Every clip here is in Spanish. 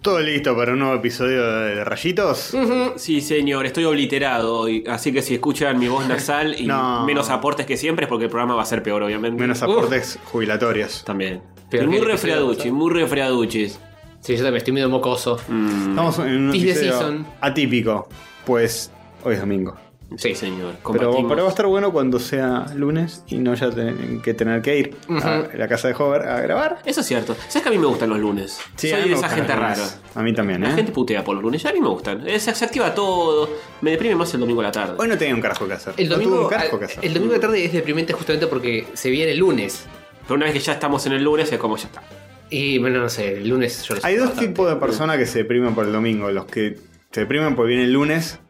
Todo listo para un nuevo episodio de Rayitos. Ujú, Sí, señor, estoy obliterado hoy, así que si escuchan mi voz nasal y No. menos aportes que siempre es porque el programa va a ser peor, obviamente. Menos aportes jubilatorios. Uf, también. Peor Y muy que el episodio refriaduchis, pasado. muy refriaduchis. Mm, Sí, yo también estoy medio mocoso. Estamos en un Tis the episodio season. atípico, pues hoy es domingo. Sí, señor. Pero, compartimos. pero va a estar bueno cuando sea lunes y no ya te- que tener que ir a la casa de Hover a grabar. Eso es cierto. ¿Sabes que a mí me gustan los lunes? a Soy mí de me esa gustan gente los rara. lunes. A mí también, La ¿eh? gente putea por los lunes, ya a mí me gustan. Eh, Se, se activa todo, me deprime más el domingo a la tarde. Hoy no tenía un carajo que hacer. El no domingo, tuve un carajo al- que hacer. el domingo de tarde es deprimente justamente porque se viene el lunes. Pero una vez que ya estamos en el lunes es como ya está. Y bueno, no sé, el lunes yo lo Hay dos soporto bastante. tipos de personas que se deprimen por el domingo. Los que se deprimen porque viene el lunes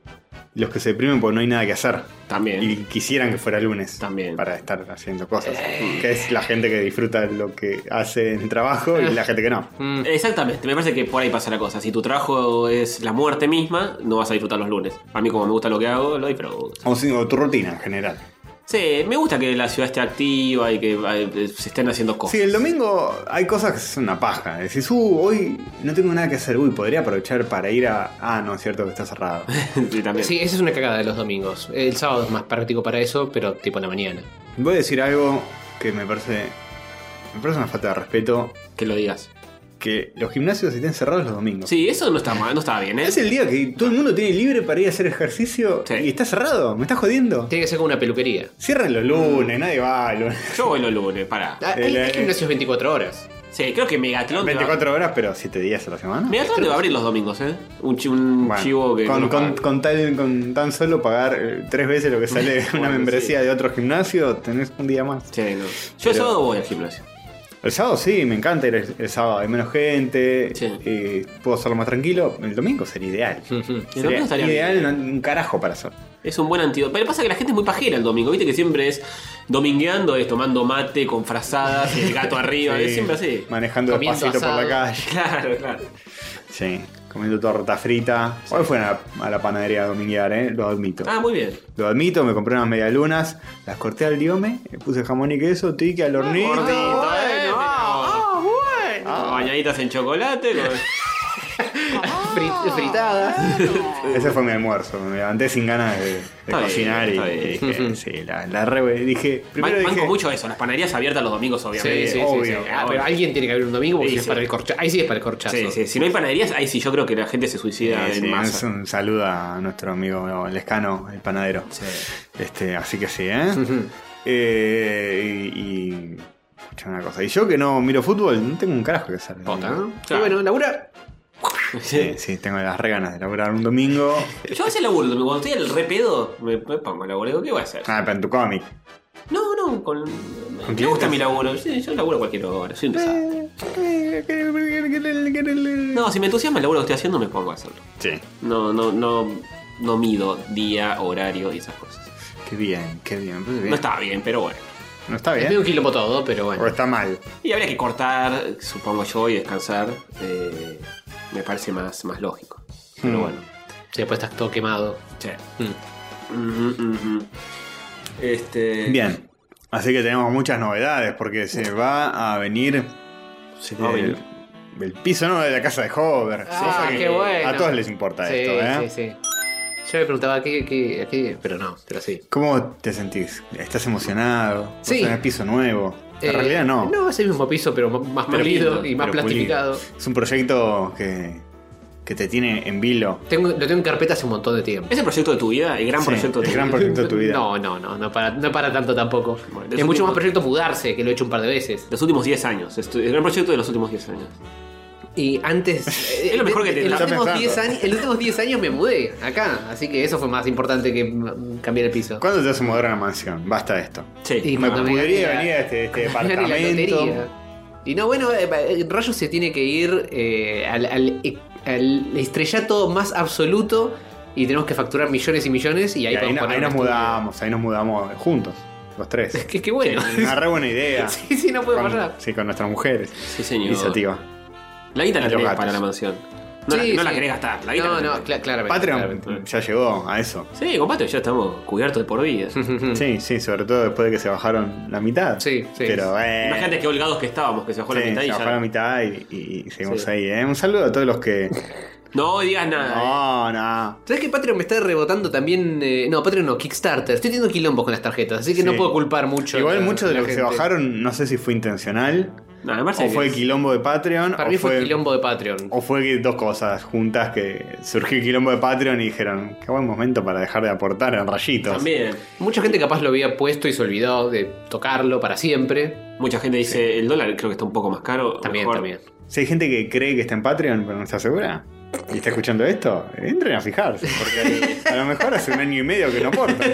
y los que se deprimen porque no hay nada que hacer. También. Y quisieran que fuera lunes. También. Eh. Para estar haciendo cosas. Que es la gente que disfruta lo que hace en el trabajo y la gente que no. Mm. Exactamente, me parece que por ahí pasa la cosa. Si tu trabajo es la muerte misma, no vas a disfrutar los lunes. A mí como me gusta lo que hago, lo disfruto. O, si- o tu rutina en general. Sí, me gusta que la ciudad esté activa y que eh, se estén haciendo cosas. Sí, el domingo hay cosas que son una paja. Decís, uh, hoy no tengo nada que hacer. Uy, podría aprovechar para ir a. Ah, no, es cierto que está cerrado. Sí, también. Sí, esa es una cagada de los domingos. El sábado es más práctico para eso, pero tipo en la mañana. Voy a decir algo que me parece. Me parece una falta de respeto. Que lo digas. Que los gimnasios estén cerrados los domingos. Sí, eso no está mal, no está bien, ¿eh? Es el día que todo el mundo tiene libre para ir a hacer ejercicio Sí. y está cerrado, me estás jodiendo. Tiene que ser como una peluquería. Cierran los lunes, nadie va. los- Yo voy los lunes, pará. Ah, El- Hay, hay gimnasios 24 horas. Sí, creo que Megatlon... te va- 24 horas, pero 7 días a la semana. Megatlon te va a abrir los domingos, ¿eh? Un, chi- un Bueno, chivo que... con, no con- paga. con tal, con tan solo pagar eh, tres veces lo que sale una Bueno, membresía de otro gimnasio, tenés un día más. Sí, no. Yo Pero- el sábado voy al gimnasio. El sábado sí, me encanta ir el, el sábado, hay menos gente, Sí. eh, puedo hacerlo más tranquilo. El domingo sería ideal. Ujú. El domingo Sería estaría bien. ideal, no- un carajo para hacer. Es un buen antídoto. Pero pasa que la gente es muy pajera el domingo, viste que siempre es domingueando, es tomando mate con frazadas, el gato arriba, Sí, es siempre así. Manejando Comiendo despacito por la asado. calle. Claro, claro. Sí, comiendo torta frita. Hoy fue a la, a la panadería a dominguear, ¿eh? lo admito. Ah, muy bien. Lo admito, me compré unas medialunas, las corté al diome, le puse jamón y queso, tique al hornito. Gordito, eh, bueno. Ah, pero- Bañaditas en chocolate. con- Fri- fritadas. Ese fue mi almuerzo, me levanté sin ganas de, de bien, cocinar y, está bien. y dije, sí, la, la re... Dije, primero Ban- dije, banco mucho eso, las panaderías abiertas los domingos, obviamente. Sí, sí, sí, sí. obvio, Ah, obvio. pero alguien tiene que abrir un domingo porque Sí, si es sí. para el corchazo. Ahí sí es para el corchazo. Sí, sí, Si no hay panaderías, ahí sí yo creo que la gente se sí, suicida eh, sí, en es masa. un saludo a nuestro amigo Lescano, el panadero. Sí. Este, así que sí, ¿eh? Eh, y, y- escuchame una cosa, y yo que no miro fútbol, no tengo un carajo que hacer. Posta, ¿no? Claro. Y bueno, labura. Sí, sí, tengo las re ganas de laburar un domingo. Yo a veces laburo el domingo, cuando estoy al repedo, me, me pongo a laburo. Digo, ¿Qué voy a hacer? Ah, pero en tu cómic. No, no, con. Me clientes? gusta mi laburo. Sí, yo laburo a cualquier hora, Eh. soy un desastre. No. No, si me entusiasma el laburo que estoy haciendo, me pongo a hacerlo. Sí, No, no, no, no mido día, horario y esas cosas. qué bien, qué bien. pues bien. No está bien, pero bueno. ¿No está Es medio bien. un quilombo todo, pero O bueno. está mal. Y habría que cortar, supongo yo, y descansar. eh, me parece más, más lógico. Pero Mm. bueno. Si después estás todo quemado. Che. Hmm. Mm. Ujú, ujú. Este. Bien. Así que tenemos muchas novedades porque se va a venir Se va a el, venir. el piso nuevo de la casa de Hover. Ah, que qué bueno. A todos les importa Sí, esto, ¿eh? sí, sí. Yo me preguntaba qué, qué, qué- pero no, pero sí. ¿Cómo te sentís? ¿Estás emocionado? ¿Vas Sí. a un piso nuevo? En Eh, realidad no. No, es el mismo piso, pero m- más Pero pulido lindo, y más pero plastificado. pulido. Es un proyecto que, que te tiene en vilo. Tengo, lo tengo en carpeta hace un montón de tiempo. ¿Es el proyecto de tu vida? ¿El gran Sí, proyecto de el tu gran vida? proyecto de tu vida. No, no, no, no para, no para tanto tampoco. Bueno, de es su mucho tiempo. más proyecto mudarse, que lo he hecho un par de veces. Los últimos 10 años. Estu- El gran proyecto de los últimos 10 años. Y antes. Es lo mejor que te- en los está últimos pensando. 10 años, en los últimos 10 años me mudé acá, así que eso fue más importante que mm, cambiar el piso. ¿Cuándo te vas a mudar a una mansión? Basta de esto. Sí. Y Me cuando me podría gané la- venir a este, este Gané la departamento. lotería. Y no, bueno, eh, eh, Rayo se tiene que ir eh, al, al- eh, al estrellato más absoluto y tenemos que facturar millones y millones y Y ahí, ahí, podemos no- poner ahí un nos estudio. mudamos, ahí nos mudamos juntos, los tres. Que, que bueno. Una re buena idea. sí, sí, no puede Con- pasar. sí, con nuestras mujeres. Sí, señor. Iniciativa. La guita Y la los tenés gatos. para la mansión. No, la, Sí, no la sí. querés gastar. La guita No, la- no, cla- claramente. Patreon claramente. ya llegó a eso. Sí, con Patreon ya estamos cubiertos de por vida. Eh. Sí, sí, sobre todo después de que se bajaron la mitad. Mm. Sí, sí. Pero, eh, Imagínate qué holgados que estábamos, que se bajó la sí, mitad y se ya. bajó la mitad y, y- y seguimos Sí. ahí. ¿eh? Un saludo a todos los que. No digas nada. eh. No, no. ¿Sabes que Patreon me está rebotando también? eh, no, Patreon no, Kickstarter. Estoy teniendo quilombos con las tarjetas, así que no Sí. puedo culpar mucho. a Igual la- muchos de a la los que se gente. bajaron, no sé si fue intencional. eh. No, además O hay fue que- el quilombo de Patreon. Para o mí fue quilombo de Patreon. O fue que dos cosas juntas que surgió el quilombo de Patreon y dijeron, qué buen momento para dejar de aportar en rayitos. También. Mucha gente capaz lo había puesto y se olvidó de tocarlo para siempre. Mucha gente dice el dólar creo que está un poco más caro. También, Mejor- también. Si hay gente que cree que está en Patreon, pero no está segura. Y está escuchando esto, entren a fijarse, porque a lo mejor hace un año y medio que no aporta.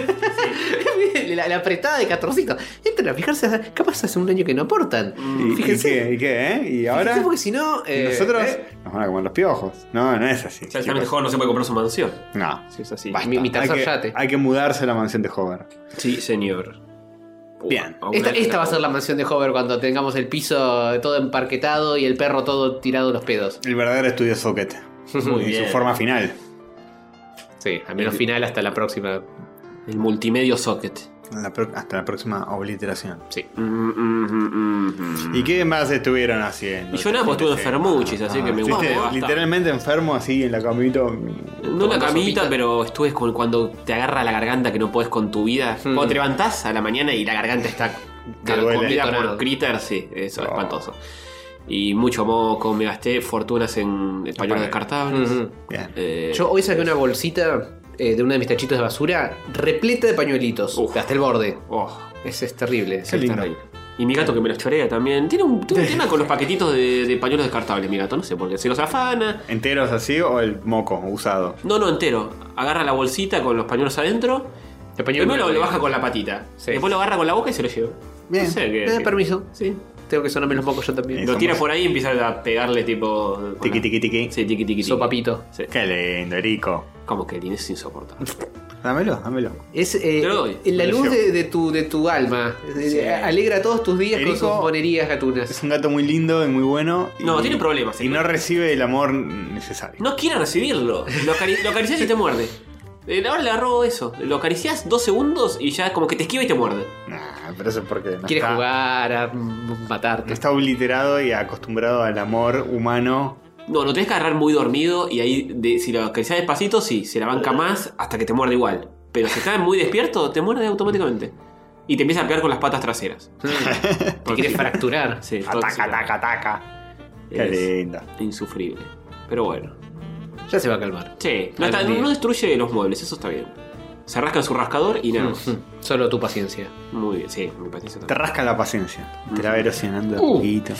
la, la apretada de catorcito. Entran a fijarse, capaz hace un año que no aportan. ¿Y, y Fíjense. qué? ¿Y qué? ¿Eh? ¿Y ahora? Fíjense porque si no. eh, nosotros eh, nos van a comer los piojos. No, no es así. Ya está chicos. mejor, no se puede comprar su mansión. No. Si es así. mi, mi tercer hay, que, yate. hay que mudarse a la mansión de Hover. Sí, señor. Bien. Aún Esta, hay que esta va a ser la mansión de Hover cuando tengamos el piso todo emparquetado y el perro todo tirado a los pedos. El verdadero estudio Socket. Muy en bien. su forma final. Sí, al menos final hasta la próxima. El multimedia socket. La pro- hasta la próxima obliteración. Sí. Mm, mm, mm, mm. ¿Y qué más estuvieron haciendo? Ah, Y yo nada, pues estuve enfermuchis, así que me Estuviste gusta, basta. Literalmente enfermo así en la camita. No una Tomando camita, sopita. pero estuve con cuando te agarra la garganta que no podés con tu vida. Hmm. Cuando te levantás a la mañana y la garganta está duele. carcomida Detonado. por critter, sí, eso, Oh. espantoso. Y mucho moco, me gasté fortunas en pañuelos Vale. descartables. Ujú. Bien. Eh, Hmm, Yo hoy saqué una bolsita eh, de uno de mis tachitos de basura repleta de pañuelitos. Uf. Hasta el borde. oh, Ese es terrible. Qué lindo. terrible. Y mi gato que me los chorea también. Tiene un, tiene un tema con los paquetitos de, de pañuelos descartables, mi gato. No sé por qué. Se los afana. ¿Enteros así o el moco usado? No, no, entero. Agarra la bolsita con los pañuelos adentro. El Primero lo, lo baja con la patita. Sí. Después lo agarra con la boca y se lo lleva. Bien. No sé qué. Eh, decir. permiso. Sí. Tengo que sonarme los mocos yo también. Eso. Lo tira por ahí y empieza a pegarle tipo. con la- Tiqui, tiqui, tiqui. Sí, tiqui, tiqui, tiqui. Sopapito. Sí. Qué lindo, Erico. Como que Lin es insoportable. Dámelo, dámelo. Es eh, Te lo doy. la Me lo luz llevo. de, de tu, de tu alma. Eh, Sí. Alegra todos tus días Erico- con sus monerías Es gatunas. un gato muy lindo y muy bueno. y- No, tiene problemas, Y el no gato. recibe el amor necesario. No quiere recibirlo. Lo, acari- lo acariciás y te muerde. Eh, Ahora le agarró eso. Lo acariciás dos segundos y ya como que te esquiva y te muerde. Nah, pero eso es porque no Quiere está, jugar a mm, no matarte. está obliterado y acostumbrado al amor humano. No, lo tenés que agarrar muy dormido y ahí de- si lo acariciás despacito, sí, se la banca más hasta que te muerde igual. Pero si estás muy despierto, te muerde automáticamente. Y te empieza a pegar con las patas traseras. Te quiere fracturar. Sí, Ataca, tóxico. ataca, ataca. Qué Es lindo. insufrible. Pero bueno. Ya se va a calmar. Sí, no, Algún está- día. no destruye los muebles, eso está bien. Se rasca en su rascador y nada. más. Mm, Solo tu paciencia. Muy bien, sí, me parece Te también. rasca la paciencia. Te la va erosionando de Uh. poquito.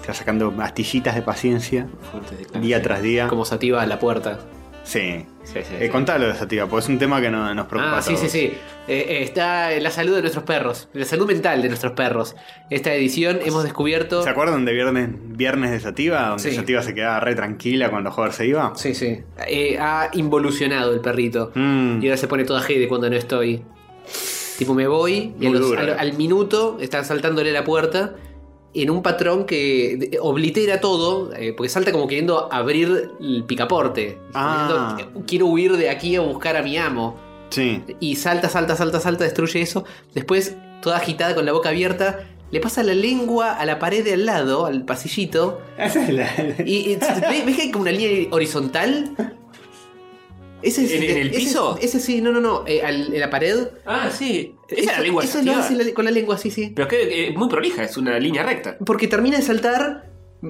Te va sacando astillitas de paciencia Fuertes declaraciones. día tras día. Ah, Como sativa a la puerta. Sí. Sí, sí, Eh, contalo de Sativa, porque es un tema que no- nos preocupa. Ah, a sí, sí, todos. sí. Eh, eh, está la salud de nuestros perros, la salud mental de nuestros perros. Esta edición hemos descubierto. ¿Se acuerdan de viernes, viernes de Sativa? Donde Sí. Sativa se quedaba re tranquila cuando Joder se iba. Sí, sí. Eh, ha involucionado el perrito. Mm. Y ahora se pone toda de cuando no estoy. Tipo, me voy y a Muy los- duro. al, al minuto están saltándole la puerta en un patrón que de- oblitera todo, eh, porque salta como queriendo abrir el picaporte. Ah. Queriendo, quiero huir de aquí a buscar a mi amo. Sí. Y salta, salta, salta, salta, destruye eso. Después, toda agitada con la boca abierta, le pasa la lengua a la pared de al lado, al pasillito. Esa es la. Y, y- ¿ves, ves que hay como una línea horizontal? Ese es, ¿En- en el ese es- piso? Ese, sí, no, no, no. eh, al- en la pared. Ah, sí. Esa es Eso- la lengua Eso lo sativa. hace la- con la lengua, sí, sí. Pero es que es muy prolija, es una línea recta. Porque termina de saltar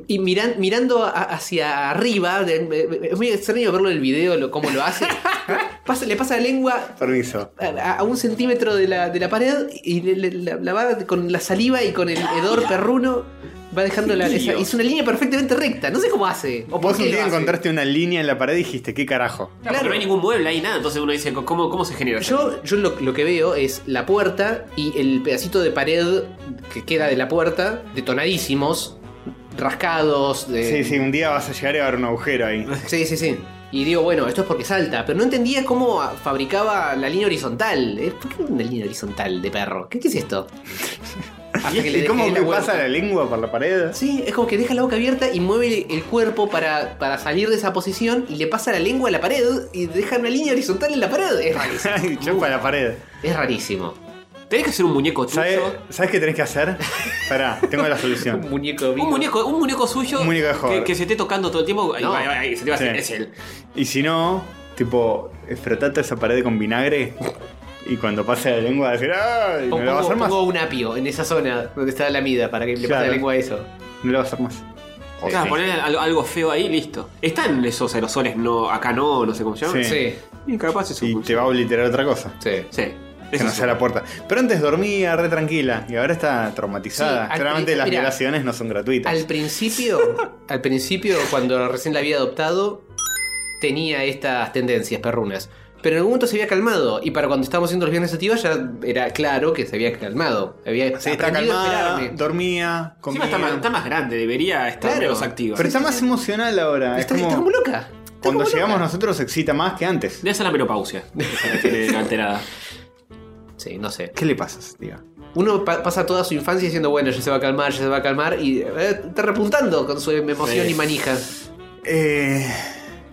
y miran, mirando a- hacia arriba. de- me- me- es muy extraño verlo en el video, lo, cómo lo hace. Pasa- le pasa la lengua Permiso. a, a un centímetro de la, de la pared y le- le- la, la va con la saliva y con el hedor perruno. Va dejando la. esa- Dios. es una línea perfectamente recta. No sé cómo hace. O por Vos qué un lo día hace. encontraste una línea en la pared y dijiste, ¿qué carajo? Claro. porque No hay ningún mueble, hay nada. Entonces uno dice, ¿cómo, cómo se genera? esa línea? Yo, yo lo, lo que veo es la puerta y el pedacito de pared que queda de la puerta, detonadísimos, rascados. De... Sí, sí, un día vas a llegar y va a haber un agujero ahí. sí, sí, sí. Y digo, bueno, esto es porque salta, pero no entendía cómo ah, fabricaba la línea horizontal. Eh, ¿Por qué una línea horizontal de perro? ¿Qué, qué es esto? ¿Y, Hasta que le y cómo dejé que la pasa vuelta. la lengua por la pared? Sí, es como que deja la boca abierta y mueve el cuerpo para, para salir de esa posición y le pasa la lengua a la pared y deja una línea horizontal en la pared. Es rarísimo. y Uh. chupa la pared. es rarísimo. Tenés que hacer un muñeco tuyo. ¿Sabes, ¿Sabes qué tenés que hacer? Pará, tengo la solución. muñeco Un muñeco, un muñeco suyo Un muñeco de que, joder. que se esté tocando todo el tiempo. Ahí No. va, ahí va, ahí se te va a hacer. Sí. Es él. Y si no, tipo, frotate esa pared con vinagre y cuando pase la lengua decir, ¡ay! No Pongo, lo va a hacer más. pongo un apio en esa zona donde está la mida para que le pase Claro. la lengua a eso. No lo va a hacer más. Oh, Claro, poner algo, algo feo ahí, listo. Están esos aerosoles, no, acá no, no sé cómo se llaman. Sí. Sí, Y capaz es Y un. te va a obliterar otra cosa. sí. Sí. Que Eso no sí. sea la puerta. Pero antes dormía re tranquila y ahora está Sí, traumatizada. al Claramente principio- las mirá. violaciones no son gratuitas. Al principio, al principio, cuando recién la había adoptado, tenía estas tendencias perrunas. Pero en algún momento se había calmado. Y para cuando estábamos haciendo los viernes activos ya era claro que se había calmado. Había Sí, está aprendido a calmada, esperarme. dormía, comía. Encima está más, está más grande, debería estar Claro. menos activa. Pero está más emocional ahora. Está, es como, está como loca. cuando llegamos nosotros se excita más que antes. Debe ser la menopausia. Esa la tiene alterada. Sí, no sé. ¿Qué le pasas, tío? Uno pa- pasa toda su infancia diciendo, bueno, ya se va a calmar, ya se va a calmar. Y eh, está repuntando con su emoción Sí. y manija. Eh,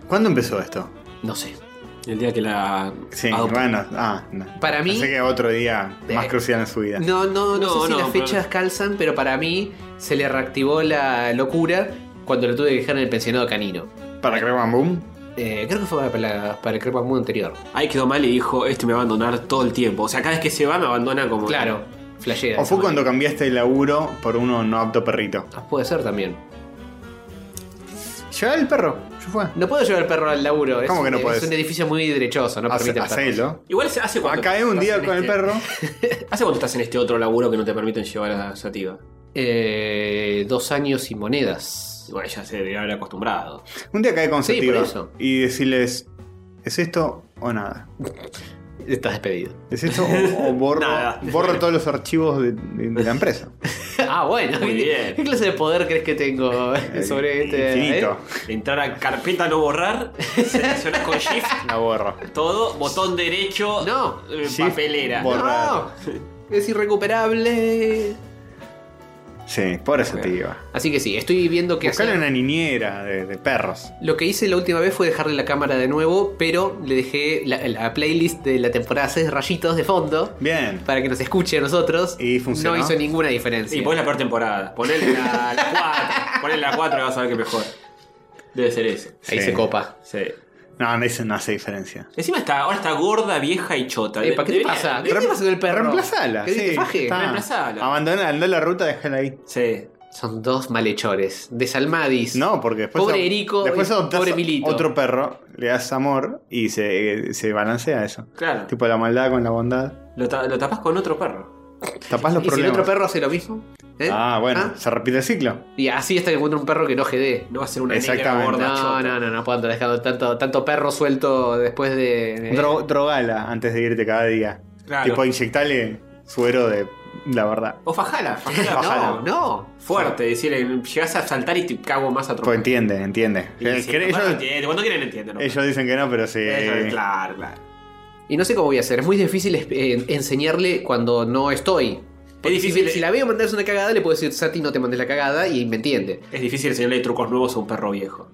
¿Cuándo empezó esto? No sé. El día que la. Sí, adopta. bueno, ah, no. Para mí- Pensé que otro día más Eh, crucial en su vida. No, no, no, No, sé si no, las pero- fechas calzan, pero para mí se le reactivó la locura cuando lo tuve que dejar en el pensionado canino. Para Crack Bam Boom. Eh, creo que fue para, la- para el Crepúsculo Mundo anterior. Ahí quedó mal y dijo: Este me va a abandonar todo el tiempo. O sea, cada vez que se va, me abandona como. Claro, flashea. O fue cuando cambiaste el laburo por uno no apto perrito. Ah, Puede ser también. Lleva el perro, yo fue. No puedo llevar el perro al laburo. es ¿Cómo que un- no Es podés? un edificio muy derechoso, no Hace- permite perros. Hacelo. Igual se hace cuando. Acá es un día estás en con el este- perro. ¿Hace cuánto estás en este otro laburo que no te permiten llevar a Sativa? Eh, dos años y monedas. Bueno, ya se debería haber acostumbrado. Un día cae con Sí, Sativa por eso. y decirles, ¿es esto o nada? Estás despedido. ¿Es esto o, o borro, Nada. borro todos los archivos de, de- de la empresa? ah, bueno. Muy bien. ¿Qué clase de poder crees que tengo sobre este? Infinito. eh? Entrar a carpeta no borrar, seleccionar con Shift ¿eh? La borro. todo, botón derecho, No, eh, Shift, papelera. bot- No. Es irrecuperable. Sí, pobre Sativa. Así que sí, estoy viendo que Buscale una niñera de, de perros. Lo que hice la última vez fue dejarle la cámara de nuevo, pero le dejé la, la playlist de la temporada 6 rayitos de fondo Bien. para que nos escuche a nosotros. Y funcionó. No hizo ninguna Sí, diferencia. ponés la peor temporada. Ponés la, la 4. Ponés la 4 y vas a ver que mejor. Debe ser eso. Ahí Sí. se copa. Sí. No, no, hizo- no hace diferencia. Encima está, ahora está gorda, vieja y chota. Epa, ¿qué te Debería- pasa? ¿Qué de- te Rem- pasa con el perro? Reemplazala. ¿Qué sí, te faje? está. Reemplazala. Abandona, andá a la ruta, déjala ahí. Sí. Son dos malhechores. Desalmadis. No, porque después. Pobre ad- Erico después y adoptás pobre Milito. otro perro, le das amor y se, eh, se balancea eso. Claro. Tipo la maldad con la bondad. Lo, ta- lo tapás con otro perro. Tapás los ¿Y si el problemas. otro perro hace lo mismo? ¿Eh? Ah, bueno, se repite el ciclo. Y así hasta que encuentre un perro que no GD. No va a ser una negra Exactamente. gorda No, chota. no, no, no puedo andar dejando tanto, tanto perro suelto después de. de- Dro- drogala antes de irte cada día. Claro. Tipo, inyectale suero de la verdad. O fajala, fajala. Fajala. no, no. Fuerte, decirle, llegás a saltar y te cago más a Pues trompar. entiende, entiende. Eh, Sí, que sí, no ellos, entiende, Cuando quieren entienden. ¿no? ellos eh, dicen que no, pero sí. Ellos, Claro, claro. Y no sé cómo voy a hacer. Es muy difícil eh, enseñarle cuando no estoy. Porque si- difícil, Si, eh. la veo mandarse una cagada, le puedo decir, Sati, no te mandes la cagada y me entiende. Es difícil enseñarle trucos nuevos a un perro viejo.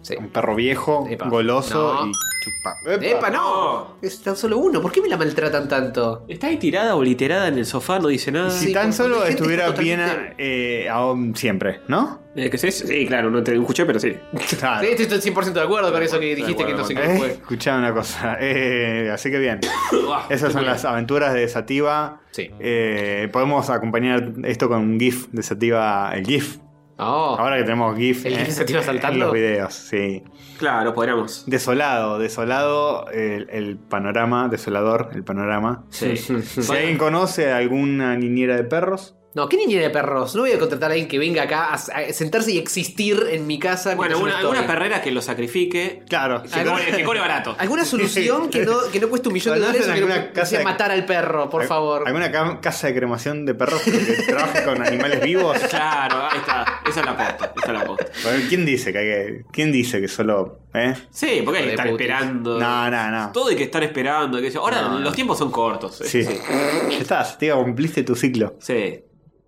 Sí. Un perro viejo, Este, Epa. goloso No. y chupa. ¡Epa, no! No. Es tan solo uno. ¿Por qué me la maltratan tanto? Está ahí tirada o literada en el sofá, no dice nada. Si Sí, tan como solo gente que estuviera está bien totalmente- eh, aún siempre, ¿no? Eh, ¿qué es eso? Sí, claro, no te escuché, pero sí. Claro. Sí, estoy Este, estoy 100% de acuerdo con eso que acuerdo, dijiste de que no sé acuerdo. qué Eh, fue. escuchá una cosa. eh, así que bien. Uah, Esas son estoy las aventuras de Sativa. Sí. Eh, podemos acompañar esto con un GIF de Sativa, el GIF. Oh, Ahora que tenemos GIF eh, ¿El GIF de Sativa saltando? en los videos, sí. bien. Claro, podríamos. Desolado, desolado el, el panorama, desolador el panorama. Sí. Si alguien conoce a alguna niñera de perros, no, ¿qué niñera de perros? No voy a contratar a alguien que venga acá a, a sentarse y existir en mi casa. bueno, mientras yo una- no alguna estoy. perrera que lo sacrifique. claro. Que cobre, que cobre barato. ¿Alguna solución que no, que no cueste un millón de ¿Conocen dólares o que no alguna que casa sea de- matar al perro, por Al- favor? ¿Alguna ca- casa de cremación de perros que trabaje con animales vivos? Claro, ahí está. Esa es la posta. Esa es la posta. Bueno, ¿Quién dice que hay que- ¿Quién dice que solo. eh? Sí, porque hay que Hijo estar de putis. esperando. No, no, no. Todo hay que estar esperando. hay que- Ahora No, no. los tiempos son cortos. eh. Sí. Ya está, Sativa, cumpliste tu ciclo.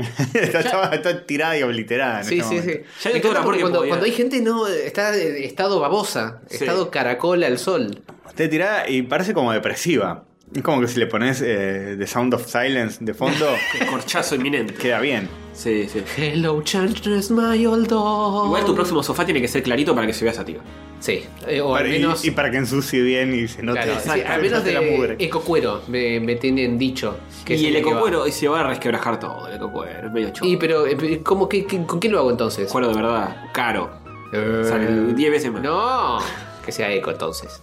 Sí. está, estaba- está tirada y obliterada. en Sí, este sí, sí. momento. Ya Me vi todo el encanta amor porque que cuando, podía. cuando hay gente no está eh, estado babosa, Sí. estado caracol al sol. Está tirada y parece como depresiva. Es como que si le pones eh, The Sound of Silence de fondo, Corchazo inminente. queda bien. Sí, sí. Hello, Chantress, my old dog. Igual tu próximo sofá tiene que ser clarito para que se vea sativa. Sí, eh, o Para- al y- menos. y, para que ensucie bien y se note. claro, sí, se al menos note la de mugre. ecocuero me, me tienen dicho. que es y el que va. ecocuero, y se va a resquebrajar todo el ecocuero. Es medio chorro. Y pero, eh, ¿cómo, qué, qué- ¿con qué lo hago entonces? Cuero de verdad, caro. Eh, Sale 10 veces más. Mm. No, que sea eco entonces.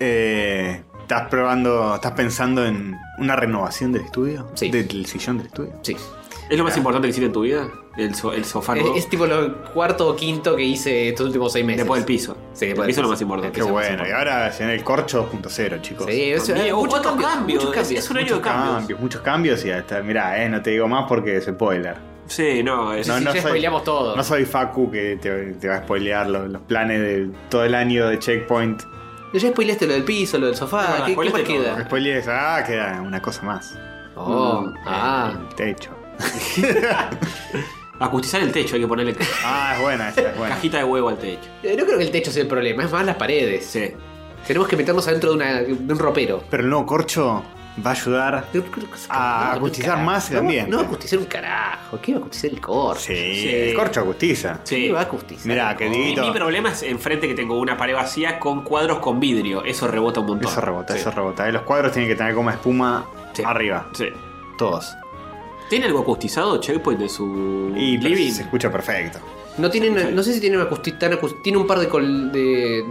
Eh, estás probando, estás pensando en una renovación del estudio, Sí. del sillón del estudio. Sí. ¿Es lo más importante que hiciste en tu vida? El, so- el sofá Es, nuevo. es tipo lo cuarto o quinto que hice estos últimos seis meses. Después del piso. Sí, el piso después del es lo piso. más importante. Qué Empezamos bueno. Y ahora se viene el corcho 2.0, chicos. Sí, es, Amigo, eh, muchos otro cambios, cambio, muchos es- cambios. es un año Muchos de cambios. cambios, muchos cambios y hasta, mirá, eh, no te digo más porque es spoiler. Sí, no, es- No, sí, no ya soy- spoileamos todo. No soy Facu que te, te va a spoilear los, los planes de todo el año de Checkpoint. Ya spoileaste lo del piso, lo del Es sofá. verdad, ¿Qué, qué más spoileaste todo. No queda? spoilees, ah, queda una cosa más. Oh, Mm. ah. El techo. acustizar el techo, hay que ponerle ca- Ah, es buena esa, es buena. cajita de huevo al techo. Eh, No creo que el techo sea el problema, es más las paredes. Sí. Tenemos que meternos adentro de, una- de un ropero. Pero el nuevo corcho va a ayudar. Yo creo que es- A no, Ah, acustizar un más el carajo. ambiente. No, no va a acustizar un carajo. ¿Qué va a acustizar el corcho? Sí, Sí. el corcho acustiza. ¿Qué Sí. va a acustizar? Mirá, el que corcho? di- Y mi problema es enfrente que tengo una pared vacía con cuadros con vidrio. Eso rebota un montón. Eso rebota, Sí. eso rebota. Eh, Los cuadros tienen que tener como espuma Sí. arriba. Sí. Todos. ¿Tiene algo acustizado Checkpoint de su Y pero living? se escucha perfecto. No, tienen, no sé si tienen acusti- tan acusti- tiene un par de, col- de,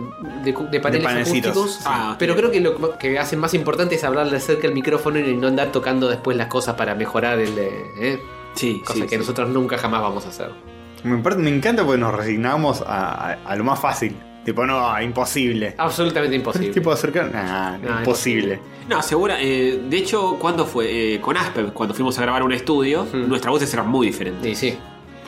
de, cu- de paneles panecitos. acústicos. Ah, pero sí. creo que lo que hacen más importante es hablarle cerca al micrófono y no andar tocando después las cosas para mejorar el. eh, ¿eh? Sí, Cosa sí, que sí. nosotros nunca jamás vamos a hacer. Me, par- me encanta porque nos resignamos a, a- a lo más fácil. Tipo, no, ah, imposible. Absolutamente Ah, imposible. Tipo acercar. Nah, Nah, imposible. No, segura. eh, de hecho, ¿cuándo fue? Eh, con Asper, cuando fuimos a grabar un estudio, Hmm. nuestras voces eran muy diferentes. Sí, sí.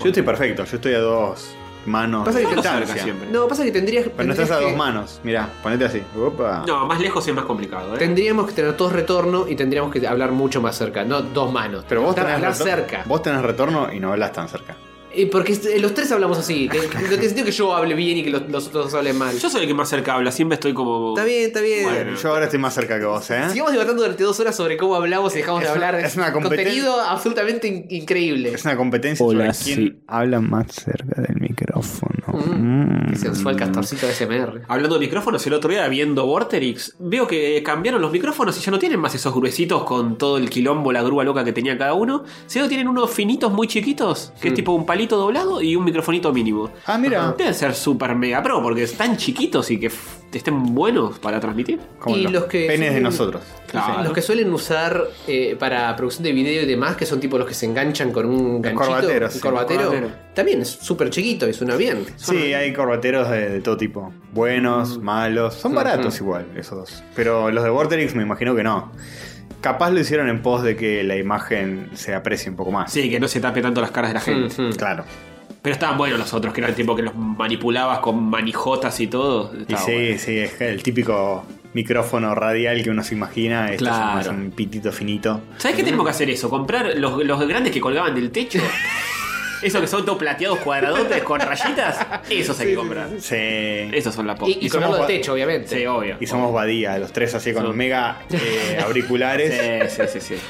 Yo estoy perfecto, yo estoy a dos manos. Pasa que de te distancia. acercas siempre. No, pasa que tendrías Pero no estás a dos manos. Mirá, ponete así. Opa. No, más lejos es más complicado. ¿eh? Tendríamos que tener todos retorno y tendríamos que hablar mucho más cerca, no dos manos. Pero vos Hablar- tenés, hablar retor- cerca. vos tenés retorno y no hablas tan cerca. Y porque est- los tres hablamos así. que- que No tiene sentido que yo hable bien y que los, los otros dos hablen mal. Yo soy el que más cerca habla, siempre estoy como. Está bien, está bien. Bueno. Yo ahora estoy más cerca que vos, ¿eh? Sigamos debatiendo durante dos horas sobre cómo hablamos y dejamos Es de una- hablar. es una competen- Contenido absolutamente in- increíble. Es una competencia Hola, sobre quién sí. habla más cerca del micrófono. Mm, Mm. Qué sensual castorcito de SMR. Hablando de micrófonos, el otro día viendo Vorterix, veo que cambiaron los micrófonos y ya no tienen más esos gruesitos con todo el quilombo, la grúa loca que tenía cada uno, sino que tienen unos finitos muy chiquitos, que es tipo un palito doblado y un microfonito mínimo. Mm. Ah, mira. Deben ser super mega pro porque están chiquitos y que f- estén buenos para transmitir. Como Y los, los que penes de son- nosotros. Claro. Los que suelen usar eh, para producción de video y demás, que son tipo los que se enganchan con un ganchito, corbateros, sí. un corbatero, Corbatero. también es súper chiquito y suena bien. Sí, hay corbateros de, de todo tipo. Buenos, malos. Son baratos igual, esos dos. Pero los de Vorterix me imagino que no. Capaz lo hicieron en pos de que la imagen se aprecie un poco más. Sí, que no se tape tanto las caras de la gente. Mm, mm. Claro. Pero estaban buenos los otros, que eran tipo que los manipulabas con manijotas y todo. Y Estaba sí, bueno. sí, es el típico micrófono radial que uno se imagina. Esto Claro. es más un pitito finito. ¿Sabes qué tenemos que hacer eso? Comprar los, los grandes que colgaban del techo. Esos que son todos plateados cuadradotes con rayitas. Esos hay que comprar. Sí. Esos son la pop. Y, y Y colgarlo somos cua- del techo, obviamente. Sí, obvio. Y somos Badía, los tres así con Somos- mega eh, auriculares. Sí, sí, sí, sí.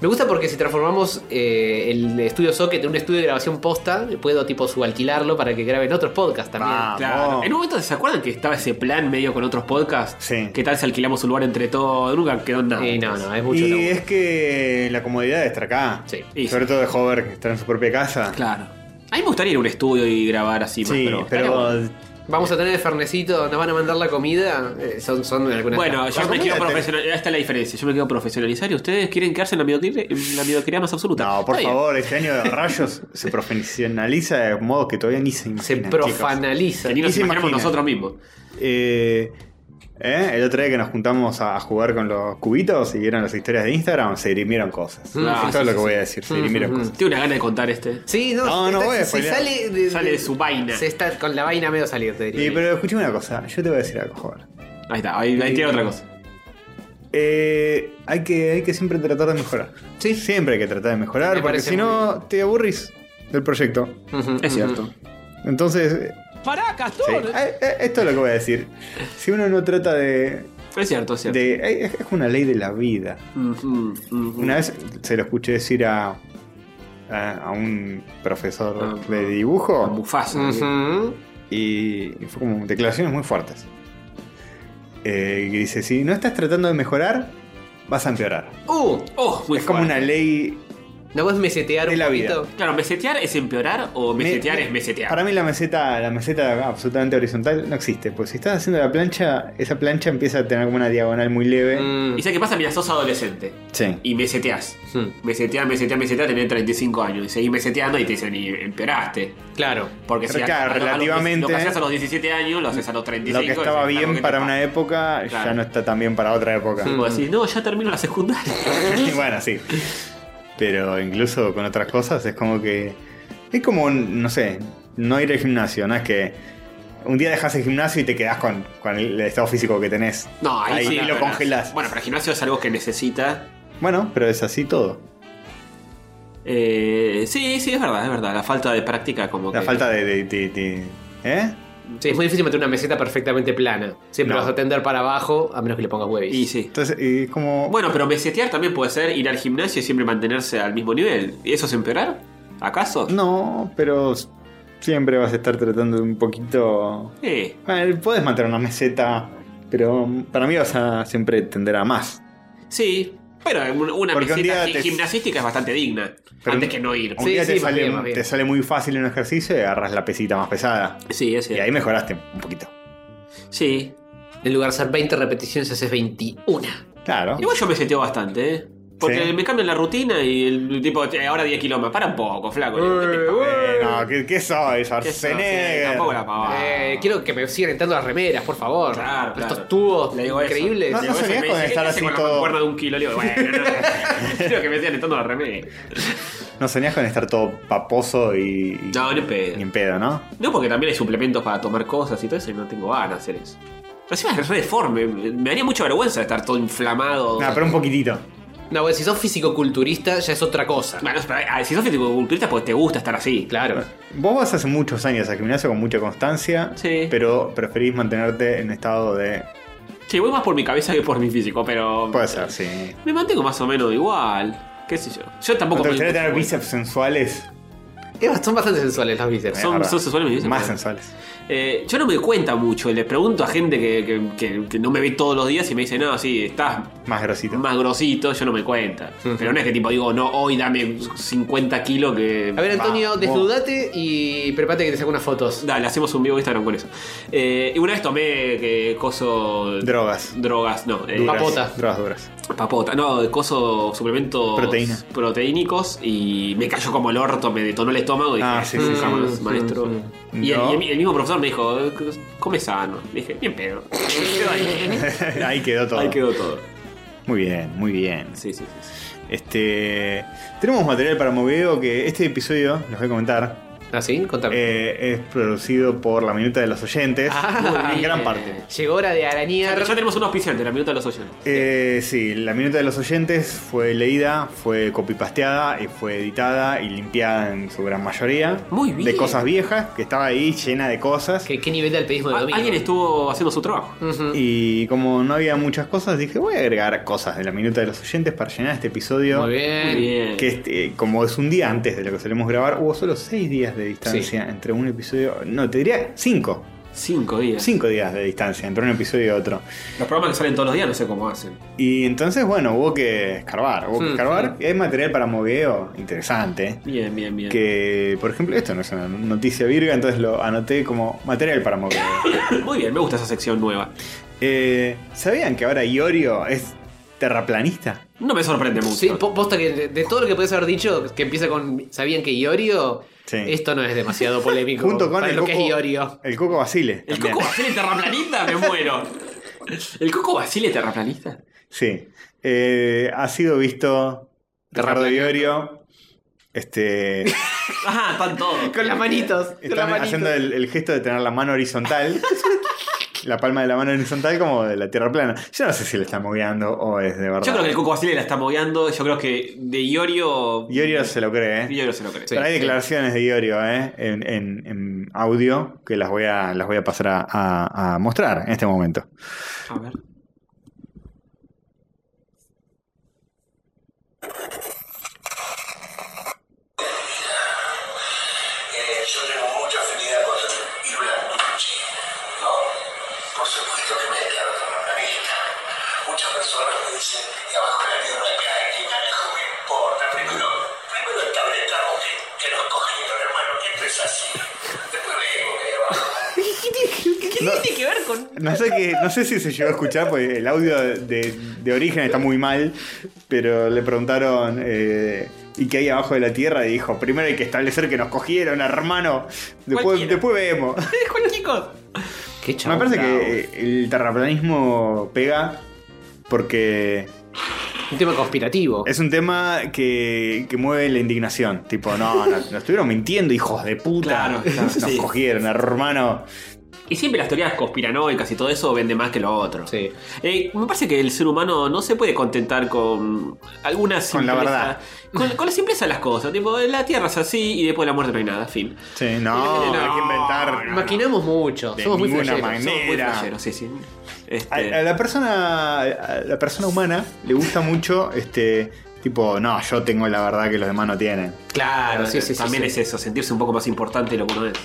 Me gusta porque si transformamos eh, el estudio Socket en un estudio de grabación posta, puedo tipo subalquilarlo para que graben otros podcasts también. Ah. Claro. Vamos. En un momento, ¿se acuerdan que estaba ese plan medio con otros podcasts? Sí. ¿Qué tal si alquilamos un lugar entre todos? Nunca quedó en nada. Y no, no, es mucho Y laburo. es que la comodidad de estar acá. Sí. Y sí. Sobre todo de Hover, que está en su propia casa. Claro. A mí me gustaría ir a un estudio y grabar así más, Sí, pero. pero. Vamos a tener el fernecito, nos van a mandar la comida. eh, son, son algunas. Bueno, yo Bueno, me mira, quiero te- profesionalizar. Esta es la diferencia. Yo me quiero profesionalizar y ustedes quieren quedarse en la mediocridad, en la mediocridad más absoluta. No, por Está bien. favor, este año de rayos se profesionaliza de modo que todavía ni se se imaginan. chicos. profanaliza. Que ni nos Ni se imaginamos imaginan. nosotros mismos. Eh, ¿eh? El otro día que nos juntamos a jugar con los cubitos y vieron las historias de Instagram, se dirimieron cosas. Mm, Eso sí, es todo lo sí, que sí. mm, voy a decir, se dirimieron cosas. Tengo una gana de contar este. Sí, no, No, no está- voy a se spoilear. sale de, Sale de su vaina. Se está con la vaina medio salida, te diría. Y, pero escuchame una cosa, yo te voy a decir algo, Hover. Ahí está, ahí, ahí tiene otra cosa. Eh, hay, que, hay que siempre tratar de mejorar. Sí. Siempre hay que tratar de mejorar, Me porque parece si muy no te aburrís del proyecto. Ujú, Es cierto. ujú. Entonces, eh, Mm-hmm. ¡Pará, Castor! sí. Eh, eh, esto es lo que voy a decir. Si uno no trata de. Es cierto, es cierto. Mm, de- eh, es una ley de la vida. Ujú, ujú. Una vez se lo escuché decir a, a, a un profesor Ah, de Con dibujo Mufasa. Mm-hmm. Ujú. y y fue como declaraciones muy fuertes. Eh, que dice, si no estás tratando de mejorar, vas a empeorar. Uh, Oh, muy es como fuerte. una ley... ¿no puedes mesetear De un la poquito? Claro, ¿mesetear es empeorar o me- mesetear me- es mesetear? Para mí la meseta, la meseta absolutamente horizontal no existe. Pues si estás haciendo la plancha, esa plancha empieza a tener como una diagonal muy leve. Mm. ¿Y sabes qué pasa? Mira, sos adolescente Sí. y meseteas. Mm. Meseteas, meseteas, meseteas, tenés 35 años y seguís meseteando y te dicen, y empeoraste. Claro. Porque si Pero claro, a- a- a los- relativamente- lo que hacías a los 17 años, lo haces a los 35. Lo que estaba es algo que bien te para pasa. una época ya Claro. Mm, no está tan bien para otra época. Y vos decís, no, ya termino la secundaria. Y bueno, sí. Pero incluso con otras cosas es como que. Es como, no sé, no ir al gimnasio, no es que. Un día dejas el gimnasio y te quedás con, con el estado físico que tenés. No, ahí, Ahí sí, lo pero- congelás. Bueno, para el gimnasio es algo que necesita. Bueno, pero es así todo. Eh, sí, sí, es verdad, es verdad. La falta de práctica, como La que. falta de. de- de- de- ¿Eh? Sí, es muy difícil meter una meseta perfectamente plana. Siempre No. vas a tender para abajo, a menos que le pongas huevis. Y sí. Entonces, y es como. Bueno, pero mesetear también puede ser ir al gimnasio y siempre mantenerse al mismo nivel. ¿Y eso es empeorar? ¿Acaso? No, pero siempre vas a estar tratando de un poquito. Eh, Bueno, puedes mantener una meseta, pero para mí vas a siempre tender a más. sí. Pero un- una Porque un meseta día gi- te- gimnástica es bastante digna. Pero antes un- que no ir. Un Sí, día sí, te, más sale, bien, más bien. te sale muy fácil un ejercicio y agarras la pesita más pesada. Sí, es Y cierto. ahí mejoraste un poquito. Sí. En lugar de hacer 20 repeticiones, haces 21. Claro. Igual yo me seteo bastante, ¿eh? Porque Sí. me cambian la rutina y el tipo, "Eh, ahora 10 kilos más. Para un poco, flaco. Digo, ¿qué te pasa? Eh, no, ¿qué, qué soy? ¿Qué sos? Sí, Schwarzenegger. tampoco la pavada. Eh, quiero que me sigan entrando las remeras, por favor. Claro, Pero claro. Estos tubos Le digo eso. increíbles. No, Digo, no ese soñás me con dice, ¿qué estar haces así con la todo- mancuerna de un kilo. Le digo, bueno, no. Quiero que me sigan estando la remera. No soñás con estar todo paposo y. y- No, ni en pedo. Ni en pedo, ¿no? No, porque también hay suplementos para tomar cosas y todo eso, y no tengo ganas de hacer eso. Pero encima es re deforme, me me daría mucha vergüenza estar todo inflamado. No, pero un poquitito. No, bueno, si sos físico-culturista, ya es otra cosa. Bueno, pero, ah, si sos fisiculturista porque te gusta estar así. Claro. Vos vas hace muchos años al gimnasio con mucha constancia, Sí. pero preferís mantenerte en estado de. Sí, voy más por mi cabeza que por mi físico, pero. Puede ser, sí. Me mantengo más o menos igual. ¿Qué sé yo? Yo ¿No tampoco. te me- gustaría tener bíceps sensuales? Eh, son bastante sensuales las bíceps. Son- Eh, verdad. son sensuales mis bíceps. Más sensuales. Eh, yo no me doy cuenta mucho. Le pregunto a gente que, que- que- que no me ve todos los días y me dice, no, sí, estás Más grosito. más grosito, yo no me doy cuenta. Ujú. Pero no es que tipo digo, no, hoy dame 50 kilos que. A ver, Va, Antonio, vos. desnudate y prepárate que te saco unas fotos. Dale, hacemos un vivo de Instagram con eso. Eh, y una vez tomé que coso. Drogas. drogas, no. eh, Duras. papota. Drogas duras. papota. No, coso, suplementos. Proteína. Proteínicos. Y me cayó como el orto, me detonó el estómago. Y Ah, sí, dije, sí, "Nunca sí, más, sí, maestro. sí. Y, el- No. y el, el mismo profesor me dijo, come sano. Le dije, bien pedo. Quedó ahí. Ahí quedó todo. Ahí quedó todo. Muy bien, muy bien. Sí, sí, sí, sí. Este, tenemos material para Moveo que este episodio, les voy a comentar, ¿Ah, sí? Contame. eh, es producido por la Minuta de los Oyentes. Ah, en gran bien. parte. Llegó hora de arañar. Ya tenemos un auspiciante, la minuta de los oyentes. Eh, sí, la Minuta de los Oyentes fue leída, fue copipasteada y fue editada y limpiada en su gran mayoría. Muy bien. De cosas viejas, que estaba ahí llena de cosas. ¿Qué, qué nivel de alpedismo de Al- domingo? Ah, Alguien estuvo haciendo su trabajo. Ujú. Y como no había muchas cosas, dije, voy a agregar cosas de la Minuta de los Oyentes para llenar este episodio. Muy bien. Muy bien. Que este, como es un día antes de lo que solemos grabar, hubo solo seis días de distancia entre un episodio. No, te diría cinco. Cinco días. Cinco días de distancia entre un episodio y otro. Los programas que salen todos los días no sé cómo hacen. Y entonces, bueno, hubo que escarbar. Hubo que Mm, escarbar. Y hay material para moveo interesante. Bien, bien, bien. Que, por ejemplo, esto no es una noticia virga, entonces lo anoté como material para moveo. Muy bien, me gusta esa sección nueva. Eh, ¿Sabían que ahora Iorio es terraplanista? No me sorprende mucho. Sí, po- posta que de, de todo lo que puedes haber dicho, que empieza con. ¿Sabían que Iorio? Sí. Esto no es demasiado polémico. Junto con para el lo coco, que es Iorio. el coco Basile. ¿El también. Coco Basile terraplanista? Me muero. ¿El Coco Basile terraplanista? Sí. Eh, ha sido visto Ricardo Terraplanista. Iorio. Este. Ajá, están todos. Con las manitos. Con las Están manitos. haciendo el, el gesto de tener la mano horizontal. la palma de la mano horizontal como de la tierra plana. Yo no sé si le está moviando o es de verdad. Yo creo que el Coco Basile la está moviando. Yo creo que de Iorio. Iorio se lo cree, ¿eh? Iorio se lo cree. Pero hay declaraciones de Iorio ¿eh? en, en- en audio que las voy a, las voy a pasar a, a- a mostrar en este momento. A ver. Eh, yo tengo mucha afinidad con Irula Tucci. No, por supuesto que me declaro comunista. Muchas personas me dicen que abajo de la línea de calle, que carajo me importa. Primero, primero establezcamos que, que nos cogieron, hermano, que esto es así. Después vemos que abajo. ¿Qué tiene que ver con.? No sé, que, no sé si se llegó a escuchar, porque el audio de, de origen está muy mal, pero le preguntaron eh, ¿y qué hay abajo de la tierra? Y dijo, primero hay que establecer que nos cogieron, hermano. Después, Cualquiera. después vemos. Juan, chicos? Qué Me chabón parece bravo. que el terraplanismo pega porque Un tema conspirativo. es un tema que, que mueve la indignación. Tipo, no, nos, nos estuvieron mintiendo, hijos de puta. Claro, claro, nos sí. cogieron, hermano. Y siempre las teorías conspiranoicas y todo eso vende más que lo otro. Sí. Eh, me parece que el ser humano no se puede contentar con algunas Con la verdad. Con, con la simpleza de las cosas. Tipo, la tierra es así y después de la muerte no hay nada. Fin. Sí, no, No, hay que inventar. Maquinamos Eh, mucho. De Somos muy ninguna flasheros. manera. Somos muy Mira. flasheros, sí, sí. Este, A, a la persona a la persona humana le gusta mucho este tipo, no, yo tengo la verdad que los demás no tienen. claro, sí, sí, sí, también sí. es eso, sentirse un poco más importante de lo que uno es.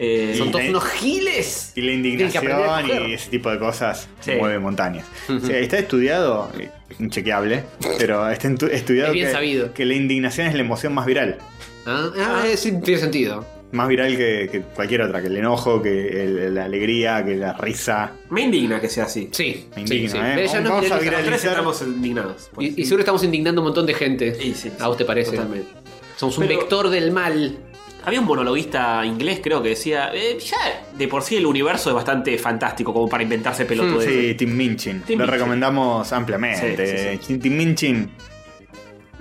Eh, Y- Son todos la- unos giles. Y la Tienen que aprender a indignación coger. y ese tipo de cosas Sí. mueve montañas. O sea, está estudiado, eh, inchequeable, pero está entu- estudiado Es bien que, sabido. que la indignación es la emoción más viral. Ah, ah, eh, sí, tiene sentido. Más viral que, que cualquier otra, que el enojo, que el- la alegría, que la risa. me indigna que sea así. Sí, Me sí, indigna, sí. ¿eh? Pero ya no Vamos a Los viralizamos. tres viralizar. estamos indignados. por Y, y eso. seguro estamos indignando a un montón de gente. Sí, sí, ¿A vos te parece? totalmente. Somos un Pero- vector del mal. Había un monologuista inglés, creo, que decía: eh, Ya de por sí el universo es bastante fantástico como para inventarse pelotudeces. Sí, Tim Minchin. Tim Lo Minchin. recomendamos ampliamente. Sí, sí, Tim Minchin,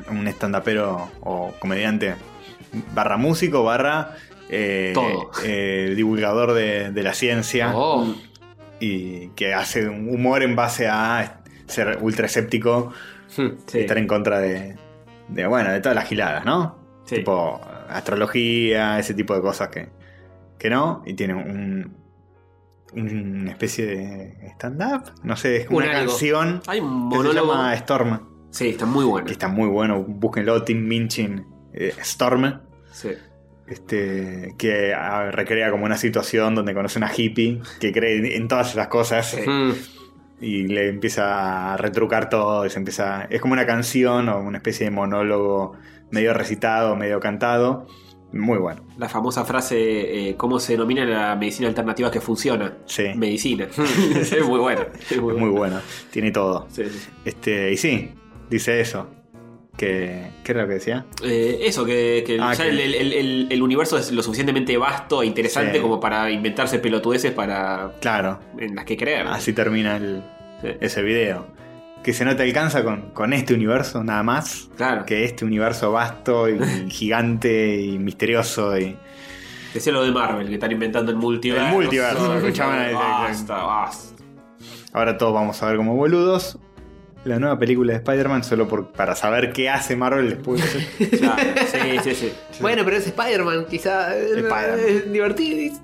un estandapero o comediante, barra músico, barra eh, Todo. eh, divulgador de, de la ciencia Oh, y que hace un humor en base a ser ultra escéptico Hmm. Sí. y estar en contra de, de, bueno, de todas las giladas, ¿no? Sí. Tipo astrología, ese tipo de cosas que, que no, y tiene un una especie de stand-up, no sé, es como Un una algo. canción Hay un que se monólogo. llama Storm, Sí, está muy bueno. que está muy bueno, búsquenlo, Tim Minchin, eh, Storm, Sí. este, que ah, recrea como una situación donde conoce una hippie que cree en todas esas cosas eh, Sí. Hmm. y le empieza a retrucar todo, y se empieza, es como una canción o una especie de monólogo medio recitado, medio cantado, muy bueno, La famosa frase: eh, ¿Cómo se denomina la medicina alternativa que funciona? Sí. Medicina. es muy bueno. Es es muy bueno, tiene todo. Sí, sí. Este, y sí, dice eso. Que, ¿Qué era lo que decía? Eh, eso, que, que Ah, ya que- El, el- el- el universo es lo suficientemente vasto e interesante Sí. como para inventarse pelotudeces para Claro, en las que creer. así termina el- Sí. ese video. Que se no te alcanza con, con este universo nada más. Claro. Que este universo vasto y gigante y misterioso y... Decía lo de Marvel, que están inventando el multiverso. El multiverso, escuchaban el- Basta, basta. Ahora todos vamos a ver como boludos la nueva película de Spider-Man solo por, para saber qué hace Marvel después. Claro, sí, sí, sí. Bueno, pero es Spider-man, quizá eh, Spider-Man. es divertido.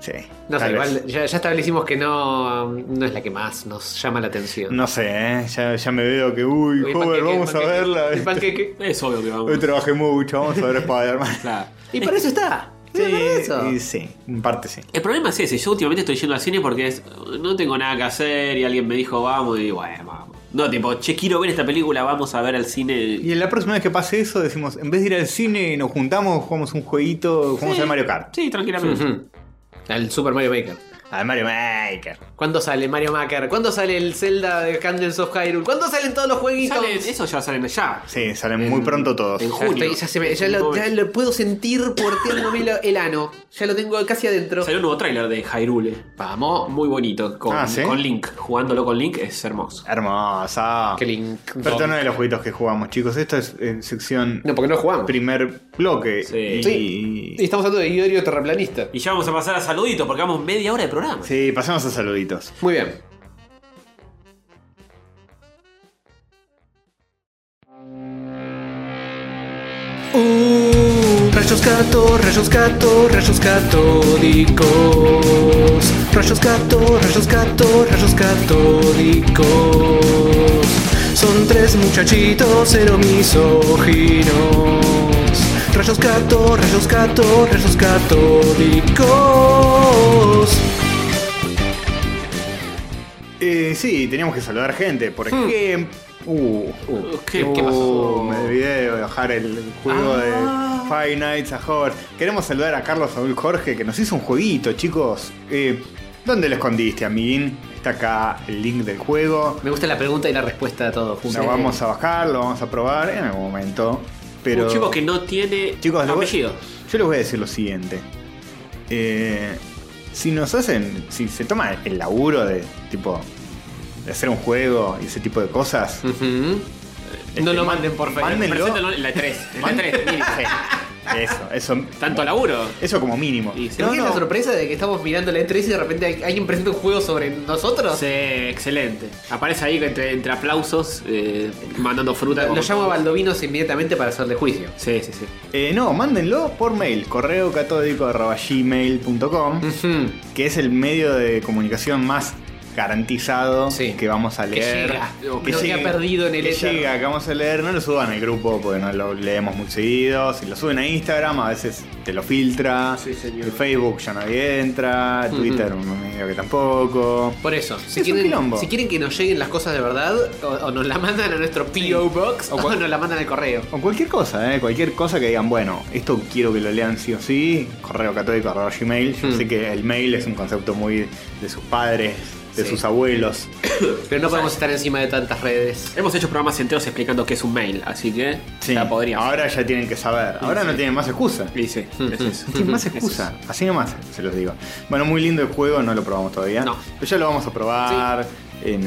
sí. No sé, tal vez. igual ya, ya establecimos que no, no es la que más nos llama la atención. No sé, ¿eh? ya, ya me veo que, uy, El joven, panqueque, vamos el a panqueque, verla. este. El panqueque. Es obvio que vamos. Hoy trabajé mucho, vamos a ver Spider-Man. Claro. Y para eso está. Sí, para eso. y sí, en parte sí. El problema es ese, yo últimamente estoy yendo al cine porque es, no tengo nada que hacer y alguien me dijo vamos y bueno, vamos. No, tipo, che, quiero ver esta película, vamos a ver al cine. Y la próxima vez que pase eso, decimos, en vez de ir al cine, nos juntamos, jugamos un jueguito, jugamos Sí. al Mario Kart. Sí, tranquilamente. Ujú. Al Super Mario Maker. Al Mario Maker. ¿Cuándo sale Mario Maker? ¿Cuándo sale el Zelda de Candles of Hyrule? ¿Cuándo salen todos los jueguitos? Sale- eso ya salen ya. Sí, salen muy pronto todos. en Justo, junio. ahí ya, se me- ya lo, ya lo puedo sentir porteándome lo- el ano. Ya lo tengo casi adentro. Salió un nuevo tráiler de Hyrule. Vamos. Muy bonito. Con, Ah, ¿sí? con Link. Jugándolo con Link es hermoso. Hermosa. Qué link. Pero esto no es de los jueguitos que jugamos, chicos. Esto es eh, sección No, porque no jugamos. primer bloque. Sí. Y- Sí. Y estamos hablando de Iorio Terraplanista. Y ya vamos a pasar a saluditos porque vamos media hora de programa. Sí, pasemos a saluditos. Muy bien. Uh, rayos gato, rayos gato, rayos catódicos. Rayos gato, rayos gato, rayos catódicos. Son tres muchachitos cero misóginos. Rayos gato, rayos gato, rayos catódicos. Eh, sí, teníamos que saludar gente. Por ejemplo. Uh, Hmm. ¿Qué, qué pasó? uh, me olvidé de bajar el juego Ah. de Five Nights at Horror. Queremos saludar a Carlos Saúl Jorge que nos hizo un jueguito, chicos. Eh, ¿Dónde lo escondiste, amiguín? Está acá el link del juego. Me gusta la pregunta y la respuesta de todo junto. Lo vamos a bajar, lo vamos a probar en algún momento. Pero. Un chico Uh, que no tiene Chicos, les voy- apellido. yo les voy a decir lo siguiente. Eh, si nos hacen, si se toma el laburo de tipo de hacer un juego y ese tipo de cosas, este, Ujú. No lo manden por Facebook. mándenlo. Preséntalo en la 3. En la Man- 3, mínimo. Sí, eso, eso, Tanto laburo. eso como mínimo. Y sí. ¿No, es No, la no. sorpresa de que estamos mirando la E3 y de repente hay- alguien presenta un juego sobre nosotros? Sí, excelente. Aparece ahí entre, entre aplausos, eh, mandando fruta. Lo como- llamo a Baldovinos inmediatamente para hacerle juicio. Sí, sí, sí. Eh, no, mándenlo por mail, correo catódico Ujú. Hmm, que es el medio de comunicación más garantizado Sí. que vamos a Que leer. llega. Lo que ha perdido en el que éter. llega, que vamos a leer. No lo suban al grupo porque no lo leemos muy seguido. Si lo suben a Instagram, a veces te lo filtra. Sí, señor. El Facebook ya nadie entra. Twitter, medio que tampoco. Por eso, si Es un quieren, quilombo. si quieren que nos lleguen las cosas de verdad, o, o nos la mandan a nuestro P.O. Box o, nos la mandan al correo. O cualquier cosa, ¿eh? cualquier cosa que digan, bueno, esto quiero que lo lean sí o sí, correo católico, arroba gmail. Yo Mm. sé que el mail es un concepto muy de sus padres, de Sí. sus abuelos. Pero no podemos estar encima de tantas redes. Hemos hecho programas enteros explicando qué es un mail, así que Sí. ya podríamos. Ahora ya tienen que saber. Ahora no tienen más excusa. Y sí, es eso. No tienen más excusa. Así nomás, se los digo. Bueno, muy lindo el juego, no lo probamos todavía. No. Pero ya lo vamos a probar. En,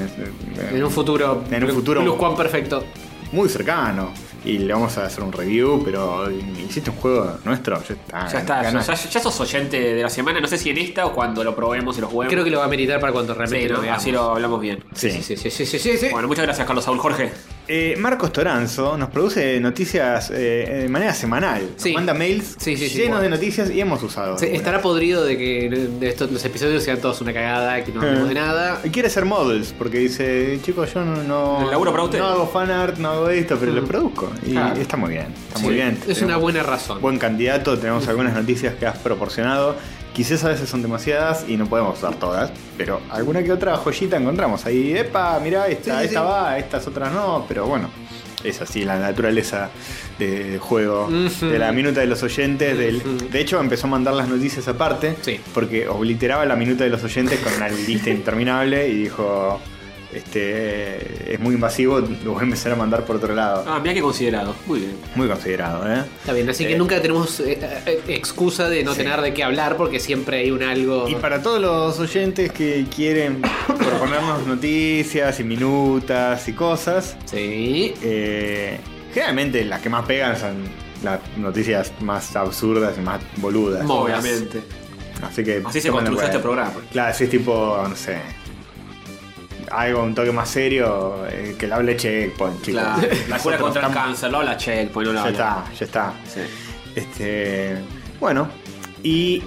En un futuro. En un futuro. Plus cuán perfecto. Muy cercano. Y le vamos a hacer un review, pero hiciste un juego nuestro. Ya está. Ya está, ya, ganas. ya sos oyente de la semana, no sé si en esta o cuando lo probemos y lo juguemos. Creo que lo va a meritar para cuando Sí, realmente ¿no? lo veamos. así lo hablamos bien. Sí. Sí, sí, sí, sí, sí, sí, sí. Bueno, muchas gracias, Carlos Saúl Jorge. Eh, Marcos Toranzo nos produce noticias eh, de manera semanal. Nos Sí. manda mails Sí, sí, sí, llenos bueno. de noticias y hemos usado. Sí, algunas. estará podrido de que de estos, los episodios sean todos una cagada, que no Eh. hablemos de nada. Y Quiere ser models porque dice, chicos, yo no, no, El laburo para usted. no hago fanart, no hago esto, pero lo produzco. Y Mm. Claro. está muy bien, está Sí, muy bien. Es Tenemos una buena razón. Buen candidato, tenemos algunas noticias que has proporcionado. Quizás a veces son demasiadas y no podemos usar todas, pero alguna que otra joyita encontramos ahí. Epa, mirá, esta, Sí, sí, esta sí. va, estas otras no, pero bueno. Es así la naturaleza del juego, Ujú. de la minuta de los oyentes. del- Ujú. de hecho, empezó a mandar las noticias aparte, Sí. porque obliteraba la minuta de los oyentes con una lista interminable y dijo: este Es muy invasivo, lo voy a empezar a mandar por otro lado. Ah, mira qué considerado. Muy bien. Muy considerado, ¿eh? Está bien, así que Eh. nunca tenemos eh, eh, excusa de no Sí. tener de qué hablar porque siempre hay un algo. Y para todos los oyentes que quieren proponernos noticias y minutas y cosas, Sí. eh, generalmente las que más pegan son las noticias más absurdas y más boludas. Mo- Obvio. Obviamente. Así que Así se tómenlo construyó en este cuenta. programa. Claro, si es tipo, no sé, algo un toque más serio, eh, que lo hable Checkpoint, chicos. Claro. La cura Nosotros contra el estamos- cáncer, lo habla Checkpoint, no lo Ya habla. está, ya está. Sí. Este, bueno, y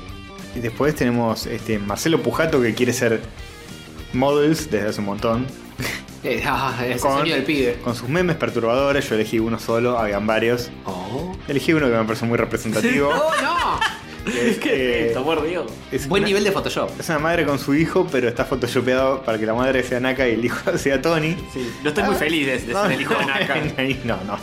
después tenemos este Marcelo Pujato que quiere ser models desde hace un montón. Eh, ah, es el Con- sueño del pibe. Con sus memes perturbadores, yo elegí uno solo, habían varios. Oh. Elegí uno que me pareció muy representativo. ¡Oh, no! que es, ¿Qué eh, es esto, por Dios? es Buen una- nivel de Photoshop. Es una madre con su hijo, pero está photoshopeado para que la madre sea Naka y el hijo sea Tony. Sí. No estoy muy feliz de, de ser el hijo de Naka. No, no.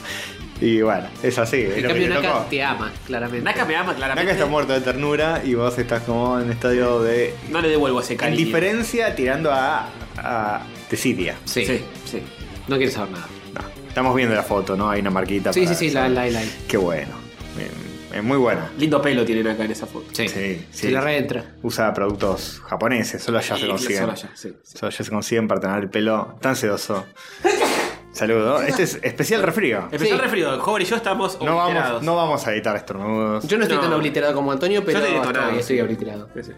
Y bueno, es así. es En lo que cambio, le Naka tocó. te ama, claramente. Naka me ama claramente. Naka está muerto de ternura y vos estás como en estadio de. No le devuelvo ese cariño. Indiferencia tirando a. a desidia. Sí. Sí, sí. No quiere saber nada. No, estamos viendo la foto, ¿no? Hay una marquita. Sí, sí, para- sí, la, la, la. Qué bueno. Eh, Es muy buena. Lindo pelo tienen acá en esa foto. Sí. Sí, sí. Se la reentra. Usa productos japoneses, solo allá se Y consiguen. solo allá, sí, sí. Solo allá se consiguen para tener el pelo tan sedoso. Saludo. Este es especial refrío. Empezó el Sí. refrío. Joven y yo estamos No vamos, obliterados. no vamos a editar estornudos. Yo no estoy No. tan obliterado como Antonio, pero estoy detonado. estoy- estoy obliterado. Sí, sí.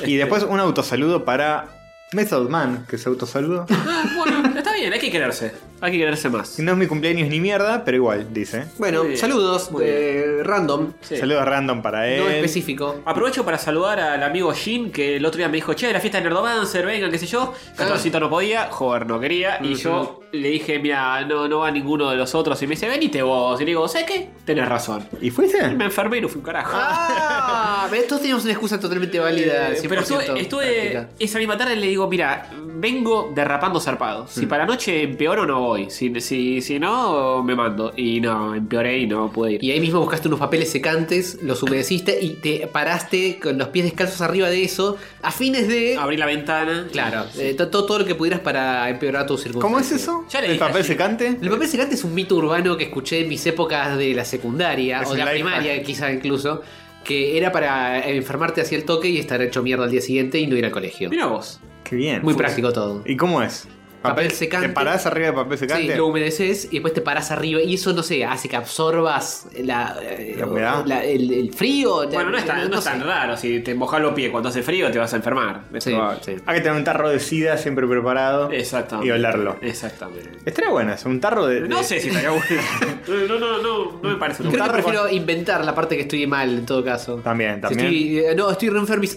este, Y después un autosaludo para Method Man, que se autosaludo. Ah, bueno, está bien, hay que quererse. Hay que quererse más. No es mi cumpleaños ni mierda, pero igual, dice. Bueno, Muy bien. saludos Muy de random, Sí. Saludos random para él. no específico. Aprovecho para saludar al amigo Jin, que el otro día me dijo, che, la fiesta de Nerdomancer, vengan, qué sé yo. Catorcito no podía, joder, no quería. Y yo le dije, mira, no, no va ninguno de los otros. Y me dice, venite vos. Y le digo, ¿sabes qué? Tenés razón. ¿Y fuiste? Me enfermé y no fui un carajo. Ah, pero todos teníamos una excusa totalmente Ah, válida. Eh, 100% Pero estuve, estuve práctica. esa misma tarde le digo, mira, vengo derrapando zarpado. Hmm. Si para la noche empeoro no voy. Si, si, si no, me mando. Y no, empeoré y no pude ir. Y ahí mismo buscaste unos papeles secantes, los humedeciste y te paraste con los pies descalzos arriba de eso a fines de. Abrí la ventana. Claro, eh, to- todo, todo lo que pudieras para empeorar tu circunstancia. ¿Cómo es eso? Ya le ¿El dije papel así. secante? El papel secante es un mito urbano que escuché en mis épocas de la secundaria Es o un de la life primaria, hack. quizá incluso, que era para enfermarte hacia el toque y estar hecho mierda al día siguiente y no ir al colegio. Mira vos. Qué bien. Muy práctico todo. ¿Y cómo es? Papel secante. ¿Te parás arriba de papel Sí, secante? lo humedeces y después te paras arriba y eso, no sé, hace que absorbas la, eh, La humedad. la- el, el frío. la- Bueno, no es tan, no es sé. tan raro. Si te mojas los pies cuando hace frío, te vas a enfermar. Es Sí, probable. sí. Hay que tener un tarro de sida siempre preparado. Exactamente. Y olerlo. Exactamente. Estaría bueno eso, un tarro de. No de- sé si estaría bueno. No, no, no, no me parece. Eh, Creo que Tarro prefiero inventar la parte que estoy mal en todo caso. También, Si también. estoy, eh, no, estoy re enfermis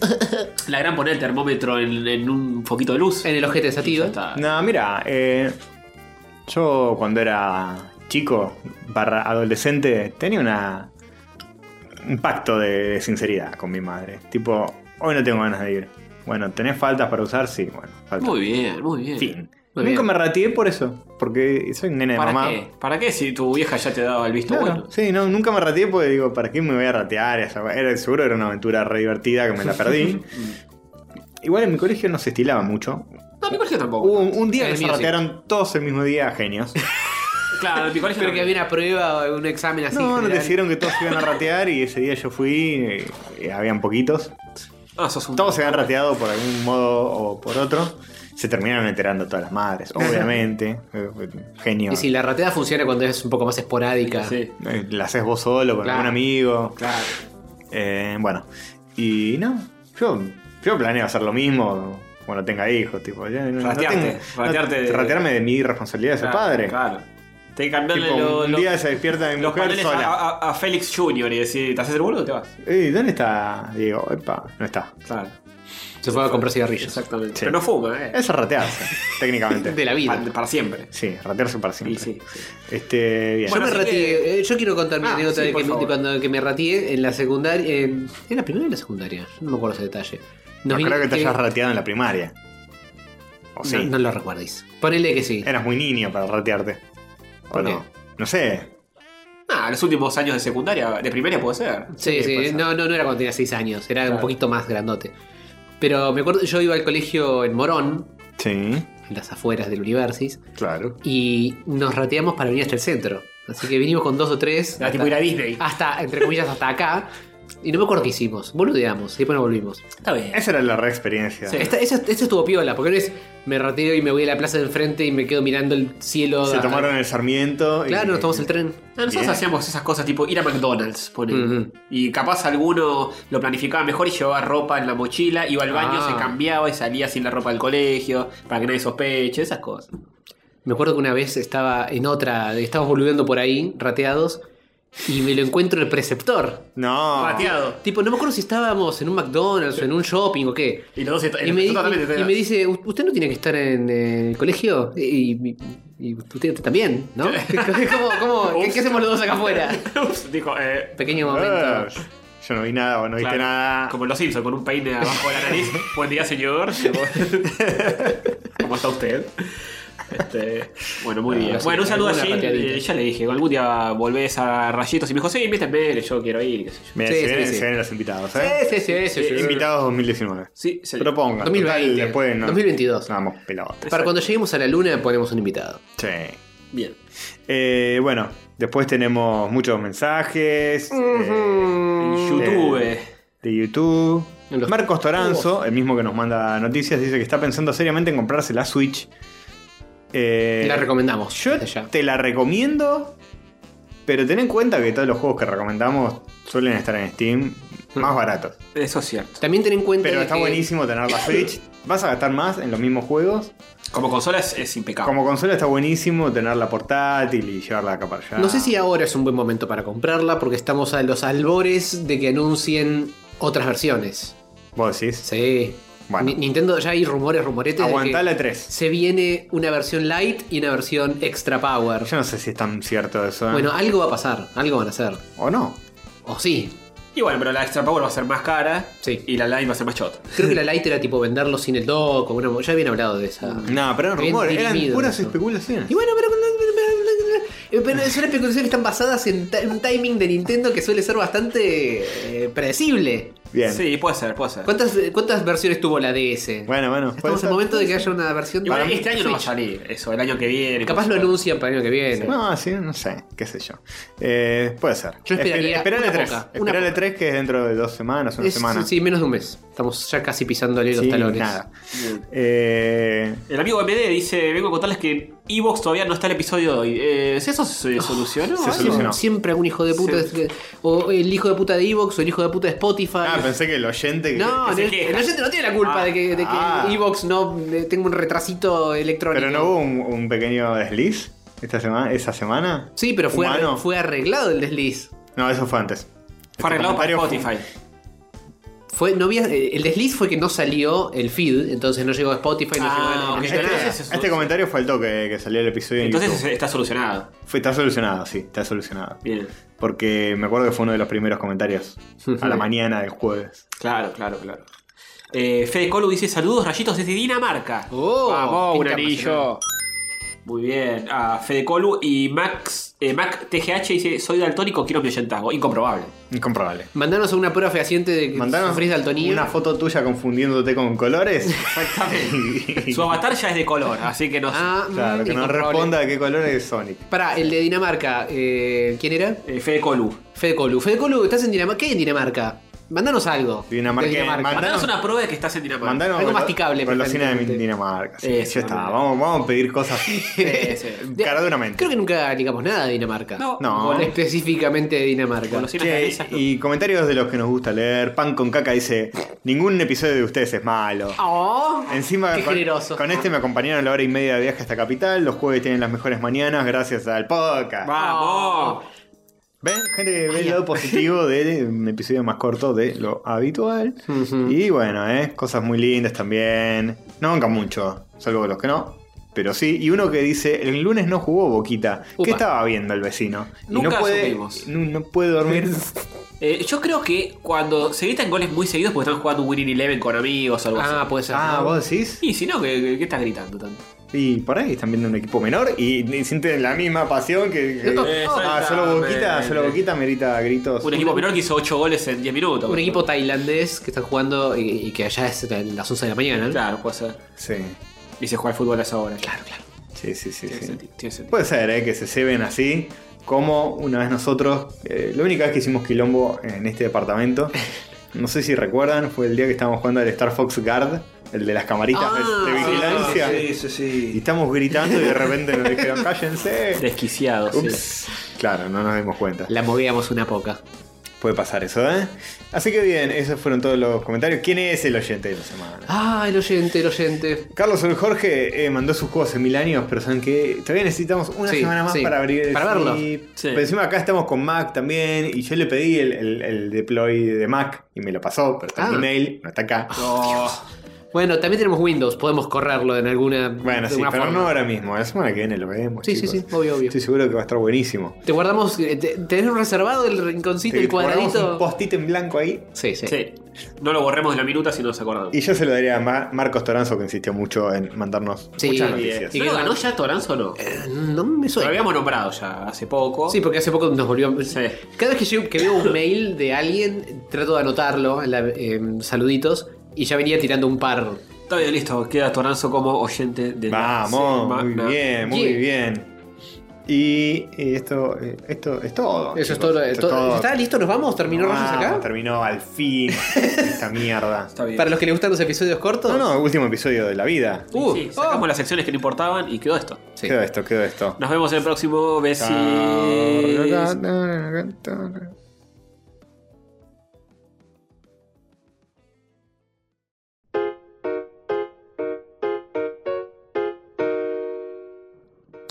La gran poner el termómetro en, en un foquito de luz. en el ojete de Y ya Sativa. está. No, mira, eh, yo cuando era chico, barra adolescente, tenía una un pacto de sinceridad con mi madre. Tipo, hoy no tengo ganas de ir. Bueno, ¿tenés faltas para usar? Sí, bueno, faltas. Muy bien, muy bien. Fin. Eh, Muy Nunca bien. me ratié por eso, porque soy un nene de ¿Para mamá. qué? ¿Para qué si tu vieja ya te daba el visto Claro, bueno? sí, no, nunca me rateé porque digo, ¿para qué me voy a ratear? Esa- Era, seguro era una aventura re divertida que me la perdí. Igual en mi colegio no se estilaba mucho. No, mi colegio tampoco. Hubo un, un día En que el se mío sí. ratearon todos el mismo día, genios. Claro, mi colegio Espero que tampoco. había una prueba o un examen así. no, no general. te dijeron que todos se iban a ratear y ese día yo fui eh, y, y habían poquitos. Ah, sos un... Todos se habían rateado por algún modo o por otro. Se terminaron enterando todas las madres, obviamente. Eh, eh, Genio. Y si la rateada funciona cuando es un poco más esporádica. Sí. Eh, La haces vos solo con Claro. algún amigo. Claro. Eh, bueno, y no, yo, yo planeo hacer lo mismo cuando tenga hijos, tipo, ya no- no Ratearte, tengo- no- ratearte de- ratearme de mi irresponsabilidad de ser Claro, padre. Claro. Te cambiarle Tipo, lo- un lo- día se despierta mi los mujer papeles a, sola. a- a Félix Junior y decir, ¿te haces el boludo o te vas? Ey, ¿Dónde está Diego? Epa, no está. Claro. Se fue a comprar cigarrillos. Exactamente. Sí. Pero no fuma, ¿eh? Eso es ratearse, técnicamente. De la vida. Pa- Para siempre. Sí, ratearse para siempre. Y sí, sí. Este, bien. Bueno, yo me así ratié. que- eh, Yo quiero contar mi Ah, anécdota sí, de, por que me- de favor. cuando que me ratié en la secundaria. En, ¿En la primaria o en la secundaria? Yo no me acuerdo ese detalle. no Nos vi- creo que te hayas rateado en la primaria. O sí. No, no lo recuerdes. Ponele que sí. Eras muy niño para ratearte. ¿O ¿Por qué? no? No sé. Ah, los últimos años de secundaria, de primaria puede ser. Sí, Sí, puede sí, ser. no, no, no era cuando tenía 6 años, era un poquito más grandote. Pero me acuerdo, yo iba al colegio en Morón, Sí, en las afueras del Universis, claro. y nos rateamos para venir hasta el centro. Así que vinimos con dos o tres. Era tipo ir a Disney. hasta, entre comillas, hasta acá. Y no me acuerdo qué hicimos. Boludeamos, y después no volvimos. Está bien. Esa era la re experiencia. Sí. Esta, esa, esa estuvo piola, porque no es me rateo y me voy a la plaza de enfrente y me quedo mirando el cielo. Se a- tomaron el Sarmiento. y- Claro, nos tomamos el tren. Ah, Nosotros Bien. hacíamos esas cosas tipo ir a McDonald's, poner. Ujú. Y capaz alguno lo planificaba mejor y llevaba ropa en la mochila, iba al baño, Ah. se cambiaba y salía sin la ropa del colegio, para que nadie sospeche, esas cosas. Me acuerdo que una vez estaba en otra, estábamos boludeando por ahí, rateados, y me lo encuentro el preceptor. No. Pateado. Tipo, no me acuerdo si estábamos en un McDonald's o en un shopping o qué. Y los dos est- Y me, di- totalmente y- y me dice, "U- ¿usted no tiene que estar en eh, el colegio? Y, y- y usted también, ¿no? ¿Cómo, cómo- qué, qué hacemos los dos acá afuera? Ups, dijo, eh, Pequeño Ah, momento. Yo no vi nada o no viste claro, nada. Como los Simpsons, con un peine abajo de la nariz. Buen día, señor. ¿Cómo está usted? Este, bueno, muy Ah, bien. sí, bueno, un saludo a alguna Jin. pateadita. eh, ya le dije, algún día volvés a Rayitos y me dijo, sí, invítenme, yo quiero ir, qué sé yo. Mira, Sí, se, sí, vienen, sí. se vienen los invitados, Sí, ¿eh? sí, sí, sí, sí. Invitados 2019. Sí, se le- Proponga. 2020, Total, después no- 2022. Vamos, pelota. Para cuando lleguemos a la luna ponemos un invitado. Sí. Bien. Eh, bueno, después tenemos muchos mensajes eh, En Mm, YouTube. eh, de YouTube. En los- Marcos Toranzo, el mismo que nos manda noticias, dice que está pensando seriamente en comprarse la Switch. Eh, la recomendamos. Yo desde ya. te la recomiendo, pero ten en cuenta que todos los juegos que recomendamos suelen estar en Steam más baratos. Mm. Eso es cierto. También ten en cuenta Pero de está que- buenísimo tener la Switch. Vas a gastar más en los mismos juegos. Como consola es, es impecable. Como consola está buenísimo tenerla portátil y llevarla acá para allá. No sé si ahora es un buen momento para comprarla porque estamos a los albores de que anuncien otras versiones. Vos decís. Sí. Bueno. Ni- Nintendo ya hay rumores, rumoretes. de que Aguantá la 3. Se viene una versión light y una versión extra power. Yo no sé si es tan cierto eso. ¿eh? Bueno, algo va a pasar, algo van a hacer. o no. O sí. Y bueno, pero la Extra Power va a ser más cara Sí. y la Line va a ser más chota. Creo que la light era tipo venderlo sin el dock o una... Ya habían hablado de esa. No, pero eran Bien rumores, eran dirimido puras eso. especulaciones. Y bueno, pero, pero- pero- pero- pero son especulaciones que están basadas en ta- un timing de Nintendo que suele ser bastante eh, predecible. Bien. Sí, puede ser, puede ser. ¿Cuántas, ¿Cuántas versiones tuvo la DS? Bueno, bueno. puede Estamos en ser. el momento de que haya una versión Y bueno, para este año no va a salir eso, el año que viene. Capaz lo puede ser. anuncian para el año que viene. No, sí, no sé, qué sé yo. Eh, puede ser. Yo esperaría Esperar una E3. poca, una Esperar poca. E3 que es dentro de dos semanas, una Es- semana. Sí, menos de un mes. Estamos ya casi pisándole los Sí, talones. nada. Bien. Eh, El amigo MD dice, vengo a contarles que Evox todavía no está el episodio de hoy. Eh, ¿Eso se solucionó? Oh, se algo? solucionó. Siempre algún hijo de puta. Sí. O el hijo de puta de Evox o el hijo de puta de Spotify. ah, pensé que el oyente. que- no, que se el- queja. el oyente no tiene la culpa Ah, de que, de que ah. Evox no eh, tenga un retrasito electrónico. pero no hubo un, un pequeño desliz esta semana, esa semana. Sí, pero fue, Humano. fue arreglado el desliz. No, eso fue antes. Fue arreglado para Este comentario Spotify. Fue, no había, eh, el desliz fue que no salió el feed, entonces no llegó a Spotify, no Ah, llegó a- ok. no Este, llegó a nada. Entonces se este soluciona. comentario fue el toque que salió el episodio en Entonces YouTube. está solucionado. Fue- está solucionado, sí, está solucionado. Bien. Porque me acuerdo que fue uno de los primeros comentarios a la mañana del jueves. Claro, claro, claro. Eh, Fede Colu dice, saludos rayitos desde Dinamarca. Oh, Vamos, un internacional. anillo. Muy bien. Ah, Fede Colu y Max, eh, Mac TGH dice, soy daltónico, quiero mi oyentazgo. Incomprobable. Incomprobable. Mandanos una prueba fehaciente de que Mandanos sufrís daltonía. una foto tuya confundiéndote con colores. Su avatar ya es de color, así que no sé. Ah, Claro, mm, que no incomprobable. responda a qué color es Sonic. Pará, el de Dinamarca, eh, ¿quién era? Eh, Fede Colu. Fede Colu. Fede Colu, ¿estás en Dinamarca? ¿Qué en Dinamarca? Mandanos algo. Dinamarca- De manda- Mandanos una prueba de que estás en Dinamarca. Mandanos Algo relo- masticable, Relocina de preferentemente. Dinamarca. sí, Eso, ya está. también. Vamos, vamos a pedir cosas Sí, sí. De- eh, caraduramente. Creo que nunca ligamos nada de Dinamarca. No. No. Con- específicamente de Dinamarca. Con los Che, irlandesas, no. y comentarios de los que nos gusta leer. Pan con caca dice: Ningún episodio de ustedes es malo. Oh, Encima, qué con, generoso. con este me acompañaron a la hora y media de viaje hasta Capital. Los jueves tienen las mejores mañanas gracias al podcast. ¡Vamos! Ven, gente, ve el lado positivo de un episodio más corto de lo habitual. Ujú. Y bueno, ¿eh? cosas muy lindas también. No banca mucho, salvo los que no. Pero sí, y uno que dice, el lunes no jugó Boquita. Upa. ¿Qué estaba viendo el vecino? Y Nunca no puede, supimos. no, no puede dormir. Eh, yo creo que cuando se gritan goles muy seguidos porque están jugando un Winning Eleven con amigos o algo Ah, así. puede ser. ah, ¿no? ¿vos decís? Y si no, ¿qué, qué- qué estás gritando tanto? Y por ahí están viendo un equipo menor y, y sienten la misma pasión que... que- No, ah, solo Boquita, solo Boquita merita gritos. Un equipo menor que hizo 8 goles en 10 minutos. Un equipo tailandés que están jugando y, y que allá es a las 11 de la mañana. ¿no? Claro, puede ser. Sí, Y se juega al fútbol a esa hora. Claro, claro. sí, sí, sí. Tiene sí. sentido. tiene sentido. Puede ser, ¿eh? que se ceben así. Como una vez nosotros, eh, la única vez que hicimos quilombo en este departamento, no sé si recuerdan, fue el día que estábamos jugando al Star Fox Guard, el de las camaritas de- Ah, de, sí, vigilancia. sí, Y sí. estamos gritando y de repente nos dijeron, cállense. Desquiciado, sí. Ups. Claro, no nos dimos cuenta. La movíamos una poca. Puede pasar eso, ¿eh? Así que bien, esos fueron todos los comentarios. ¿Quién es el oyente de la semana? Ah, el oyente, el oyente. Carlos el Jorge eh, mandó sus juegos hace mil años, pero saben que todavía necesitamos una Sí, semana más sí, para abrir el para verlo. zip. Sí. Pero encima acá estamos con Mac también, y yo le pedí el, el- el deploy de Mac y me lo pasó, pero está en Ah. email, no está acá. Oh, Bueno, también tenemos Windows, podemos correrlo en alguna. Bueno, de sí, alguna pero forma. no ahora mismo, la semana que viene lo vemos. Sí, sí, chicos. sí, obvio, obvio. Estoy seguro que va a estar buenísimo. Te guardamos. eh, te- ¿Tenés reservado el rinconcito, Te el guardamos cuadradito? un post-it en blanco ahí. Sí, sí. sí. No lo borremos de la minuta si no nos acordamos. Y yo se lo daría a Ma- Marcos Toranzo, que insistió mucho en mandarnos Sí, muchas y, noticias. Eh, eh, ¿No lo ganó ya Toranzo o no? No me Lo suena. habíamos nombrado ya hace poco. Sí, porque hace poco nos volvió. Sí. Cada vez que, llego- que veo un mail de alguien, trato de anotarlo, en la- en saluditos, y ya venía tirando un par. Está bien, listo. Queda Toranzo como oyente de la Vamos, semana. muy bien, muy Yeah. bien. Y eh, esto, eh, esto es todo. Eso chicos. es todo. lo- Esto todo- es todo. ¿Está listo? ¿Nos vamos? ¿Terminó Rayos Vamos, acá? Terminó al fin esta mierda. Está bien. Para los que les gustan los episodios cortos. No, no, último episodio de la vida. Uh, Sí, sacamos oh. las secciones que no importaban y quedó esto. Sí. Quedó esto, quedó esto. Nos vemos en el próximo. Besis.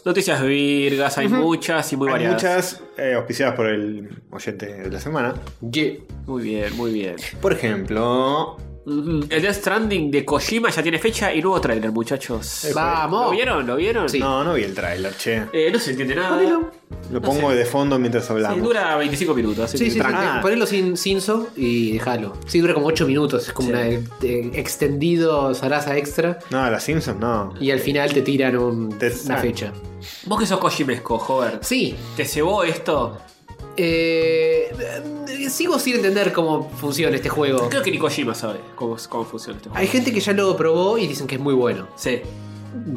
Noticias virgas, hay muchas y muy Hay variadas. muchas eh, auspiciadas por el oyente de la semana. Yeah. Muy bien, muy bien. Por ejemplo, El Death Stranding de Kojima ya tiene fecha y nuevo trailer, muchachos. Eso. ¿Lo ¡Vamos! vieron? ¿Lo vieron? Sí. no, no vi el tráiler, che. Eh, no se entiende nada. Ponelo. Lo pongo de fondo mientras Sí, hablamos. dura 25 minutos. así Sí, que- sí, sí. Ah. Ponelo sin cinzo y déjalo. Sí, dura como 8 minutos. Es como Sí. una eh, extendido zaraza extra. No, las Simpsons no. Y al final te tiran un- Te- una ah. fecha. Vos que sos Kojimesco, joder. Sí. ¿Te cebó esto? eh, eh, sigo sin entender cómo funciona este juego. Creo que ni Kojima sabe cómo, cómo funciona este Hay juego. gente que ya lo probó y dicen que es muy bueno. Sí.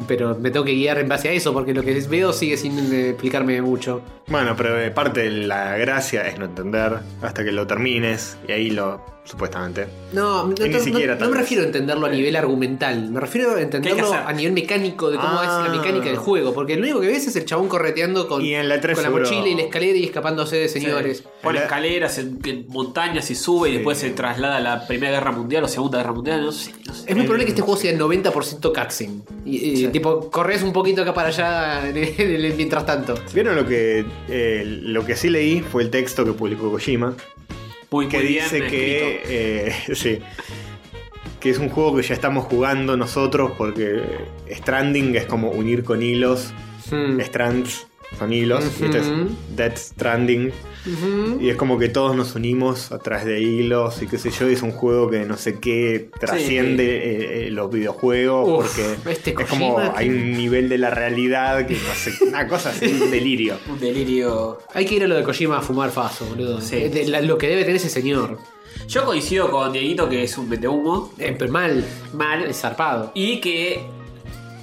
Pero me tengo que guiar en base a eso porque lo que veo sigue sin eh, explicarme mucho. Bueno, pero eh, parte de la gracia es no entender hasta que lo termines y ahí lo supuestamente. No, no, ni no- siquiera, no tal me vez. refiero a entenderlo a nivel argumental, me refiero a entenderlo hacer? a nivel mecánico de cómo Ah. es la mecánica del juego, porque lo único que ves es el chabón correteando con, Y en la tres con la seguro. mochila y la escalera y escapándose de señores. Pone La- escaleras en, en montañas y sube y después se traslada a la Primera Guerra Mundial o Segunda Guerra Mundial. No sé, no sé. Es muy probable que este juego sea 90% cutscene. Y, y, tipo, corres un poquito acá para allá en el- en el- mientras tanto. ¿Vieron lo que eh, lo que sí leí fue el texto que publicó Kojima? Muy, Que muy bien dice que escrito. eh, sí, que es un juego que ya estamos jugando nosotros porque eh, Stranding es como unir con hilos, Mm. Hmm. strands son hilos, y este es Ujú. Death Stranding Ujú. y es como que todos nos unimos a través de hilos y qué sé yo, y es un juego que no sé qué trasciende eh, eh, los videojuegos Uf, porque este es como Kojima que- hay un nivel de la realidad que no sé, una cosa así, un delirio. Un delirio. Hay que ir a lo de Kojima a fumar faso, boludo. Sí. Eh, de la- lo que debe tener ese señor. Yo coincido con Dieguito que es un vendehumo Eh, pero mal, Mal. es zarpado. y que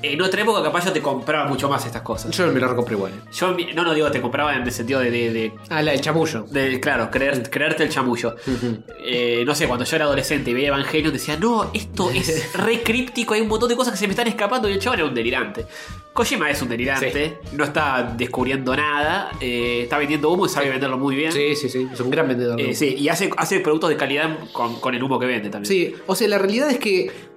en otra época capaz yo te compraba mucho más estas cosas. Yo me lo recompré igual. eh. Yo mi- no, no digo te compraba en el sentido de- de- de Ah, la del chamullo. De- claro, creer- creerte el chamullo. Ujú. Eh, no sé, cuando yo era adolescente y veía Evangelion decía, no, esto es re críptico, hay un montón de cosas que se me están escapando y el chaval era un delirante. Kojima es un delirante, no está descubriendo nada, eh, está vendiendo humo y sabe venderlo muy bien. Sí, sí, sí. Es un gran vendedor. Eh, sí, y hace, hace productos de calidad con, con el humo que vende también. Sí, o sea, la realidad es que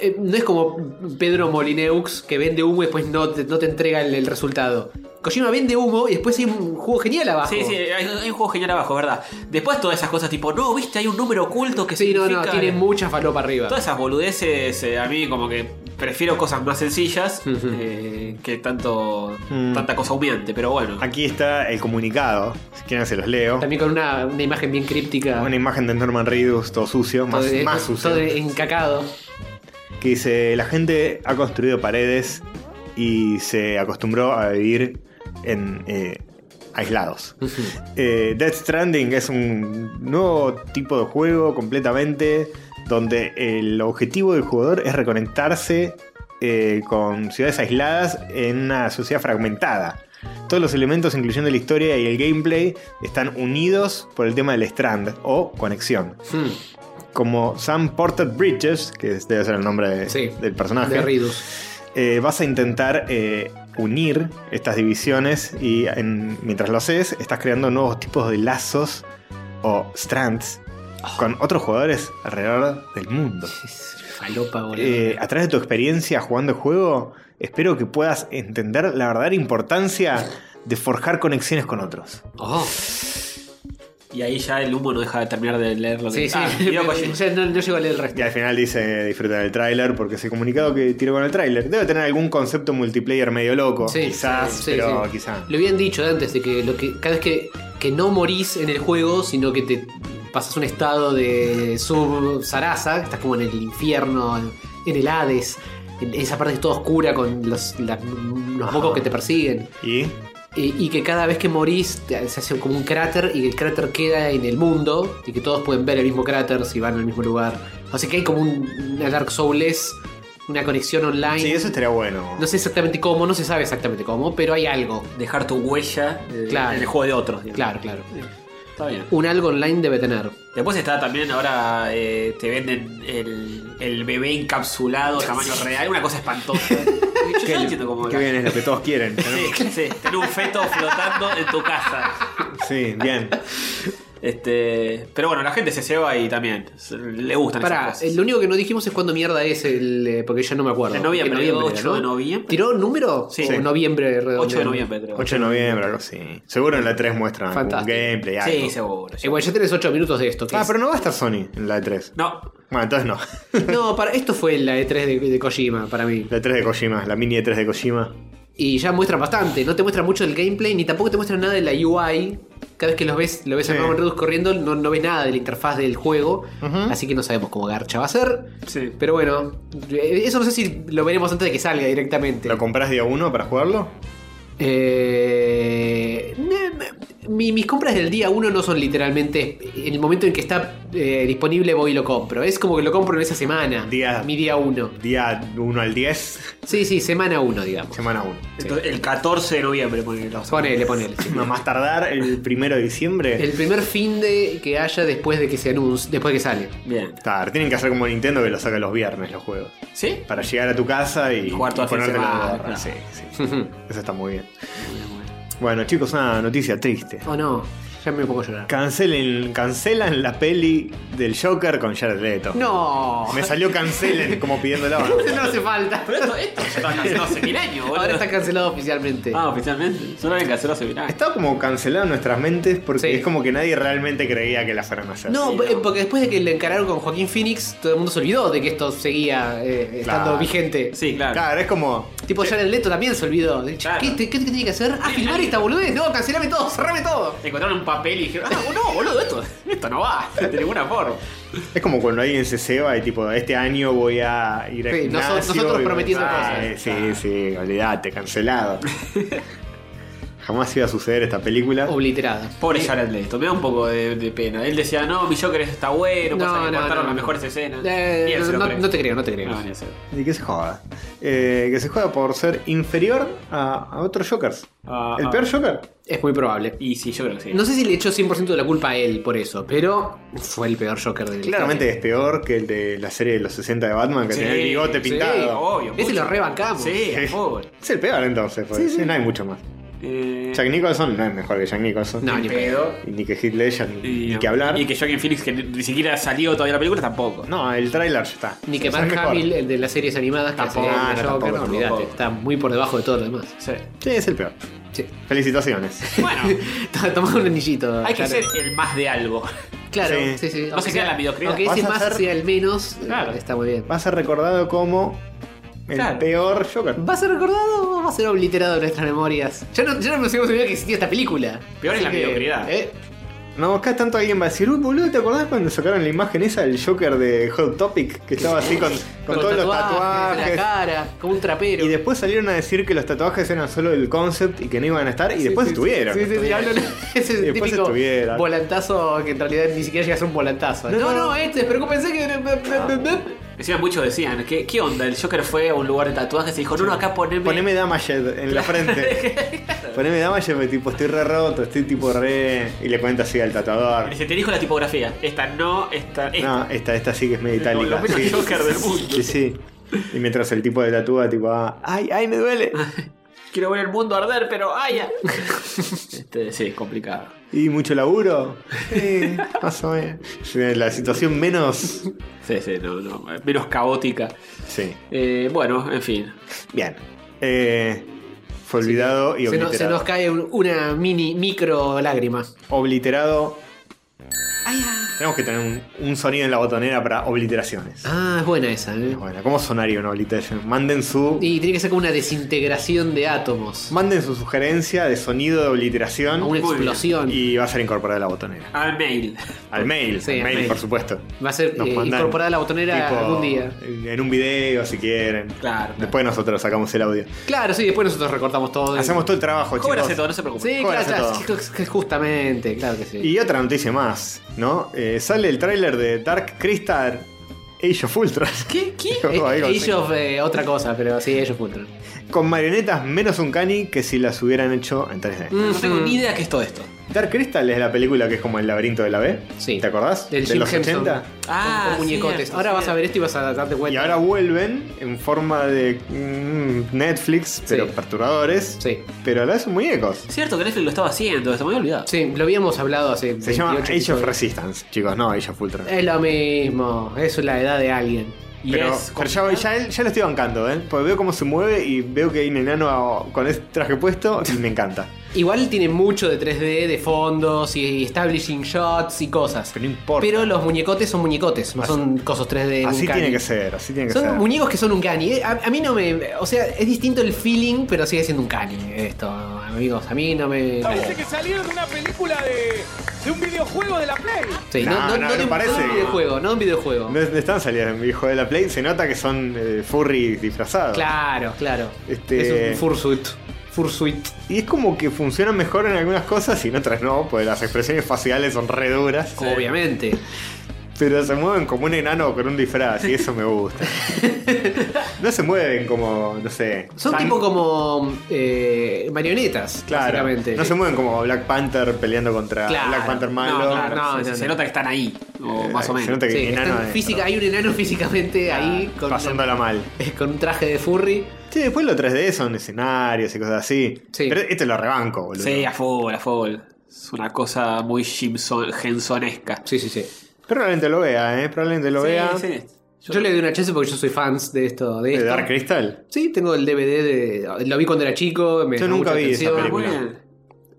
eh, no es como Pedro Molineux que vende humo y después no te, no te entrega el, el resultado. Kojima vende humo y después hay un juego genial abajo. Sí, sí, hay, hay un juego genial abajo, ¿verdad? Después todas esas cosas tipo, no, viste, hay un número oculto que Sí, no, no, significa- tiene mucha falopa arriba. Todas esas boludeces, eh, a mí como que prefiero cosas más sencillas Ujú. eh, que tanto Mm. tanta cosa humeante, pero bueno. Ah. Aquí está el comunicado, si quieren se los leo. También con una, una imagen bien críptica. Una imagen de Norman Reedus todo sucio, más, todo, más todo sucio. encacado. Que dice, la gente ha construido paredes y se acostumbró a vivir en eh, aislados. Eh, Death Stranding es un nuevo tipo de juego completamente donde el objetivo del jugador es reconectarse eh, con ciudades aisladas en una sociedad fragmentada. Todos los elementos, incluyendo la historia y el gameplay, están unidos por el tema del strand o conexión Hmm, como Sam Porter Bridges, que es- debe ser el nombre de- Sí, del de personaje, Ridus. eh, vas a intentar eh, unir estas divisiones y en- mientras lo haces, estás creando nuevos tipos de lazos o strands Ah. con otros jugadores alrededor del mundo. Este Es Falopa, boludo. Eh, a través de tu experiencia jugando el juego, espero que puedas entender la verdadera importancia de forjar conexiones con otros. Oh, Y ahí ya el humo no deja de terminar de leer lo que sí, sí. Ah, Hideo Kojima. Ya pues, no, no llego a leer el resto. Y al final dice disfrutar del tráiler porque ese comunicado que tiró con el tráiler debe tener algún concepto multiplayer medio loco. Sí, quizás, sí, sí, pero sí. quizás. Lo habían dicho antes de que, lo que cada vez que, que no morís en el juego, sino que te pasas un estado de sub-Sarasa, estás como en el infierno, en, en el Hades, en esa parte que es toda oscura con los, la- los mocos que te persiguen. ¿Y? Eh, Y, y que cada vez que morís te- se hace como un cráter y el cráter queda en el mundo y que todos pueden ver el mismo cráter si van al mismo lugar. O sea que hay como un, una Dark Souls, una conexión online. Sí, eso estaría bueno. No sé exactamente cómo, no se sabe exactamente cómo, pero hay algo. Dejar tu huella eh, Claro. en el juego de otros. digamos. Claro, claro. Está bien. Un algo online debe tener. Después está también ahora eh, te venden el, el bebé encapsulado, tamaño real, una cosa espantosa. Yo no entiendo cómo Qué era. bien es lo que todos quieren. ¿no? Sí, sí, tener un feto flotando en tu casa. Sí, bien. Este, pero bueno, la gente se ceba y también se- le gustan Pará, esas eh, cosas. lo único que no dijimos es cuándo mierda es el. eh, porque yo no me acuerdo. De noviembre, Porque 8 de noviembre. ¿Tiró número? Sí. O noviembre redondeado. 8 de noviembre, creo. 8 de noviembre, algo así. Seguro en la 3 muestran algún Fantástico. gameplay. Algo. Sí, seguro. sí. Igual Eh, ya tenés 8 minutos de esto. que Ah, es- pero no va a estar Sony en la E3. No, Bueno, entonces no. No, para, esto fue la E3 de, de Kojima para mí. La E3 de Kojima, la mini E3 de Kojima. Y ya muestran bastante. No te muestran mucho del gameplay ni tampoco te muestran nada de la UI. Cada vez que los ves, lo ves a Sí. Norman Reedus corriendo, no, no ves nada de la interfaz del juego. Ujú. Así que no sabemos cómo Garcha va a ser. sí. Pero bueno, eh, eso no sé si lo veremos antes de que salga directamente. ¿Lo compras día 1 para jugarlo? Eh, ne- me- mi- mis compras del día 1 no son literalmente en el momento en que está eh, disponible voy y lo compro. Es como que lo compro en esa semana. Día- Mi día 1. Día 1 al 10, Sí, sí, semana 1, digamos. semana 1. Entonces, el 14 de noviembre ponele, la cosa. Ponele, ponele. sí. A más tardar el 1 de diciembre. El primer fin de que haya después de que se anuncie, después de que sale. Bien. Tar, tienen que hacer como Nintendo que lo saca los viernes los juegos. ¿Sí? Para llegar a tu casa y, Jugar todo y el fin de ponértelo semana, en la barra. claro. Sí, sí. Eso está muy bien. Bueno, chicos, una noticia triste. oh no, ya me pongo a llorar. Cancelen, cancelan la peli del Joker con Jared Leto. No, Me salió cancelen como pidiéndola. ¿no? no hace falta. Pero esto, esto ya está cancelado hace mil años, boludo. Ahora está cancelado oficialmente. Ah, oficialmente. Solo habían cancelado hace mil años. Está como cancelado en nuestras mentes porque Sí. es como que nadie realmente creía que la fueran a hacer. No, Sí, po- no. porque después de que le encararon con Joaquín Phoenix, todo el mundo se olvidó de que esto seguía eh, estando Claro. vigente. Sí, claro. Claro, es como. Tipo, Jared Leto también se olvidó. De- Claro. ¿Qué, te- qué, qué tiene que hacer? Ah, filmar esta boludez. No, cancelame todo, cerrame todo. Encontraron un papel y dijeron, ah, no, boludo, esto, esto no va, de ninguna forma. Es como cuando alguien se ceba y tipo, este año voy a ir a Ah, Sí, noso- nosotros prometiendo cosas. Sí, sí, olvídate, cancelado. Jamás iba a suceder esta película. Obliterada. Pobre Jared Leto, me da un poco de, de pena. Él decía, no, mi Joker está bueno, pasa que cortaron las mejores escenas. Eh, Y él se lo no, cree. no te creo, no te creo. No, ni a ser. Y que se joda. Eh, que se joda por ser inferior a, a otros Jokers. Ah, El ah. peor Joker. Es muy probable. Y sí, yo creo que sí. No sé si le echó 100% de la culpa a él por eso, pero fue el peor Joker del Claramente es peor que el de la serie de los 60 de Batman, que Sí, tenía el bigote sí, pintado. obvio. Ese mucho. lo rebancamos. Sí, pobre. Es el peor entonces, pues. Sí, no hay mucho más. Eh, Jack Nicholson no es mejor que Jack Nicholson. No, ni ni pedo. Y ni que Heath Ledger, ni, Y, ni que hablar. Y que Joaquin Phoenix, que ni siquiera salió todavía la película, tampoco. No, el tráiler ya está. Ni O que sea, Mark es mejor. Hamill, el de las series animadas, que Tampoco, hace ah, el no, tampoco, Joker, no, olvídate, tampoco. está muy por debajo de todo lo demás. Sí. Sí, es el peor. Sí. Felicitaciones. Bueno, Tomá un anillito. hay que Jared. ser el más de algo. Claro, Sí. sí, sí. No Aunque se queda sea- la mediocridad. Aunque Vas ese a más ser- sea el menos, eh, Claro. está muy bien. Va a ser recordado como el Claro. peor Joker. ¿Va a ser recordado o va a ser obliterado en nuestras memorias? Ya no, ya no nos hemos olvidado que existía esta película. Peor es la mediocridad. eh, No, acá tanto alguien va a decir, uy, boludo, ¿te acordás cuando sacaron la imagen esa del Joker de Hot Topic? Que estaba así con, con con todos los La tatuajes. cara, como un trapero. Y después salieron a decir que los tatuajes eran solo el concept y que no iban a estar, y después estuvieron. Sí, sí, sí, hablan- ese Y después típico estuvieron. volantazo que en realidad ni siquiera llega a ser un volantazo. No, No, no, no. Ah. este, pero ¿cómo pensé que. Encima muchos decían, ¿qué, ¿qué onda? El Joker fue a un lugar de tatuajes y dijo, no, no, acá poneme. Poneme Damaged en la frente. Poneme Damaged, me tipo, estoy re roto, estoy tipo re. Y le cuenta así al tatuador. Dice, te dijo la tipografía. Esta no, esta, esta. No, esta, esta sí que es medio itálica. Lo menos sí. Joker del mundo. Sí, sí. Y mientras el tipo de tatúa, tipo, ah, ay, ay, me duele. Ah. Quiero ver el mundo arder, pero ay, ya. este, sí, es complicado. Y mucho laburo. Sí, más o menos. La situación menos. Sí, sí, no, no, menos caótica. Sí. Eh, bueno, en fin. Bien. Eh, fue olvidado y Se nos, se obliterado. nos cae un- una mini micro lágrima. Obliterado. Ay, ah. Tenemos que tener un, un sonido en la botonera para obliteraciones. Ah, es buena esa, ¿eh? Bueno, ¿cómo sonaría una obliteración? Manden su. Y tiene que ser como una desintegración de átomos. Manden su sugerencia de sonido de obliteración. Una bien. explosión. Y va a ser incorporada a la botonera. Al mail. Al mail, Sí, al al mail, mail. por supuesto. Va a ser Nos eh, mandan incorporada a la botonera Tipo, algún día. En un video, si quieren. Claro, claro. Después nosotros sacamos el audio. Claro, sí, después nosotros recortamos todo. y- Hacemos todo el trabajo, Joven hace chicos. todo, no se preocupe. Sí, Joder, claro, hace claro, todo. sí, ju- ju- justamente, claro que sí. Y otra noticia más, ¿no? Eh, sale el tráiler de Dark Crystal Age of Ultron. ¿Qué? ¿Qué? Como algo así. Age of, eh, otra cosa, pero sí, ellos Ultron. Con marionetas menos uncanny que si las hubieran hecho en 3D. Mm. No tengo Mm. ni idea qué es todo esto. Dark Crystal es la película que es como el laberinto de la B. Sí. ¿Te acordás? Del de Jim los Henson. 80. Ah, Ah, muñecotes. cierto, ahora vas cierto. a ver esto y vas a darte cuenta. Y ahora vuelven en forma de mm, Netflix, pero Sí. perturbadores. Sí. Pero a la vez son muñecos. Cierto que Netflix lo estaba haciendo, se me había olvidado. Sí, lo habíamos hablado hace. Se llama 28 Age of episodios. Eh, Resistance, chicos, no Age of Ultron. Es lo mismo, es la edad de alguien. Y pero es pero ya, ya, ya lo estoy bancando, ¿eh? Porque veo cómo se mueve y veo que hay un enano con ese traje puesto y me encanta. Igual tiene mucho de 3D, de fondos y establishing shots y cosas. Pero no importa. Pero los muñecotes son muñecotes, no Así- son cosas 3D. así uncanny. tiene que ser, así tiene que Son ser. muñecos que son un cani. A, a mí no me. O sea, es distinto el feeling, pero sigue siendo un cani esto, amigos. A mí no me. Parece que salieron de una película de, de un videojuego de la Play. Sí, No, no, no de un- parece. no de un videojuego, no de un videojuego. No, es- no están saliendo mi hijo de la Play, se nota que son eh, furry disfrazados. Claro, claro. Este- Es un fursuit. Fursuit. Y es como que funcionan mejor en algunas cosas y en otras no, porque las expresiones faciales son re duras. Obviamente. Pero se mueven como un enano con un disfraz y eso me gusta. no se mueven como, no sé. Son San- tipo como eh, marionetas, Claro, básicamente. no se mueven como Black Panther peleando contra Claro. Black Panther malo. No, claro, No, se, no, se no. nota que están ahí, o Eh, más se o menos. nota que Sí, hay un enano están adentro. física, hay un enano físicamente ahí con, ah, pasándola mal. con un traje de furry. Sí, después lo 3D son escenarios y cosas así. Sí. Pero este lo rebanco, boludo. Sí, a full, a full. Es una cosa muy Jimson, Hensonesca. Sí, sí, sí. Pero probablemente lo vea, ¿eh? Probablemente lo Sí, vea. sí. Yo, le doy una chance porque yo soy fans de esto. De ¿De esto. Dark Crystal? Sí, tengo el DVD de. Lo vi cuando era chico. Me Yo llamó nunca mucha vi esa atención. Ah, película. bueno.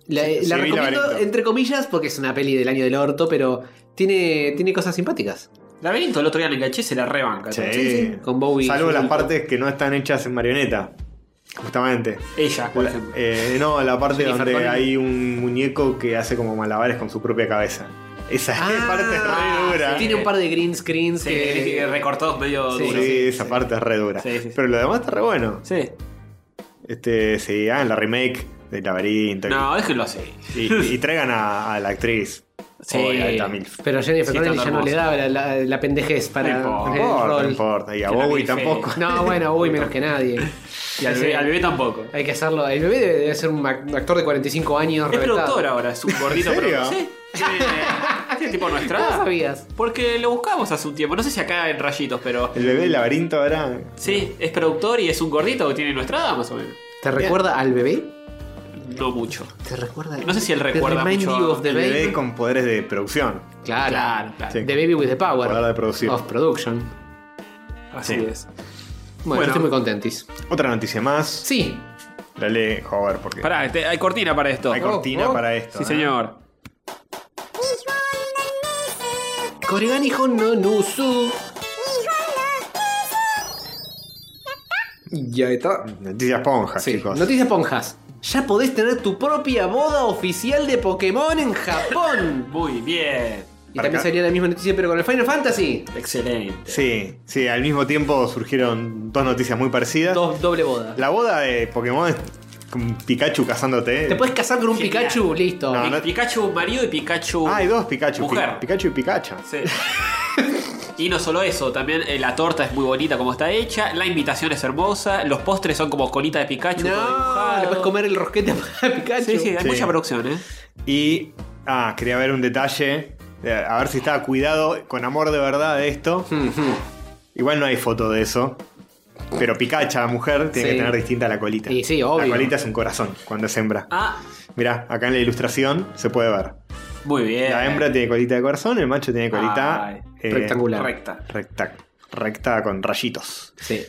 La, Sí, la vi recomiendo Laberinto. entre comillas porque es una peli del año del orto, pero tiene, tiene cosas simpáticas. Laberinto el otro día en enganché se la rebanca. Sí. Con Bowie. Salvo las Fulton. partes que no están hechas en marioneta. Justamente. Ella, por La- ejemplo. eh, no, la parte Jennifer donde Connelly. hay un muñeco que hace como malabares con su propia cabeza. Esa parte es re dura. Ah, Tiene un par de green screens Sí, que. recortados medio Sí. Sí, duros. Sí. esa parte es re dura. Sí, sí, sí. Pero lo demás está re bueno. Este, sí, hagan la remake de Laberinto. y- No, déjenlo así. Y, y traigan a, a la actriz. Sí. O a esta milf. Pero Jennifer Sí, Connelly está ya no le hermosa. daba la, la, la pendejez para No No el importa, no rol. importa. Y a Que la Bowie milf es- tampoco. No, bueno, uy, menos que nadie. Y al Sí, bebé, sí. al bebé tampoco. Hay que hacerlo. El bebé debe, debe ser un ac- actor de 45 años. Es reventado. productor ahora, es un gordito ¿En serio? pero Sí. Tiene, tiene tipo nuestra No edad. sabías. Porque lo buscamos hace un tiempo. No sé si acá en rayitos, pero. El bebé del laberinto ahora. Sí, es productor y es un gordito que tiene nuestra edad, más o menos. ¿Te recuerda al bebé? No mucho. ¿Te recuerda al No sé si él ¿Te recuerda remind mucho you a- of the El baby? bebé con poderes de producción. Claro. Claro, claro. Sí. The Baby with the Power. Poder de producir. Of Production. Así Sí. es. Bueno, Bueno. estoy muy contentis. Otra noticia más. Sí. La lee Hover porque Pará, te- hay cortina para esto. hay cortina oh. para esto. sí, ¿eh? señor. Koregani Hon no Nusu. Ya está. Noticias ponjas, Sí. chicos. Noticias ponjas. Ya podés tener tu propia boda oficial de Pokémon en Japón. Muy bien. Y también sería la misma noticia, pero con el Final Fantasy. Excelente. Sí, sí, al mismo tiempo surgieron dos noticias muy parecidas. Dos, doble boda. La boda de Pokémon es con Pikachu cazándote. Te puedes casar con un Genial. Pikachu, listo. No, Pi- Ah, no- Pikachu marido y Pikachu. Ah, hay dos Pikachu. Pi- Mujer. Pikachu y Pikachu. Sí. Y no solo eso, también eh, la torta es muy bonita como está hecha, la invitación es hermosa, los postres son como colita de Pikachu. todo No, dibujado. le puedes comer el rosquete a Pikachu. Sí, sí, hay Sí. mucha producción, ¿eh? Y. Ah, quería ver un detalle. eh, A ver si estaba cuidado con amor de verdad de esto. Igual no hay foto de eso. Pero Pikachu, la mujer, tiene Sí. que tener distinta la colita. Y sí, obvio. La colita es un corazón cuando es hembra. Ah, Mirá, acá en la ilustración se puede ver. muy bien. La hembra tiene colita de corazón, el macho tiene colita Ay, eh, rectangular. recta. Recta, recta con rayitos. Sí.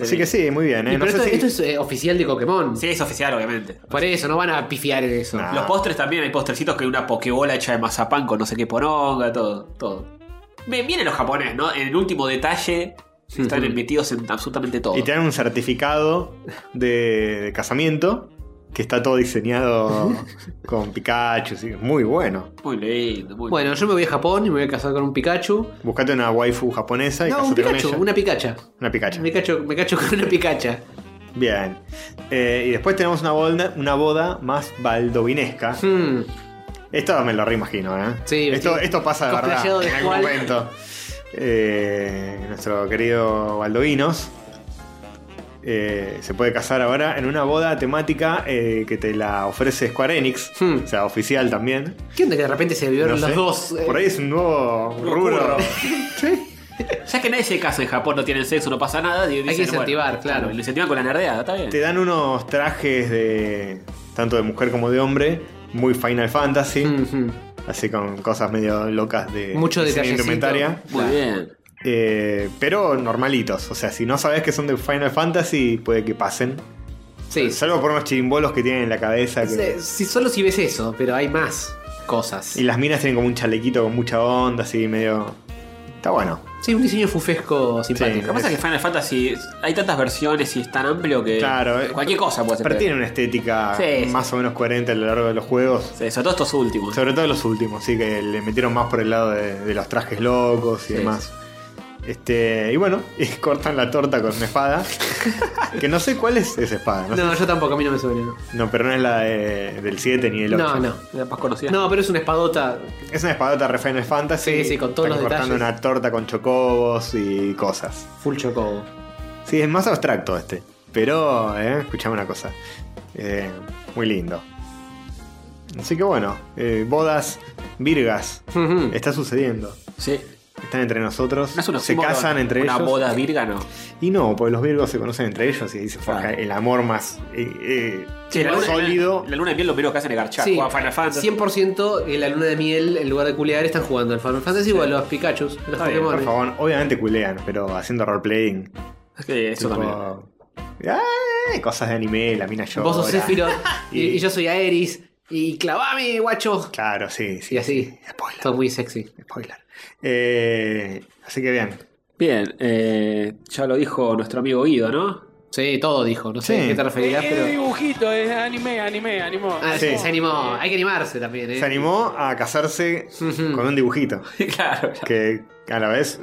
Así que sí, muy bien. ¿eh? Y No pero sé esto, si- esto es eh, oficial de Pokémon. Sí, es oficial, obviamente. Por eso, no van a pifiar en eso. Nah. Los postres también, hay postrecitos que una pokebola hecha de mazapán con no sé qué poronga, todo, todo. Bien, vienen los japoneses, ¿no? En el último detalle están Ujú. metidos en absolutamente todo. Y te dan un certificado de, de casamiento que está todo diseñado con Pikachu. sí, Muy bueno. Muy lindo, muy Bueno, yo me voy a Japón y me voy a casar con un Pikachu. Buscate una waifu japonesa y No, un casate Pikachu, con ella. una Pikacha. Una Pikachu. Me cacho, me cacho con una Pikacha. Bien. Eh, y después tenemos una boda, una boda más baldovinesca. Hmm. Esto me lo reimagino, ¿eh? Sí, esto, sí. esto pasa de verdad Cosplayado de en algún Juan. momento. Eh, nuestro querido Baldovinos eh, se puede casar ahora en una boda temática eh, que te la ofrece Square Enix, Hmm. o sea, oficial también. ¿Qué onda que de repente se vivieron No los sé. dos? eh? Por ahí es un nuevo Nuevo rubro. curro. sí. Ya que nadie se casa en Japón, no tienen sexo, no pasa nada. Hay que incentivar, claro. Lo incentivan con la nerdeada, está bien. Te dan unos trajes de tanto de mujer como de hombre, muy Final Fantasy, Hmm, hmm. así con cosas medio locas de Mucho diseño de detallecito. indumentaria. Muy bien. Eh, pero normalitos. O sea, si no sabes que son de Final Fantasy, puede que pasen. Sí. Salvo por unos chirimbolos que tienen en la cabeza. que- Sí, sí, solo si ves eso, pero hay más cosas. Y las minas tienen como un chalequito con mucha onda, así medio. Está bueno. Sí, un diseño Lo fufesco que simpático. pasa es que Final Fantasy hay tantas versiones y es tan amplio que Claro, eh. cualquier cosa puede Pero ser. tiene una estética Sí, sí. más o menos coherente a lo largo de los juegos. Sí, sobre todo estos últimos. Sobre todo los últimos, sí, que le metieron más por el lado de, de los trajes locos y Sí. demás. Este, y bueno, y cortan la torta con una espada. que no sé cuál es esa espada. No, sé. No, yo tampoco, a mí no me suena. No, No, pero no es la de- del 7 ni del 8. no. no. La más conocida. No, pero es una espadota. Es una espadota re Final Fantasy. Sí, sí, con todos Están los cortando detalles. una torta con chocobos y cosas. Full chocobo. Sí, es más abstracto este. Pero, eh, escuchame una cosa. Eh, muy lindo. Así que bueno, eh, bodas virgas. Ujú. Está sucediendo. Sí. Están entre nosotros. Hmm. No es un se oxímoron, casan entre una ellos. boda virga, no. Y no, porque los virgos se conocen entre ellos y ahí se forja Claro. el amor más eh, eh, Sí, la luna, sólido. La, luna de miel lo primero que hacen es garchar. Sí, Juegan Final Fantasy. 100% en la luna de miel, en lugar de culear, están jugando al Final Fantasy o a los Pikachu, a los Está bien, Por Pokémon. favor, obviamente culean, pero haciendo roleplaying. Sí, eso Tipo, también. "Ay, cosas de anime, la mina llora. Vos sos Sephiroth y, Y- y yo soy Aeris. Y clavame, guacho. Claro, sí, sí. Y así. Spoiler. Todo muy sexy. Spoiler. Eh, así que bien. Bien, eh, ya lo dijo nuestro amigo Guido, ¿no? Sí, todo dijo. No sé Sí. a qué te referirás, Es pero. dibujito, es anime, anime, animo. Ah, Sí. se animó. Hay que animarse también, ¿eh? mm. Se animó a casarse Ujú. con un dibujito. claro. Que a la vez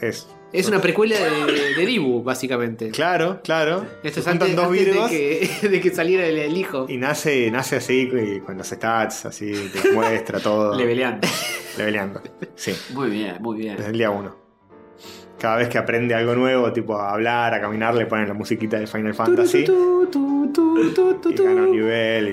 es. Es una precuela de, de, de Dibu, básicamente. Claro, claro. Esto Este es Se juntan antes, dos antes virgos de, que, de que saliera el, el hijo. y nace, nace así, y con los stats, así, te muestra Ah. todo. Leveleando. Leveleando. Sí, Muy bien, muy bien. desde el día uno. Cada vez que aprende algo nuevo, tipo a hablar, a caminar, le ponen la musiquita de Final Fantasy. Tu, tu, tu, tu, tu, y tu. gana un nivel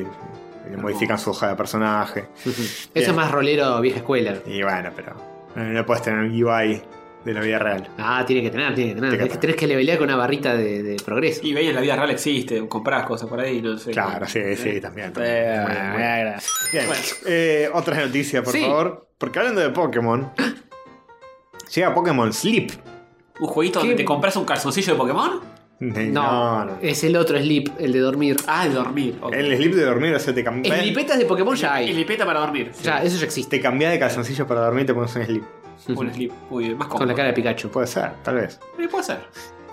y, y le modifican su hoja de personaje. Eso es Bien. más rolero vieja escuela. Y bueno, pero eh, no puedes tener un UI de la vida real. Ah, tiene que tener, tiene Tiene que que tener. Tenés que, tener. eh, tenés que levelear con una barrita de, de progreso. Y veis, la vida real existe, comprás cosas por ahí, no sé. Claro, sí, Eh, sí, también. también. eh, Muy bien, muy bien. eh, Bien, Bueno. eh, otra noticia, por Sí. favor. Porque hablando de Pokémon, llega Pokémon Sleep. ¿Un jueguito ¿Qué? donde te compras un calzoncillo de Pokémon? No, es el otro Sleep, el de dormir. Ah, el dormir. ok. El Sleep de dormir, o sea, te cambias. Slipetas de Pokémon ya Y hay. lipeta para dormir. Ya, eso ya existe. Te cambias de calzoncillo para dormir y te pones un Sleep. Un slip. Uy, más cómodo. Con la cara de Pikachu. Puede ser, tal vez. Eh, puede ser.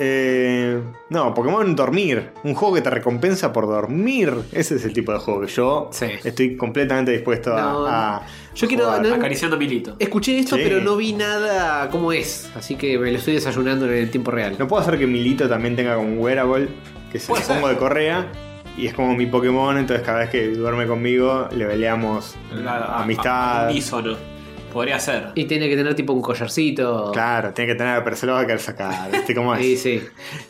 Eh, no, Pokémon Dormir. Un juego que te recompensa por dormir. Ese es el tipo de juego que yo Sí. estoy completamente dispuesto a. No, a Yo quiero. jugar. no- Acariciando milito. escuché esto, Sí. pero no vi nada cómo es. Así que me lo estoy desayunando en el tiempo real. No puedo hacer que Milito también tenga como un wearable que se lo Puede ser. pongo de correa. Y es como mi Pokémon, entonces cada vez que duerme conmigo le peleamos La- a- amistad. a- Unísono. Podría ser. Y tiene que tener tipo un collarcito. claro, pues. tiene que tener a Perceloba que sacar, ¿viste cómo es? Sí, sí.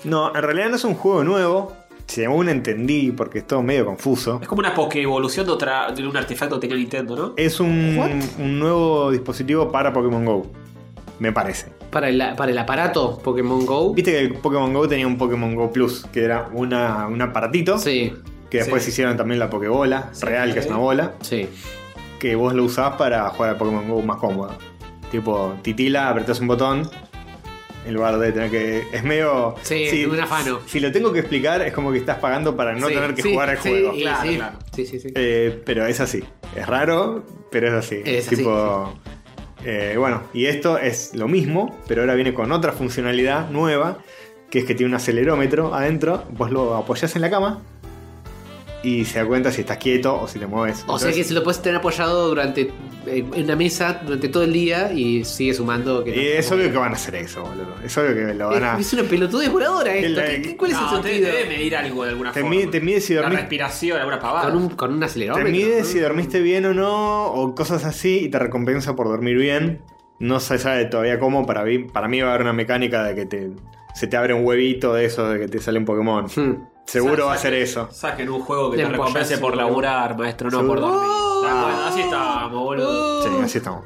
No, en realidad no es un juego nuevo. Según entendí, porque es todo medio confuso. Es como una Pokéevolución de, otra, de un artefacto que tenía Nintendo, ¿no? Es un, un nuevo dispositivo para Pokémon Go. Me parece. Para el, para el aparato Pokémon Go. Viste que el Pokémon Go tenía un Pokémon Go Plus, que era una, un aparatito. Sí, Que después Sí. hicieron también la Pokébola, Sí. real, que es una bola. sí. que vos lo usás para jugar al Pokémon Go más cómodo. Tipo, titila, apretás un botón el bar de tener que. Es medio. Sí, un afano. Si lo tengo que explicar, es como que estás pagando para no Sí, tener que sí, jugar al sí, juego. y Claro, sí, claro. sí, sí, sí. Eh, pero es así. Es raro, pero es así. Es así, tipo. eh, bueno, y esto es lo mismo, pero ahora viene con otra funcionalidad nueva, que es que tiene un acelerómetro adentro, vos lo apoyás en la cama y se da cuenta si estás quieto o si te mueves. O sea Entonces, que se lo puedes tener apoyado durante eh, en una mesa durante todo el día y sigue sumando. Que no- y es obvio que van a hacer eso, boludo. Es obvio que lo van a... Es, es una pelotudez voladora El- esto. ¿Qué- qué- ¿Cuál es el No, te- sentido? Te debe medir algo de alguna Te forma. mide, te mide si la dormiste respiración, alguna pavada. Con un, con un Te acelerómetro. Mm. mide ¿no? si dormiste bien o no, o cosas así, y te recompensa por dormir bien. No se sabe todavía cómo, para mí, para mí va a haber una mecánica de que te, se te abre un huevito de eso, de que te sale un Pokémon. Hmm. Seguro Sa- va a ser saquen- eso. Saquen un juego que Le te recompense apoyás por en- laburar, maestro, no por Seguro. Uh. dormir. Ah, bueno, así estamos, boludo. Sí, así estamos.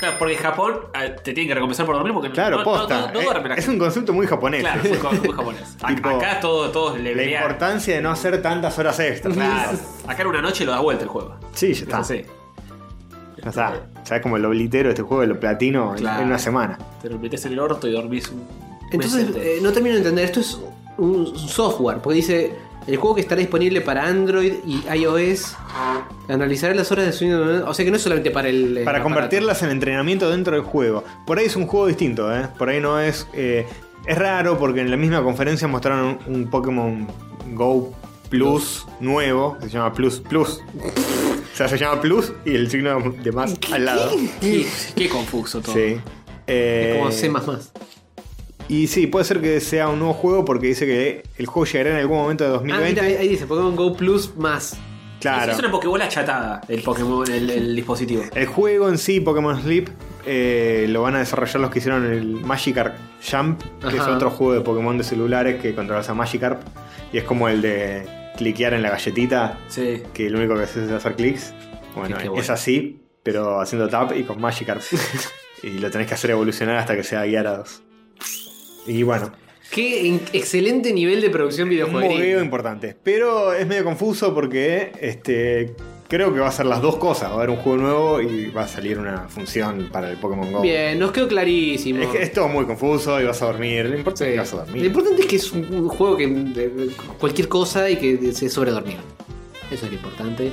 Claro, porque en Japón eh, te tienen que recompensar por dormir porque no- Claro, no, no- posta. no- no eh, duerme la es gente. un concepto muy japonés. Claro, muy, co- muy japonés. A- Tipo, acá todo- todos le La veían. importancia de no hacer tantas horas extras. Claro. Acá en una noche lo da vuelta el juego. Sí, ya está. Es así. Ya está. Ya es como lo oblitero de este juego, lo platino en- Claro. en una semana. Te lo metes en el orto y dormís un. Entonces, mes entero. eh, no termino de entender. Esto es un software. Porque dice: el juego que estará disponible para Android y iOS analizará las horas de sueño. O sea que no es solamente para el. eh, Para aparato. convertirlas en entrenamiento dentro del juego. Por ahí es un juego distinto, ¿eh? Por ahí no es. eh, es raro porque en la misma conferencia mostraron un, un Pokémon Go Plus nuevo. que Se llama Plus Plus. o sea, se llama Plus y el signo de más al lado. Qué, qué confuso todo. eh, Sí. Eh, Como C. Ah, más. Y sí, puede ser que sea un nuevo juego porque dice que el juego llegará en algún momento de Ah, mira, 2020. ahí ahí dice Pokémon Go Plus más. claro. Es una pokebola chatada el Pokémon, el, el dispositivo. El juego en sí, Pokémon Sleep, eh, lo van a desarrollar los que hicieron el Magikarp Jump, que es Ajá. otro juego de Pokémon de celulares que controlas a Magikarp. Y es como el de cliquear en la galletita, Sí. que lo único que haces es hacer clics. Bueno, Qué es bueno. así, pero haciendo tap y con Magikarp. y lo tenés que hacer evolucionar hasta que sea Gyarados. Y bueno, Qué en- excelente nivel de producción un videojuego. mogueo importante. Pero es medio confuso porque este, creo que va a ser las dos cosas. Va a haber un juego nuevo y va a salir una función para el Pokémon GO. Bien, nos quedó clarísimo. Es, que es todo muy confuso y vas a dormir. Lo importante Sí. es que vas a Lo dormir. importante es que es un, un juego que de- cualquier cosa y que se sobredormir. Eso es lo importante.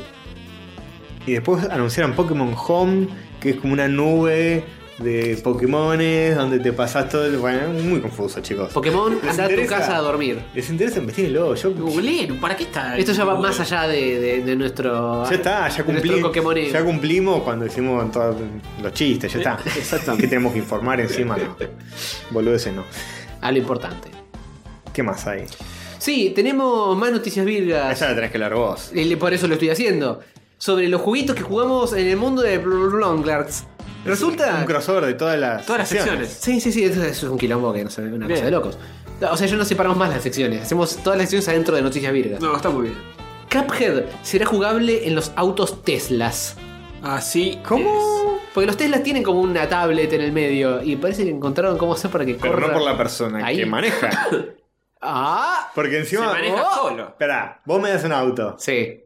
Y después anunciaron Pokémon Home, que es como una nube de Pokémones donde te pasás todo el. Bueno, muy confuso, chicos. Pokémon, ¿Les anda a tu interesa? casa a dormir. ¿Les interesa? Investiguenlo. Yo. Googleen, ¿para qué está? Esto ya va Google? más allá de, de- de ah, nuestro. Ya está, ya, de cumplimos. nuestro Pokémoneo. ya cumplimos cuando hicimos todos los chistes, ya está. Exactamente. Que tenemos que informar encima, no. Boludeces no. A lo importante. ¿Qué más hay? Sí, tenemos más noticias virgas. Esa la tenés que hablar vos. Y por eso lo estoy haciendo. Sobre los juguitos que jugamos en el mundo de Blonklarks. Resulta. Un crossover de todas las. Todas las secciones. Sí, sí, sí, eso, eso es un quilombo que no sé, una Bien. cosa de locos. O sea, ya no separamos más las secciones. Hacemos todas las secciones adentro de Noticias Virgas. No, está muy bien. Cuphead será jugable en los autos Teslas. Así. es. Porque los Teslas tienen como una tablet en el medio y parece que encontraron cómo hacer para que Pero corra. no por la persona Ahí. que maneja. Ah, Porque Se encima. maneja Oh. solo. Esperá, vos me das un auto sí,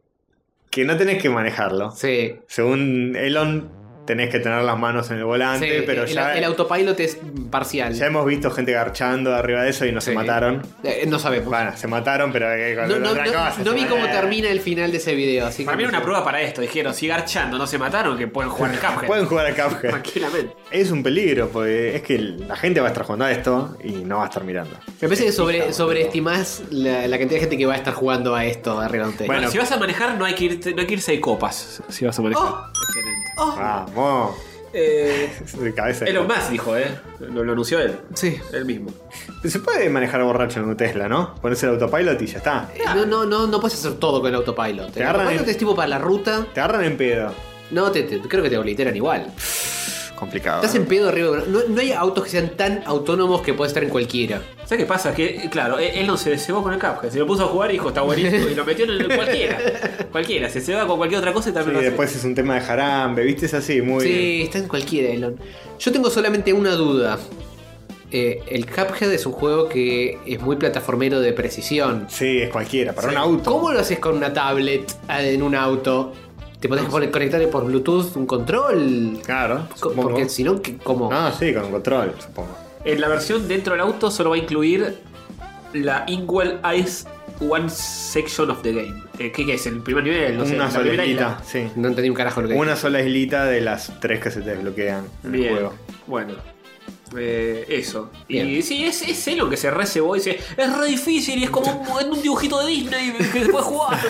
que no tenés que manejarlo. sí. Según Elon, tenés que tener las manos en el volante, sí, pero el, ya, el autopilot es parcial. ya hemos visto gente garchando arriba de eso y no se Sí. mataron. Eh, no sabemos. Bueno, se mataron, pero eh, No, cuando no, lo no- atracabas, no vi se- cómo termina el final de ese video. Así Para mí que no era una sé. prueba para esto. Dijeron, si garchando no se mataron, que pueden jugar al Cuphead. Pueden jugar a Cuphead. Tranquilamente. Es un peligro, porque es que la gente va a estar jugando a esto y no va a estar mirando. Me parece que sobre, sobreestimás la, la cantidad de gente que va a estar jugando a esto arriba de un Tesla. Bueno. si vas a manejar, no hay que, irte, no hay que irse de copas. Si vas a manejar. Oh. Excelente. Oh. Eh, Vamos. De cabeza. Elon Musk dijo, ¿eh? Lo, lo anunció él. Sí. Él mismo. Se puede manejar borracho en un Tesla, ¿no? Pones el autopilot y ya está. Eh, No, no, no, no puedes hacer todo con el autopilot. Te el agarran autopilot el- es tipo para la ruta. Te agarran en pedo. No, te, te- creo que te obliteran igual. Complicado. Estás en pedo arriba. de una- No, no hay autos que sean tan autónomos que puedes estar en cualquiera. ¿Sabes qué pasa? Que, claro, e-, él, él no se cebó con el Cuphead. Se lo puso a jugar y dijo, está buenísimo. Y lo metió en el cualquiera. cualquiera. Se ceba con cualquier otra cosa y Sí, también lo hace. después es un tema de jarambe, ¿viste? Es así, muy. sí, está en cualquiera, Elon. Yo tengo solamente una duda. Eh, el Cuphead es un juego que es muy plataformero de precisión. Sí, es cualquiera, para un auto. ¿Cómo lo haces con una tablet ah, en un auto? ¿Te podés poner- conectar por Bluetooth un control? Claro, Co- supongo. Porque si no, ¿qué- ¿cómo? No, sí, con un control, supongo. En la versión dentro del auto solo va a incluir la Equal Eyes One Section of the Game. Eh, ¿Qué, qué es? ¿El primer nivel? No sé, una la sola primera islita, isla. sí. No entendí un carajo lo que Una sola islita de las tres que se te desbloquean en el Bien. juego. Bueno. Eh, eso. Y Bien. sí, es, es él lo que se recebó y dice, es re difícil y es como un, en un dibujito de Disney que se puede jugar.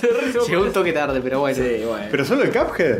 Se re cebó Llegó con un toque tarde, pero bueno. eso. Sí, bueno. Pero solo el Cuphead.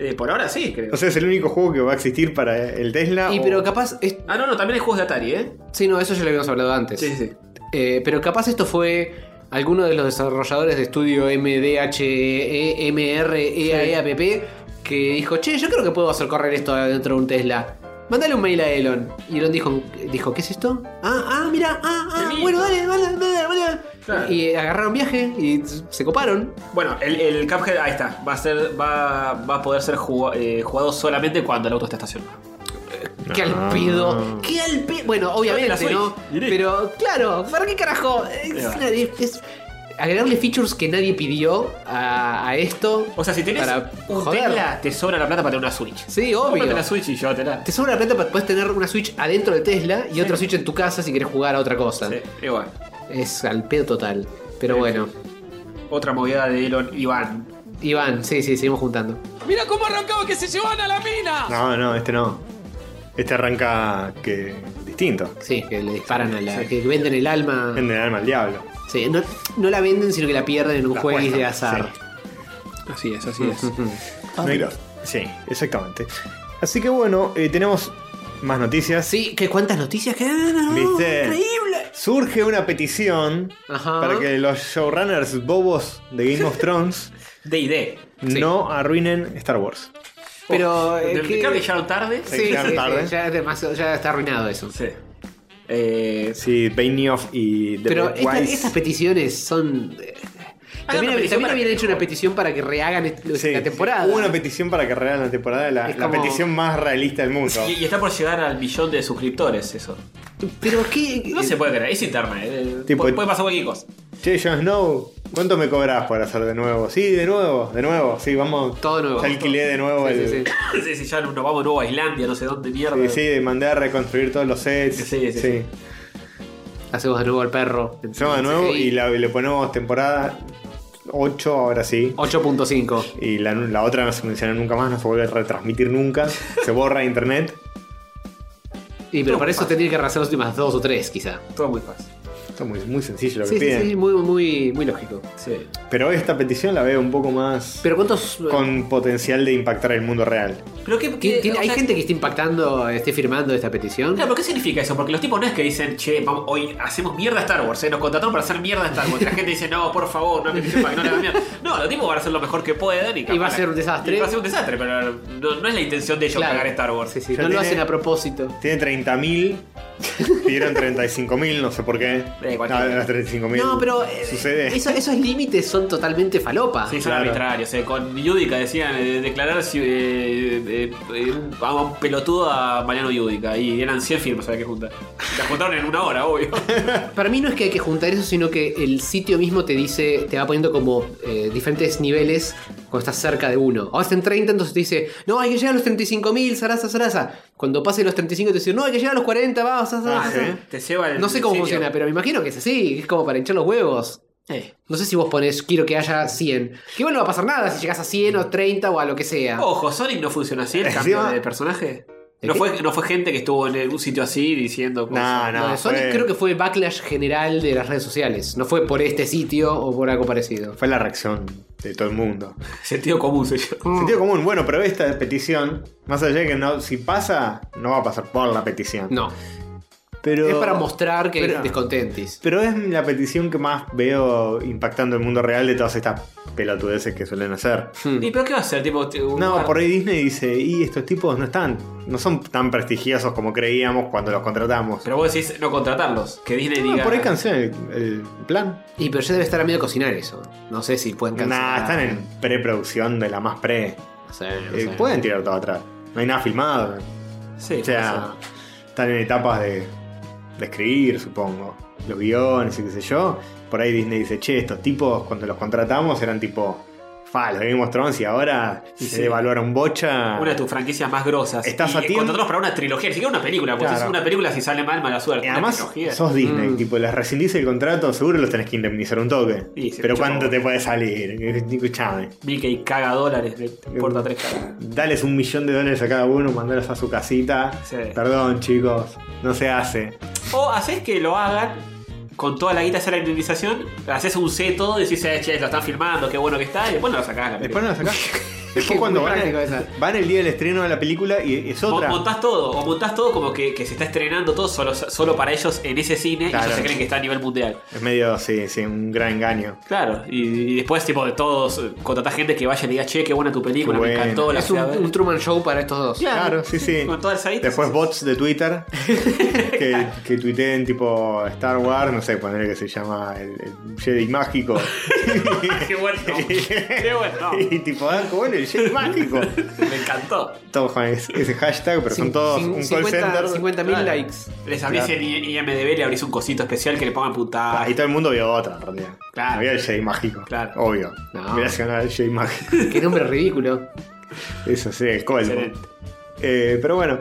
Eh, por ahora sí, creo. O sea, es el único juego que va a existir para el Tesla. Y o- pero capaz. es- Ah, no, no, también hay juegos de Atari, ¿eh? Sí, no, eso ya lo habíamos hablado antes. Sí, sí. Eh, pero capaz esto fue alguno de los desarrolladores de estudio E MDHEMREAEAPP que dijo, che, yo creo que puedo hacer correr esto dentro de un Tesla. Mándale un mail a Elon. Y Elon dijo, dijo ¿qué es esto? Ah, ah, mira, ah, ah, Qué bueno, dale, dale, dale, dale. Claro. Y agarraron viaje y se coparon. Bueno, el, el Cuphead, ahí está. Va a, ser, va, va a poder ser jugo- eh, jugado solamente cuando el auto está estacionado. ¡Qué al pedo! ¡Qué al pedo! Bueno, Ah. la obviamente, soy, ¿no? directo. Pero, claro, ¿para qué carajo? Es va. una- es- agregarle features que nadie pidió a, a esto. O sea, si tenés Para un joder. Tesla, te sobra la plata para tener una Switch. Sí, obvio. Cómprate la Switch y llévatela. Te sobra la plata para poder tener una Switch adentro de Tesla y otra Switch en tu casa si querés jugar a otra cosa. Sí, igual. Es al pedo total. Pero bueno. Otra movida de Elon Iván. Iván, sí, sí, seguimos juntando. Mira cómo arrancaba que se llevan a la mina. No, no, este no. Este arranca que distinto. Sí, que le disparan a la. que venden el alma. Venden el alma al diablo. Sí, no, no la venden, sino que la pierden en un La jueguis apuestan, de azar. Así es, así es. No hay- Sí, Ah, exactamente. Así que bueno, eh, tenemos más noticias. Sí, que cuántas noticias que. ah, ¿Viste? ¡Increíble! Surge una petición Ajá. para que los showrunners bobos de Game of Thrones D&D. Sí. no arruinen Star Wars. Pero. Oh, eh, Del- que- Creo que llegaron tarde. Sí, Sí, sí, llegaron sí, tarde. ya, es demasiado- ya está arruinado eso. Sí. Eh, Sí, Benioff y The Pero esta- Wise. estas peticiones son. eh, Ah, También, una petición también para habían que- hecho una petición para que rehagan est- Sí, la sí. temporada. Hubo una petición para que arreglaran la temporada, la, Es la como- petición más realista del mundo. y, y está por llegar al millón de suscriptores, eso. Pero qué. No se puede creer, es internet. eh, Tipo- puede, puede pasar cualquier cosa. Che, Jon Snow, ¿cuánto me cobrás por hacer de nuevo? Sí, de nuevo, de nuevo, sí, vamos. Todo nuevo. Ya alquilé de nuevo Sí, el. sí, sí. sí, sí, ya nos vamos de nuevo a Islandia, no sé dónde mierda. Sí, sí, mandé a reconstruir todos los sets. Sí, sí, sí. Hacemos de nuevo el perro. Llama de nuevo y, la- y le ponemos temporada 8, ahora sí. 8.5. Y la, la otra no se menciona nunca más, no se vuelve a retransmitir nunca. se borra de internet. Y pero para eso tendría que arrasar las últimas dos o tres, quizá. Todo muy fácil. Esto es muy, muy sencillo lo que Sí, sí, piden. sí, muy, muy, muy lógico. Sí. Pero esta petición la veo un poco más Pero cuántos. eh, con potencial de impactar el mundo real. Pero qué, ¿Tiene- qué- tiene- o hay sea, gente que está impactando, esté firmando esta petición. Claro, pero ¿qué significa eso? Porque los tipos no es que dicen, che, vamos, hoy hacemos mierda a Star Wars, ¿eh? nos contrataron para hacer mierda a Star Wars. Y La gente dice, no, por favor, no me para que no le hagan mierda. No, los tipos van a hacer lo mejor que puedan y, capaz va a ser un la- desastre. y va a ser un desastre, pero no, no es la intención de ellos Claro. cagar Star Wars. Sí, sí, Ya no lo tiene- hacen a propósito. Tiene 30.000, pidieron 35.000, no sé por qué. Eh, cualquiera. Ah, las 35.000. No, pero eh, Sucede. eso- esos límites son totalmente falopa. Sí, son Claro. arbitrarios. eh. Con Yudica decían eh, declarar si, eh, eh, eh, un- a un pelotudo a Mariano Yudica. Y eran 100 firmas, había que juntar. Las juntaron en una hora, obvio. Para mí no es que hay que juntar eso, sino que el sitio mismo te dice, te va poniendo como eh, diferentes niveles cuando estás cerca de uno. Ahora está en 30, entonces te dice, no, hay que llegar a los 35.000, zaraza, zaraza. Cuando pase los 35 te dice, no, hay que llegar a los 40, vamos, zaraza, Ah, zaraza. ¿sí? Te lleva el No sé cómo sitio. funciona, pero me imagino que es así, es como para hinchar los huevos. Eh. No sé si vos ponés, quiero que haya 100. Que igual no va a pasar nada si llegás a 100 o 30 o a lo que sea. Oh, Ojo, Sonic no funciona así el Encima- cambio de personaje. ¿De No qué? fue, no fue gente que estuvo en un sitio así diciendo No, cosas. no. Lo de Sonic fue- creo que fue backlash general de las redes sociales. No fue por este sitio o por algo parecido. Fue la reacción de todo el mundo. Sentido común se llama. Mm. Sentido común, bueno, pero esta petición, más allá de que no, si pasa, no va a pasar por la petición. No. pero Es para mostrar que pero- descontentis. Pero es la petición que más veo impactando el mundo real de todas estas pelotudeces que suelen hacer. Hmm. ¿Y pero qué va a hacer? Tipo, te- un- No, por ahí Disney dice, y estos tipos no están, no son tan prestigiosos como creíamos cuando los contratamos. Pero vos decís no contratarlos. Que Disney No, diga. por ahí cancelan el, el plan. Y pero ya debe estar a medio cocinar eso. No sé si pueden cancelar. Nah, están en preproducción de la más pre. No sé, no Eh, sé. Pueden tirar todo atrás. No hay nada filmado. Sí, O sea, están en etapas de, de escribir, supongo. Los guiones y qué sé yo. Por ahí Disney dice, che, estos tipos cuando los contratamos eran tipo Fa, los Game of Thrones y ahora se devaluaron bocha. Una de tus franquicias más grosas. Estás y eh, a tiempo- contratados para una trilogía, ni siquiera una película. Porque Claro. es una película si sale mal, mala suerte. Y Una además, trilogía. Mm. sos Disney, tipo, les rescindís el contrato, seguro los tenés que indemnizar un toque. Y se Pero escucha ¿cuánto poco. te puede salir? Escuchame. Mickey caga dólares, le Mm. importa tres caras. Dales un millón de dólares a cada uno, mandalos a su casita. Sí. Perdón, chicos, no se hace. O haces que lo hagan con toda la guita hacia la indemnización, haces un C todo, decís, eh, che, lo están filmando, qué bueno que está, y después no lo sacás. La Después película. no los sacás. Después Qué cuando muy van, práctico esa. van el día del estreno de la película y es otra. Mo- Montás todo, o montás todo como que, que se está estrenando todo solo, solo para ellos en ese cine y Claro. ellos se creen que está a nivel mundial. Es medio, sí, sí, un gran engaño. Claro, y, y después, tipo, de todos, eh, contratás gente que vaya y diga, che, qué buena tu película, Qué me buena. encantó, la Es fui un, a ver". un Truman Show para estos dos. Claro. Claro, sí, sí. Con todas las guitas. Después bots de Twitter que, que tuiteen tipo Star Wars, no sé, poner que se llama el, el Jedi Mágico. qué bueno, qué bueno. y tipo, ah, qué bueno, el Jedi Mágico. Me encantó. Todos con es- ese hashtag, pero son Cin- todos cin- un call 50 center. 50.000 Claro. likes. Les abrís Claro. en I- IMDB, le abrís un cosito especial que le pongan putada. Ah, y todo el mundo vio otra en realidad. Claro. No vio el Jedi Mágico. Claro. Obvio. No. Gracias ganar el Jedi Mágico. Qué nombre ridículo. Eso sí, el colmo. Excelente. Eh, pero bueno,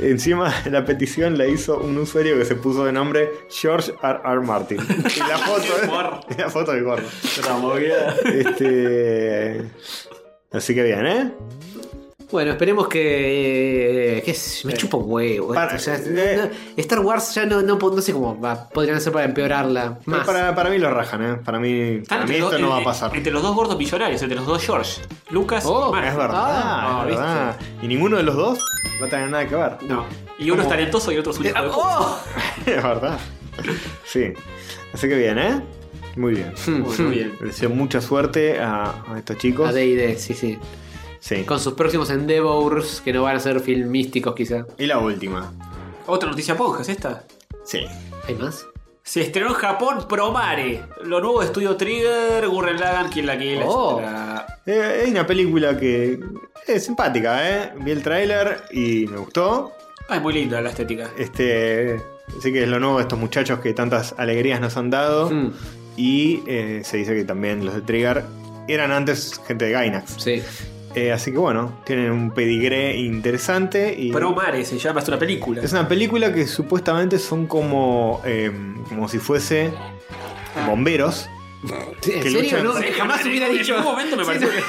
encima la petición la hizo un usuario que se puso de nombre George R. R. Martin. Y la Qué humor. foto, y la foto del gordo. Otra movida. Este. Así que bien, ¿eh? Bueno, esperemos que. eh, que es- me chupa un huevo. Para- esto, ya- eh. no- Star Wars ya no, no, po- no sé cómo va- podrían hacer para empeorarla. Pero Más. Para, para mí lo rajan, ¿eh? Para mí, Están para mí Ah, entre esto los- no va a entre- pasar. Entre los dos gordos millonarios, entre los dos George. Lucas Oh, y Mark. Es verdad, Ah, es ¿viste? verdad. Y ninguno de los dos va a tener nada que ver. No. Y uno es talentoso y otro es Eh, un hijo ah, de puta. ¡Oh! es verdad. Sí. Así que bien, ¿eh? Muy bien. Hmm. Muy bien. Le deseo mucha suerte a, a estos chicos. A D&D, sí, sí. Sí. Con sus próximos endeavors que no van a ser filmísticos, quizá. Y la última. Otra noticia ponja es esta. Sí. ¿Hay más? Se estrenó en Japón Promare. Lo nuevo de Estudio Trigger, Gurren Lagann, Kill la Kill, Oh. etcétera. Eh, es una película que es simpática, ¿eh? Vi el tráiler y me gustó. Ah, es muy linda la estética. Este, así que es lo nuevo de estos muchachos que tantas alegrías nos han dado. Mm, Y eh, se dice que también los de Trigger eran antes gente de Gainax. sí. Eh, así que bueno, tienen un pedigré interesante. Y Promare se llama, es una película. es una película que supuestamente son como, eh, como si fuese bomberos. ¿En Que serio? luchan- No, jamás hubiera dicho. En algún momento me pareció que.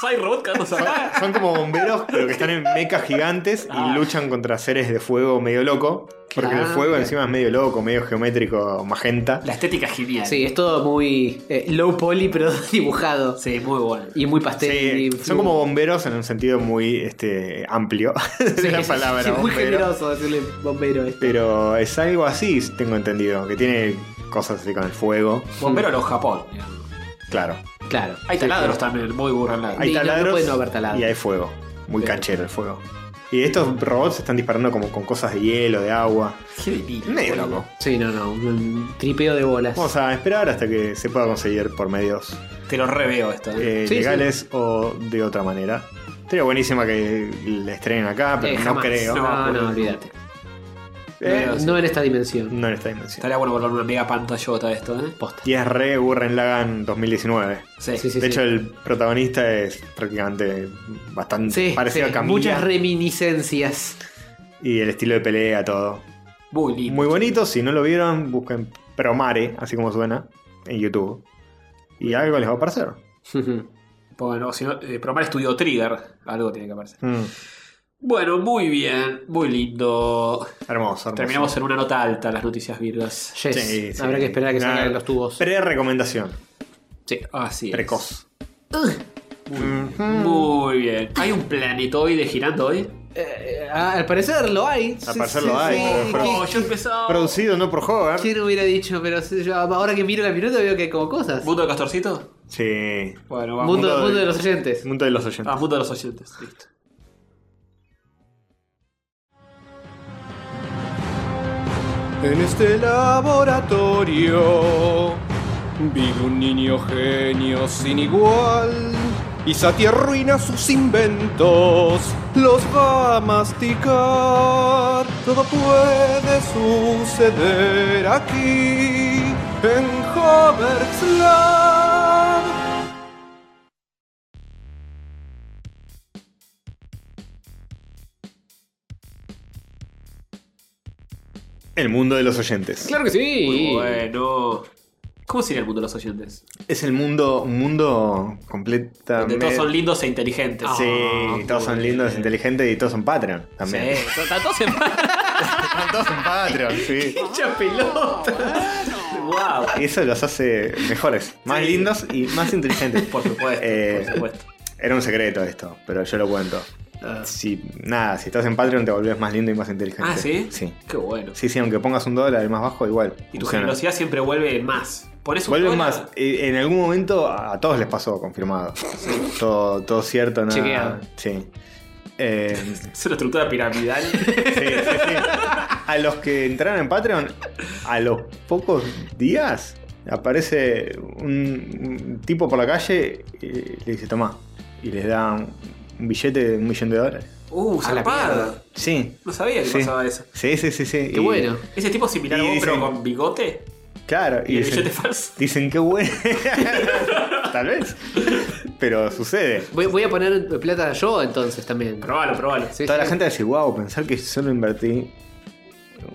Soy robot Carlos acá. Son como bomberos, pero que están en mecas gigantes Ah. y luchan contra seres de fuego medio loco. Porque el Claro. fuego encima es medio loco, medio geométrico, magenta. La estética es genial. Sí, es todo muy eh, low poly, pero dibujado. Sí, muy bueno. Y muy pastel. Sí, y son como bomberos en un sentido muy este, amplio de Sí, la sí, palabra. sí, muy bombero. generoso decirle bombero. eh. Pero es algo así, tengo entendido, que tiene cosas así con el fuego. Bombero los Japón. digamos. Claro. Claro. Hay taladros también, muy Gurren Lagann. Ay. Hay Y no- no taladros puede no haber taladro. y hay fuego. Muy Sí. canchero el fuego. Y estos robots están disparando como con cosas de hielo, de agua. Qué divino. Medio loco. Sí, no, no. Un, un tripeo de bolas. Vamos a esperar hasta que se pueda conseguir por medios Te lo reveo esto. ¿eh? eh, Sí, legales o de otra manera. Sería buenísima que la estrenen acá, pero Eh, no jamás. creo. No, No, pero- no, olvídate. Eh, No, no en esta dimensión. no en esta dimensión. Estaría bueno volver una mega pantallota esto, ¿eh? Posta. Y es re Gurren Lagan 2019. Sí, Sí, sí, de hecho, el protagonista es prácticamente bastante Sí, parecido sí, a Camilla. muchas reminiscencias. Y el estilo de pelea, todo. Muy lindo. Muy bonito, si no lo vieron, busquen Promare, así como suena, en YouTube. Y algo les va a parecer. Bueno, si no, eh, Promare Studio Trigger. Algo tiene que aparecer. Mm, Bueno, muy bien. Muy lindo. hermoso, hermoso. Terminamos en una nota alta las noticias virgas. Yes. Sí, sí. Habrá que esperar a que Una salgan los tubos. Pre-recomendación. Sí, así es. Precoz. Muy bien. ¿Hay un planetoide girando hoy? Eh, ah, al parecer lo hay. Al parecer lo hay, ¿Qué- pero- Oh, Oh, yo empezaba. Producido no por Hogar. ¿Quién hubiera dicho? Pero sí, yo ahora que miro la minuta veo que hay como cosas. ¿Mundo de Castorcito? Sí. Bueno, vamos. Mundo, mundo mundo de- de los oyentes. Mundo de los oyentes. Ah, Mundo de los oyentes. Listo. En este laboratorio vive un niño genio sin igual. Y Sati arruina sus inventos, los va a masticar. Todo puede suceder aquí, en Hover's Lab. El mundo de los oyentes. Claro que sí. Muy bueno. ¿Cómo sería el mundo de los oyentes? Es el mundo, un mundo completamente. Donde todos son lindos e inteligentes. Sí, Ah, todos son muy lindos, e bien. inteligentes y todos son Patreon Sí, también. están todos en todos son Patreon, sí. pincha pelota. wow. Y eso los hace mejores, más Sí. lindos y más inteligentes. Por supuesto, Eh, por supuesto. Era un secreto esto, pero yo lo cuento. Ah. Si, nada, si estás en Patreon te volvés más lindo y más inteligente. Ah, ¿sí? Sí. Qué bueno. Sí, sí, aunque pongas un dólar el más bajo, igual. Y tu funciona. generosidad siempre vuelve más. Pones un Vuelve dólar- más. Eh, En algún momento a a todos les pasó, confirmado. Todo, todo cierto, nada. Chequeado. Sí. Eh, Es una estructura piramidal. sí, sí, sí. A los que entraron en Patreon, a los pocos días aparece un, un tipo por la calle y le dice, tomá. Y les da un, un billete de un millón de dólares. Uh, A la zarpado. mierda. Sí. No sabía que Sí. pasaba eso. Sí, sí, sí, sí. Qué bueno. Ese tipo similar a Y vos, pero dicen- con bigote Claro. y, el dicen- billete falso. Dicen que bueno. Tal vez. Pero sucede. Voy, voy a poner plata yo entonces también. Probalo, probalo. Sí, Toda sí. la gente dice, wow, pensar que solo invertí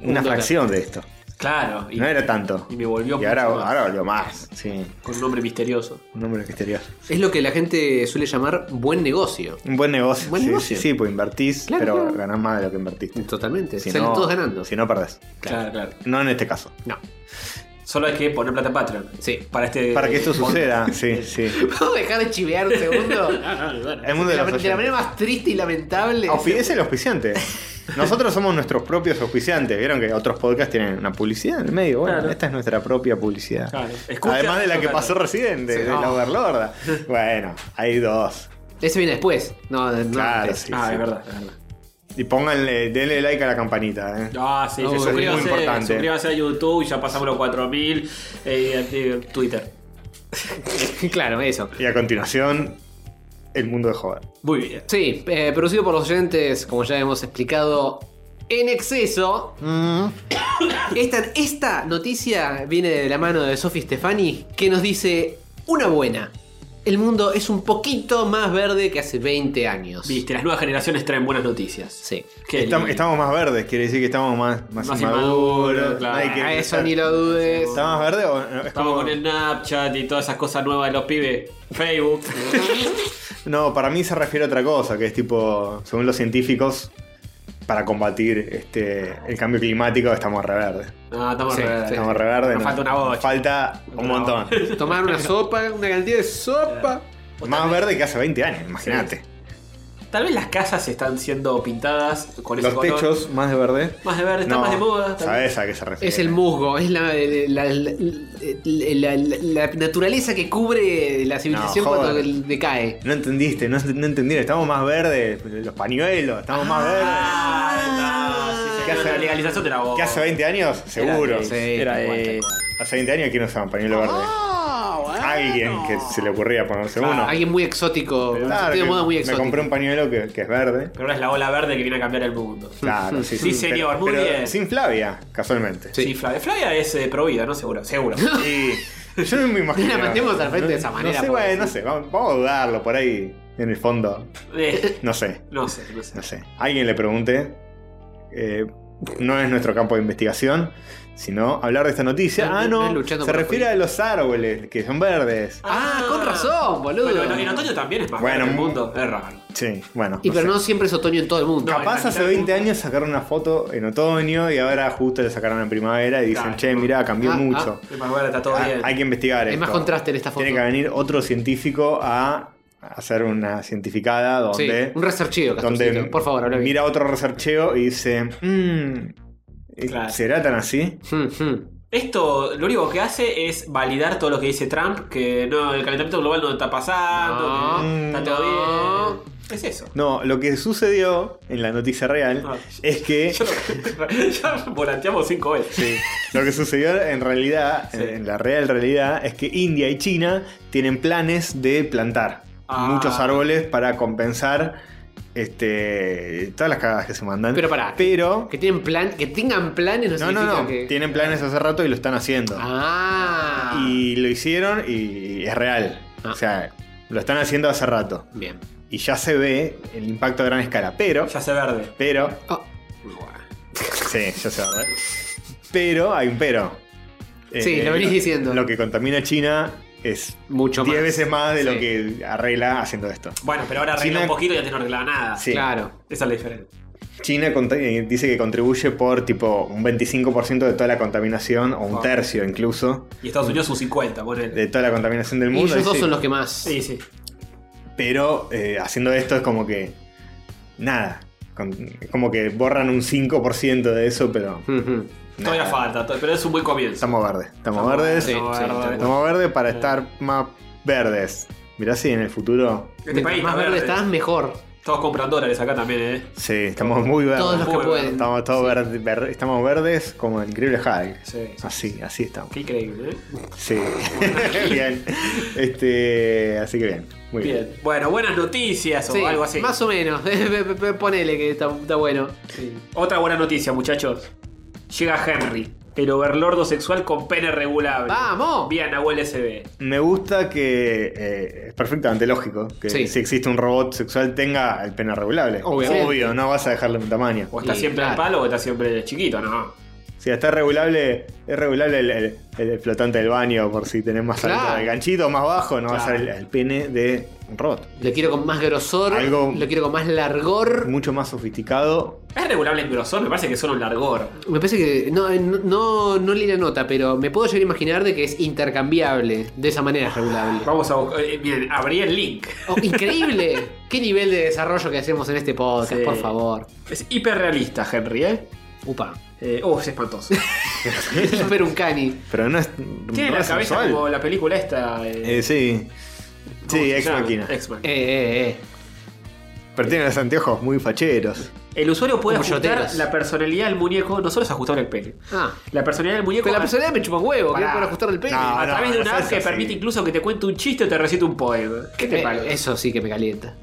Un una dólar. fracción de esto. Claro. Y, no era tanto. y me volvió Y ahora, mucho más. ahora volvió más. Sí, Con un nombre misterioso. un hombre misterioso. Es lo que la gente suele llamar buen negocio. Un buen negocio. Buen sí, negocio. Sí, sí, pues invertís, Claro, pero claro. ganás más de lo que invertiste. Totalmente. Si Salen no- todos ganando. Si no perdés. Claro, claro. No en este caso. No. Solo hay que poner plata en Patreon. Sí. Para, este, Para que esto eh, fondo. suceda, sí, sí. ¿Puedo dejar de chivear un segundo? Ah, El mundo de, de la, los de la manera oyentes. más triste y lamentable. Auspici- Es el auspiciante. Nosotros somos nuestros propios auspiciantes. Vieron que otros podcasts tienen una publicidad en el medio. Bueno, Claro. esta es nuestra propia publicidad. Claro. Escucha, Además de la que claro. pasó recién, de, Sí. de la Ah. Overlorda. Bueno, hay dos. Ese viene después. No, no. Claro, antes. sí. Ah, sí. es verdad, es verdad. Y pónganle, denle like a la campanita, ¿eh? Ah, sí, No, sí, es muy suscríbase, importante. suscríbase a YouTube, ya pasamos los 4000. Eh, eh, Twitter. claro, eso. Y a continuación, el mundo de Joven. Muy bien. Sí, eh, producido por los oyentes, como ya hemos explicado en exceso. Mm. Esta, esta noticia viene de la mano de Sophie Stefani, que nos dice una buena. El mundo es un poquito más verde que hace 20 años. Viste, las nuevas generaciones traen buenas noticias. Sí. Qué Estam- lindo. estamos más verdes, quiere decir que estamos más, más, Más inmaduros. inmaduros, claro. nadie quiere A Ah, eso crecer. ni lo dudes. ¿Está más verde o no? Es Estamos como- con el Snapchat y todas esas cosas nuevas de los pibes. Facebook. No, para mí se refiere a otra cosa, que es tipo, según los científicos, para combatir este el cambio climático estamos re verdes. no, estamos Sí, re- sí. Estamos re verdes. Nos falta una bocha. Falta un Una montón. Tomar una sopa, una cantidad de sopa. Más verde que hace 20 años, imagínate. Tal vez las casas están siendo pintadas con ese Los color. techos, más de verde. Más de verde, están No, más de moda. tal vez. ¿Sabes a qué se refiere? Es el musgo, es la, la- la- la- la- la naturaleza que cubre la civilización No, joder. cuando decae. No entendiste, no, no entendieron. Estamos más verdes, pues, los pañuelos, estamos más verdes. Ah, no, sí, ¿Qué señor, hace- la legalización de la boca. ¿Qué hace 20 años? Seguro. Sí, Era tal cual, de- tal cual. Ah, Hace 20 años que no usaban pañuelo verde. Alguien que se le ocurría ponerse uno. Alguien muy exótico, un Claro, sentido de que moda muy me exótico. compré un pañuelo que, que es verde. Pero ahora es la ola verde que viene a cambiar el mundo. Claro, sí, Sí, sí. señor, Pero- muy pero bien. Sin Flavia, casualmente. Sí, Flavia. Flavia es eh, pro vida, ¿no? Seguro, seguro. Y yo no me imagino. La mandemos al frente de esa manera, No sé, pobre. bueno, no sé. Vamos, vamos a dudarlo por ahí, en el fondo. Eh, No sé. no sé, no sé. no sé, alguien le pregunte. eh, no es nuestro campo de investigación, sino hablar de esta noticia. No, ah, no, no, no es luchando se por la refiere a los árboles que son verdes. Ah, con razón, boludo. Bueno, en- en otoño también es más Bueno, verde el mu- mundo. Es raro. Sí, bueno. y no pero sé. no siempre es otoño en todo el mundo. eh. No, Capaz en hace realidad- 20 años sacaron una foto en otoño y ahora justo le sacaron en primavera y dicen, Claro. che, mirá, cambió Ah, mucho. Es más verde, está todo Ah, bien. hay que investigar Hay esto. más contraste en esta foto. Tiene que venir otro científico a hacer una cientificada Sí, donde un researchillo, donde Castorcito. Por favor, habla bien. mira otro researcheo y dice, "Mm, Claro. ¿será tan así? Hmm, hmm. Esto lo único que hace es validar todo lo que dice Trump, que no, el calentamiento global no está pasando, No, que está todo no. bien. Es eso. No, lo que sucedió en la noticia real Ah. es que Yo lo- ya volanteamos cinco veces. Sí. Lo que sucedió en realidad, Sí. en la real realidad, es que India y China tienen planes de plantar Ah. muchos árboles para compensar este, todas las cagadas que se mandan. Pero pará. Pero. Que, tienen plan, que tengan planes, no, No, no, significa no. que- Tienen planes hace rato y lo están haciendo. Ah. Y lo hicieron y es real. Ah. O sea, lo están haciendo hace rato. Bien. Y ya se ve el impacto a gran escala. Pero. Oh, Ya se verde. Pero. Ah. Sí, ya se va a ver. Pero hay un pero. Eh, Sí, lo venís diciendo. Lo que contamina China es Mucho 10 más. veces más de lo Sí. que arregla haciendo esto. Bueno, pero ahora China- arregla un poquito y antes no arreglaba nada. Sí. Claro. Esa es la diferencia. China cont- eh, dice que contribuye por tipo un 25% de toda la contaminación, o un Ah. tercio incluso, Y Estados Unidos un 50, ponele. de toda la contaminación del Y mundo. ellos dos dice, son los que más. Sí, sí. Pero eh, haciendo esto es como que. Nada. Con- es como que borran un 5% de eso, pero. Ujú. Todavía nada. falta, to- pero es un buen comienzo. Estamos verdes. Estamos, Estamos verdes. Sí, Estamos sí, verdes. tal cual. Estamos verdes para estar más verdes. Mirá si en el futuro. Este país Mientras más verde estás, mejor. Todos compran dólares acá también, ¿eh? Sí, estamos muy verdes. Todos los que Muy verde. pueden. Estamos todos verde- ver- estamos verdes como el increíble Hulk. Sí, sí, Así, así estamos. Qué increíble, ¿eh? Sí. bien. Este, así que bien. Muy bien. Bien. Bueno, buenas noticias o Sí, algo así. Más o menos. Ponele que está, está bueno. Sí. Otra buena noticia, muchachos. Llega Henry, el overlordo sexual con pene regulable. ¡Vamos! Vía Nahuel SB. Me gusta que eh, es perfectamente lógico que Sí. si existe un robot sexual tenga el pene regulable. Obviamente. Obvio, no vas a dejarle un tamaño. O está Y siempre al claro. palo o está siempre chiquito, ¿no? Si está regulable, es regulable el, el- el flotante del baño por si tenés más alto Claro. el ganchito, más bajo, no va a Claro. ser el, el pene de un robot. Lo quiero con más grosor. Algo- Lo quiero con más largor. Mucho más sofisticado. Es regulable en grosor, me parece que es solo un largor. Me parece que. No, no, no, no leí la nota, pero me puedo llegar a imaginar de que es intercambiable. De esa manera es regulable. Vamos a buscar. eh, miren, abrí el link. Oh, ¡Increíble! ¡Qué nivel de desarrollo que hacemos en este podcast, Sí. por favor! Es hiperrealista, Henry, ¿eh? Upa. Eh, ¡Oh, es espantoso! Super un cani. Pero no es. Tiene no la es cabeza sensual. como la película esta. eh, Eh, sí. ¿cómo Sí, se ex llama? máquina. Ex Machina. Eh, eh, eh. Pero tiene los anteojos muy facheros. El usuario puede Como ajustar yoteros. la personalidad del muñeco. No solo es ajustar el pene. Ah. La personalidad del muñeco. Pero la a- personalidad me chupa un huevo, que Pará. es para ajustar el pene. No, a no, través de no una seas app que así. permite incluso que te cuente un chiste o te recite un poema. ¿Qué te Eh, este parece? Eso sí que me calienta.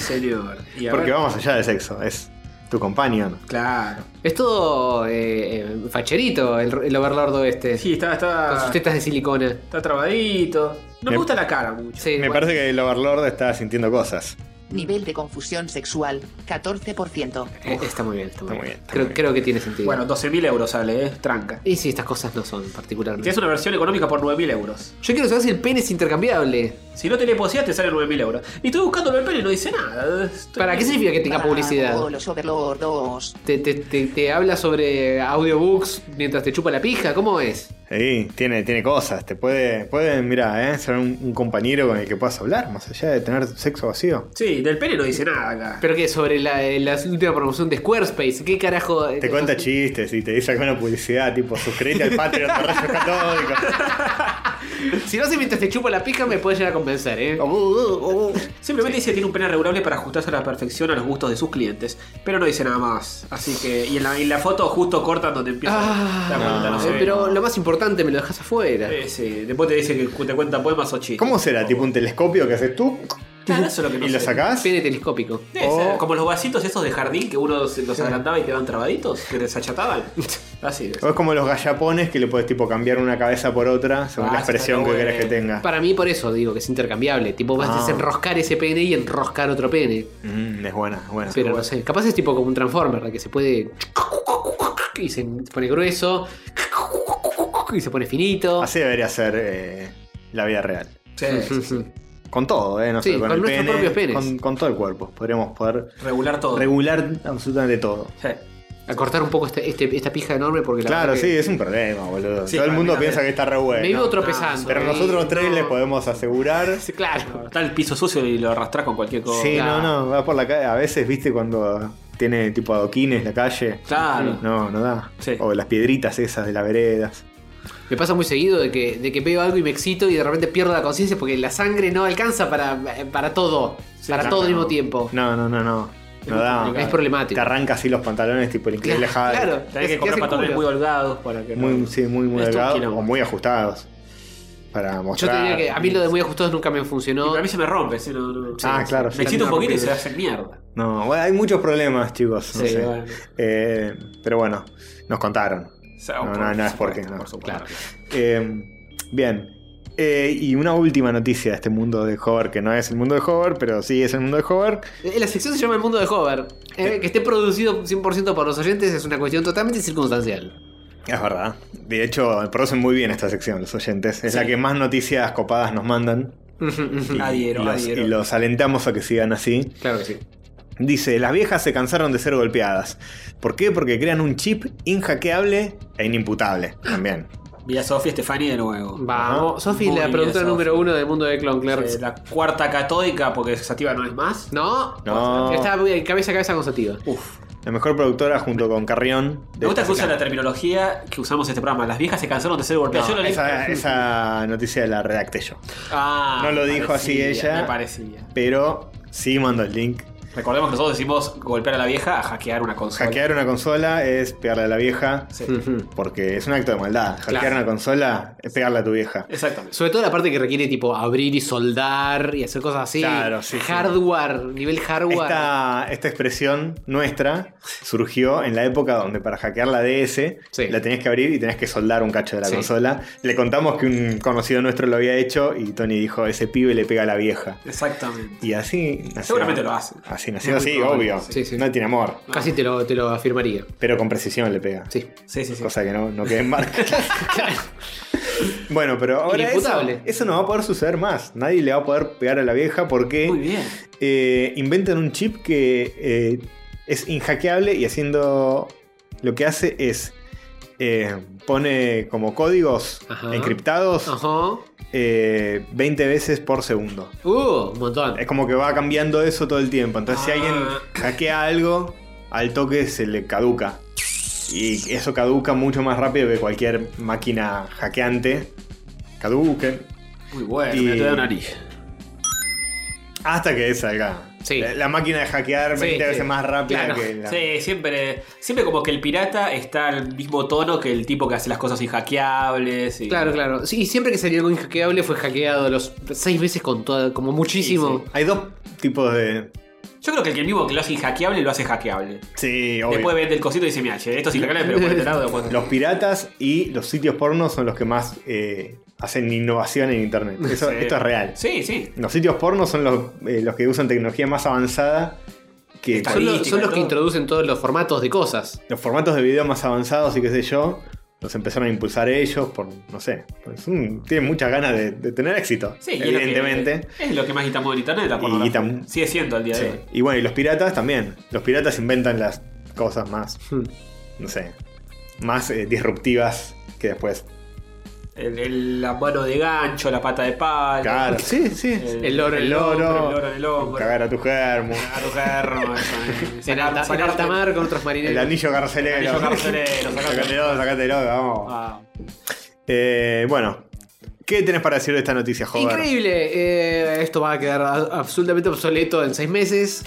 señor. Y a Porque ver- vamos allá del sexo. Es tu compañero. Claro. Es todo eh, eh, facherito el, el overlordo este. Sí, está, Con sus está, tetas de silicona. está trabadito. No me Me- gusta la cara mucho. Sí, Me bueno. parece que el Overlord está sintiendo cosas. Nivel de confusión sexual, 14%. Eh, está muy bien, está Está muy muy bien. bien, está creo, muy creo que tiene sentido. Bueno, 12.000 euros sale, ¿eh? Tranca. Y sí, estas cosas no son particularmente. Tienes una versión económica por 9.000 euros. Yo quiero saber si el pene es intercambiable. Si no te le poseas, te sale 9.000 euros. Y estoy buscándolo el pene y no dice nada. Estoy- ¿Para qué significa que tenga Bravo, publicidad? Los overlordos. ¿Te, te, te- te habla sobre audiobooks mientras te chupa la pija? ¿Cómo es? Sí, tiene, tiene cosas. Te puede, puede mira, ¿eh? ser un, un compañero con el que puedas hablar, más allá de tener sexo vacío. Sí, del pene no dice nada acá. ¿Pero qué? ¿Sobre la, eh, la última promoción de Squarespace? ¿Qué carajo? Te cuenta chistes y te dice alguna publicidad, tipo suscríbete al Patreon de Rayos Católicos. Si no hace mientras te chupa la pija, me puedes llegar a convencer, ¿eh? Oh, oh, oh, oh. Simplemente dice que tiene un pene regulable para ajustarse a la perfección a los gustos de sus clientes. Pero no dice nada más. Así que. Y en la, y la foto justo cortan donde empieza Ah, la cuenta, no no. se Eh, ve. pero lo más importante me lo dejas afuera. Eh, sí, después te dice que cu- te cuenta poemas o chistes. ¿Cómo será? ¿Tipo un telescopio que haces tú Claro, eso es lo que no y lo sé. sacás? Oh. Pene telescópico. Debe ser O- Como los vasitos esos de jardín que uno se- los agrandaba y quedaban trabaditos, que les achataban. Así es. O es como los gallapones que le puedes tipo cambiar una cabeza por otra según Ah, la eso expresión está que bueno. querés que tenga. Para mí, por eso digo que es intercambiable. Tipo, vas a Ah. desenroscar ese pene y enroscar otro pene. Mm, es buena, es buena. Pero no sé, capaz es tipo como un Transformer, ¿verdad? que se puede. y se pone grueso. y se pone finito. Así debería ser eh, la vida real. Sí, Sí, sí. Con todo, ¿eh? No Sí, solo con nuestros propios penes. Con, con todo el cuerpo. Podríamos poder regular todo. regular absolutamente todo. Sí. Acortar un poco este- este- esta pija enorme porque la claro, verdad sí, que es un problema, boludo. Sí, todo el para mí mundo también. piensa que está re bueno. Me vivo tropezando. Pero eh, nosotros tres no. les podemos asegurar. Sí, Claro. Está el piso sucio y lo arrastrás con cualquier cosa. Sí, claro. no, no, va por la calle. A veces, viste, cuando tiene tipo adoquines la calle. Claro. No, no da. Sí. O las piedritas esas de las veredas. Me pasa muy seguido de que, de que veo algo y me excito y de repente pierdo la conciencia porque la sangre no alcanza para, eh, para todo. Sí, para claro, todo al mismo no. tiempo. No, no, no, no. No muy da. complicado. es Te problemático. arranca así los pantalones, tipo el increíble Hulk. Claro. Tenés Te que comprar hace pantalones culo. muy holgados para que. no- Muy, sí, muy, muy Esto es un delgados. quilombo. O muy ajustados. Para Yo mostrar. te diría que a mí lo de muy ajustados nunca me funcionó. Y a mí se me rompe, sí, no, no. Ah, Sí, claro, sí. sí. Me excito un poquito y rompido. se hace mierda. No, bueno, hay muchos problemas, chicos. no Sí, sé. bueno. Eh, pero bueno, nos contaron. O sea, No, no, no es porque, supuesto, no. por supuesto. Claro. Eh, bien. Eh, y una última noticia de este mundo de Hover, que no es el mundo de Hover, pero sí es el mundo de Hover. Eh, La sección se llama El Eh. Mundo de Hover. Eh, que esté producido 100% por los oyentes es una cuestión totalmente circunstancial. Es verdad. De hecho, producen muy bien esta sección los oyentes. Es Sí. la que más noticias copadas nos mandan. Y, Adhiero, y los, adhiero. y los alentamos a que sigan así. Claro que sí. Dice, las viejas se cansaron de ser golpeadas. ¿Por qué? Porque crean un chip inhackeable e inimputable también. Vi a Sofía Stefani de nuevo. Vamos. Sofi, Muy la bien, productora Sofi. número uno del mundo de Clone Clerks. Eh, La cuarta catódica, porque Sativa no es más. No. No. Está muy- cabeza a cabeza con Sativa. Uf. La mejor productora junto con Carrión. de Me gusta que esta usa la terminología que usamos en este programa. Las viejas se cansaron de ser golpeadas. Yo semana. lo esa, leí- esa noticia la redacté yo. Ah, no lo me dijo así parecía, ella. Me parecía. Pero sí mando el link. Recordemos que nosotros decimos golpear a la vieja a hackear una consola. Hackear una consola es pegarle a la vieja. Sí. Ujú. Porque es un acto de maldad. Hackear Claro. una consola es pegarle a tu vieja. Exactamente. Sobre todo la parte que requiere tipo abrir y soldar y hacer cosas así. Claro, sí, sí. Hardware, nivel hardware. Esta, esta expresión nuestra surgió en la época donde para hackear la DS Sí. la tenías que abrir y tenías que soldar un cacho de la Sí. consola. Le contamos que un conocido nuestro lo había hecho y Tony dijo, ese pibe le pega a la vieja. Exactamente. Y así nació. Seguramente lo hace. Así nació, Muy sí, probable, obvio. sí, sí. No tiene amor, Casi te lo, te lo afirmaría. pero con precisión le pega. Sí. Sí, sí, sí. Cosa que no, no queda en marca. bueno, pero ahora eso, Inimputable. eso no va a poder suceder más. Nadie le va a poder pegar a la vieja porque... Muy bien. eh, inventan un chip que eh, es inhackeable y haciendo lo que hace es eh, pone como códigos Ajá. encriptados Ajá. eh, 20 veces por segundo. Uh, un montón. Es como que va cambiando eso todo el tiempo. Entonces si Ah. alguien hackea algo, al toque se le caduca. Y eso caduca mucho más rápido que cualquier máquina hackeante. Caduque. Muy bueno. Y- Mira, te da una nariz. Hasta que salga. Sí. La, la máquina de hackear 20 Sí, sí. veces más rápida Claro. que la... Sí, siempre, siempre como que el pirata está al mismo tono que el tipo que hace las cosas inhackeables. y- Claro, claro. Sí, y siempre que salió algo inhackeable fue hackeado los seis veces con toda, como muchísimo. Hay dos tipos de. Yo creo que el que mismo que lo hace inhackeable lo hace hackeable. Sí, obvio. Después vende el cosito y dice, mira, che, esto es inhackeable, pero por este lado. bueno". Los piratas y los sitios porno son los que más eh, hacen innovación en internet. Eso, Sí. Esto es real. Sí, sí. Los sitios porno son los, eh, los que usan tecnología más avanzada que Está- Son, los- Estadística, son los que todo. introducen todos los formatos de cosas. los formatos de video más avanzados y qué sé yo. Los empezaron a impulsar ellos por, no sé, pues, un- tienen muchas ganas de, de tener éxito, Sí, y es lo que- evidentemente. Es lo que, más quitamos en internet, la Y pornografía. quitan- Sigue siendo al día de Sí. hoy. ¿eh? Y bueno, y los piratas también. Los piratas inventan las cosas más, Hmm. no sé, más eh, disruptivas que después El- el- la mano de gancho, la pata de palo. Claro, sí, sí. El loro, el hombro, El loro en el hombro. Cagar a tu germo. Cagar tu germo, eso, eh. En Sacar- alta, en sacarte- alta mar con otros El marineros. anillo carcelero. El anillo carcelero, sacate- Sacátelo, sacátelo, vamos. Ah, Eh, bueno, ¿qué tenés para decir de esta noticia, joder? Increíble. Eh, esto va a quedar a- absolutamente obsoleto en seis meses.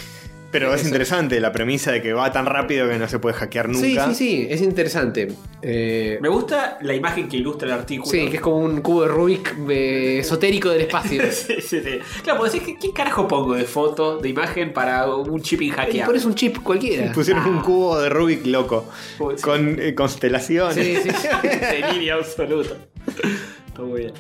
Pero es interesante la premisa de que va tan rápido que no se puede hackear nunca. Sí, sí, sí. Es interesante. Eh, Me gusta la imagen que ilustra el artículo. sí, que es como un cubo de Rubik eh, esotérico del espacio. Sí, sí, sí. Claro, porque decís, ¿qué, qué carajo pongo de foto, de imagen para un chip Y hackeado? pones un chip cualquiera. Pusieron un cubo de Rubik loco. Uy, sí. Con eh, constelaciones. Sí, sí. Delirio absoluto. Está muy bien.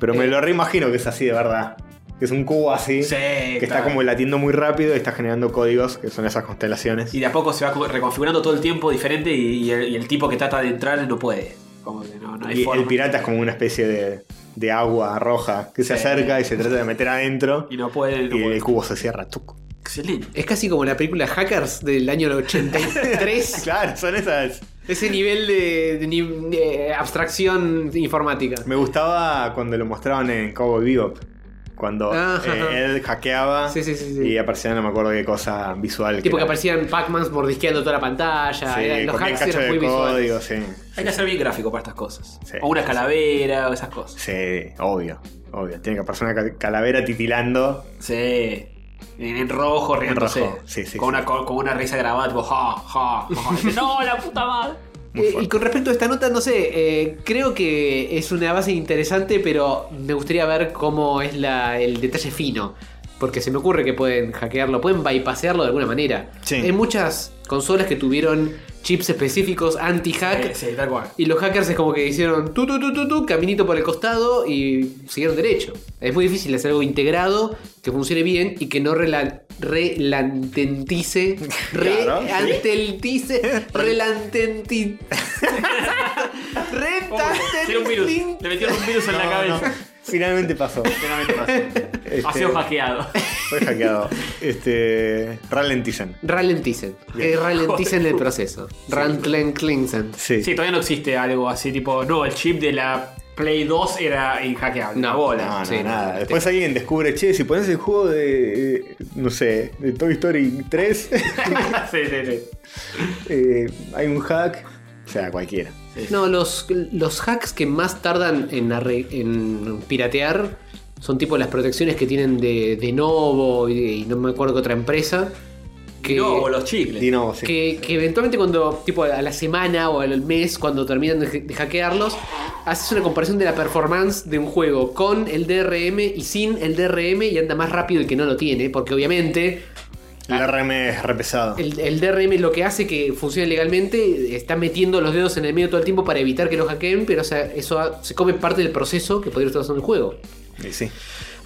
Pero Eh, me lo reimagino que es así de verdad. Que es un cubo así. Sí, que está claro. como latiendo muy rápido y está generando códigos que son esas constelaciones. Y de a poco se va como reconfigurando todo el tiempo diferente y, y el, y el tipo que trata de entrar no puede. Como que no, no hay Y forma. el pirata es como una especie de, de agua roja que se Sí. acerca y se trata de meter adentro Y no puede, no y puede. el cubo se cierra. tuc. Excelente. Es casi como la película Hackers del año 83. Claro, son esas. Ese nivel de, de ni- de abstracción informática. Me gustaba cuando lo mostraban en Cowboy Bebop. Cuando Ah, Ajá. eh, él hackeaba Sí, sí, sí, sí. y aparecía no me acuerdo qué cosa visual. Tipo que era. aparecían Pac-Mans mordisqueando toda la pantalla. Sí, eran- eh, los con el hacks cacho eran muy de visuales. código, sí. Hay que hacer bien gráfico para estas cosas. Sí. O una calavera o esas cosas. Sí, obvio. Obvio. Tiene que aparecer una ca- calavera titilando. Sí. En, en rojo, riéndose. rojo. Sí, sí, con, sí. Una, con, con una risa grabada, tipo, ja, ja, ja. ja. no, la puta madre. Muy Eh, fuerte. y con respecto a esta nota, no sé, eh, creo que es una base interesante, pero me gustaría ver cómo es la, el detalle fino. Porque se me ocurre que pueden hackearlo, pueden bypassearlo de alguna manera. Sí. Hay muchas consolas que tuvieron chips específicos anti-hack. Eh, Sí, tal cual. Y los hackers es como que hicieron tu, tu, tu, tu, tu, caminito por el costado y siguieron derecho. Es muy difícil hacer algo integrado, que funcione bien y que no rela- relantentice, Claro, reanteltice, relantenti, Tiene un virus. rentantentin. Le metieron un virus en la No, cabeza. no, Finalmente pasó. Finalmente pasó. Ha sido hackeado. Fue hackeado. Este. Ralentizan. Ralenticen, que ralenticen el proceso. Rantlenklinsen. Sí. Sí, todavía no existe algo así tipo, no, el chip de la Play 2 era inhackeable. No, Una No, bola. no, Sí, nada. no, Después alguien descubre, che, si pones el juego de. eh, no sé, de Toy Story 3, sí, sí, sí. eh, hay un hack. O sea, cualquiera. No, los, los hacks que más tardan en, arre- en piratear son tipo las protecciones que tienen de, de Novo y, y no me acuerdo qué otra empresa. Que, No, o los chicles. Y no, sí. que, que eventualmente cuando, tipo a la semana o al mes, cuando terminan de, de hackearlos, haces una comparación de la performance de un juego con el DRM y sin el DRM y anda más rápido el que no lo tiene, porque obviamente El RM es repesado. el, el DRM lo que hace que funcione legalmente, está metiendo los dedos en el medio todo el tiempo para evitar que lo hackeen, pero o sea, eso ha- se come parte del proceso que podría estar haciendo el juego. Y sí.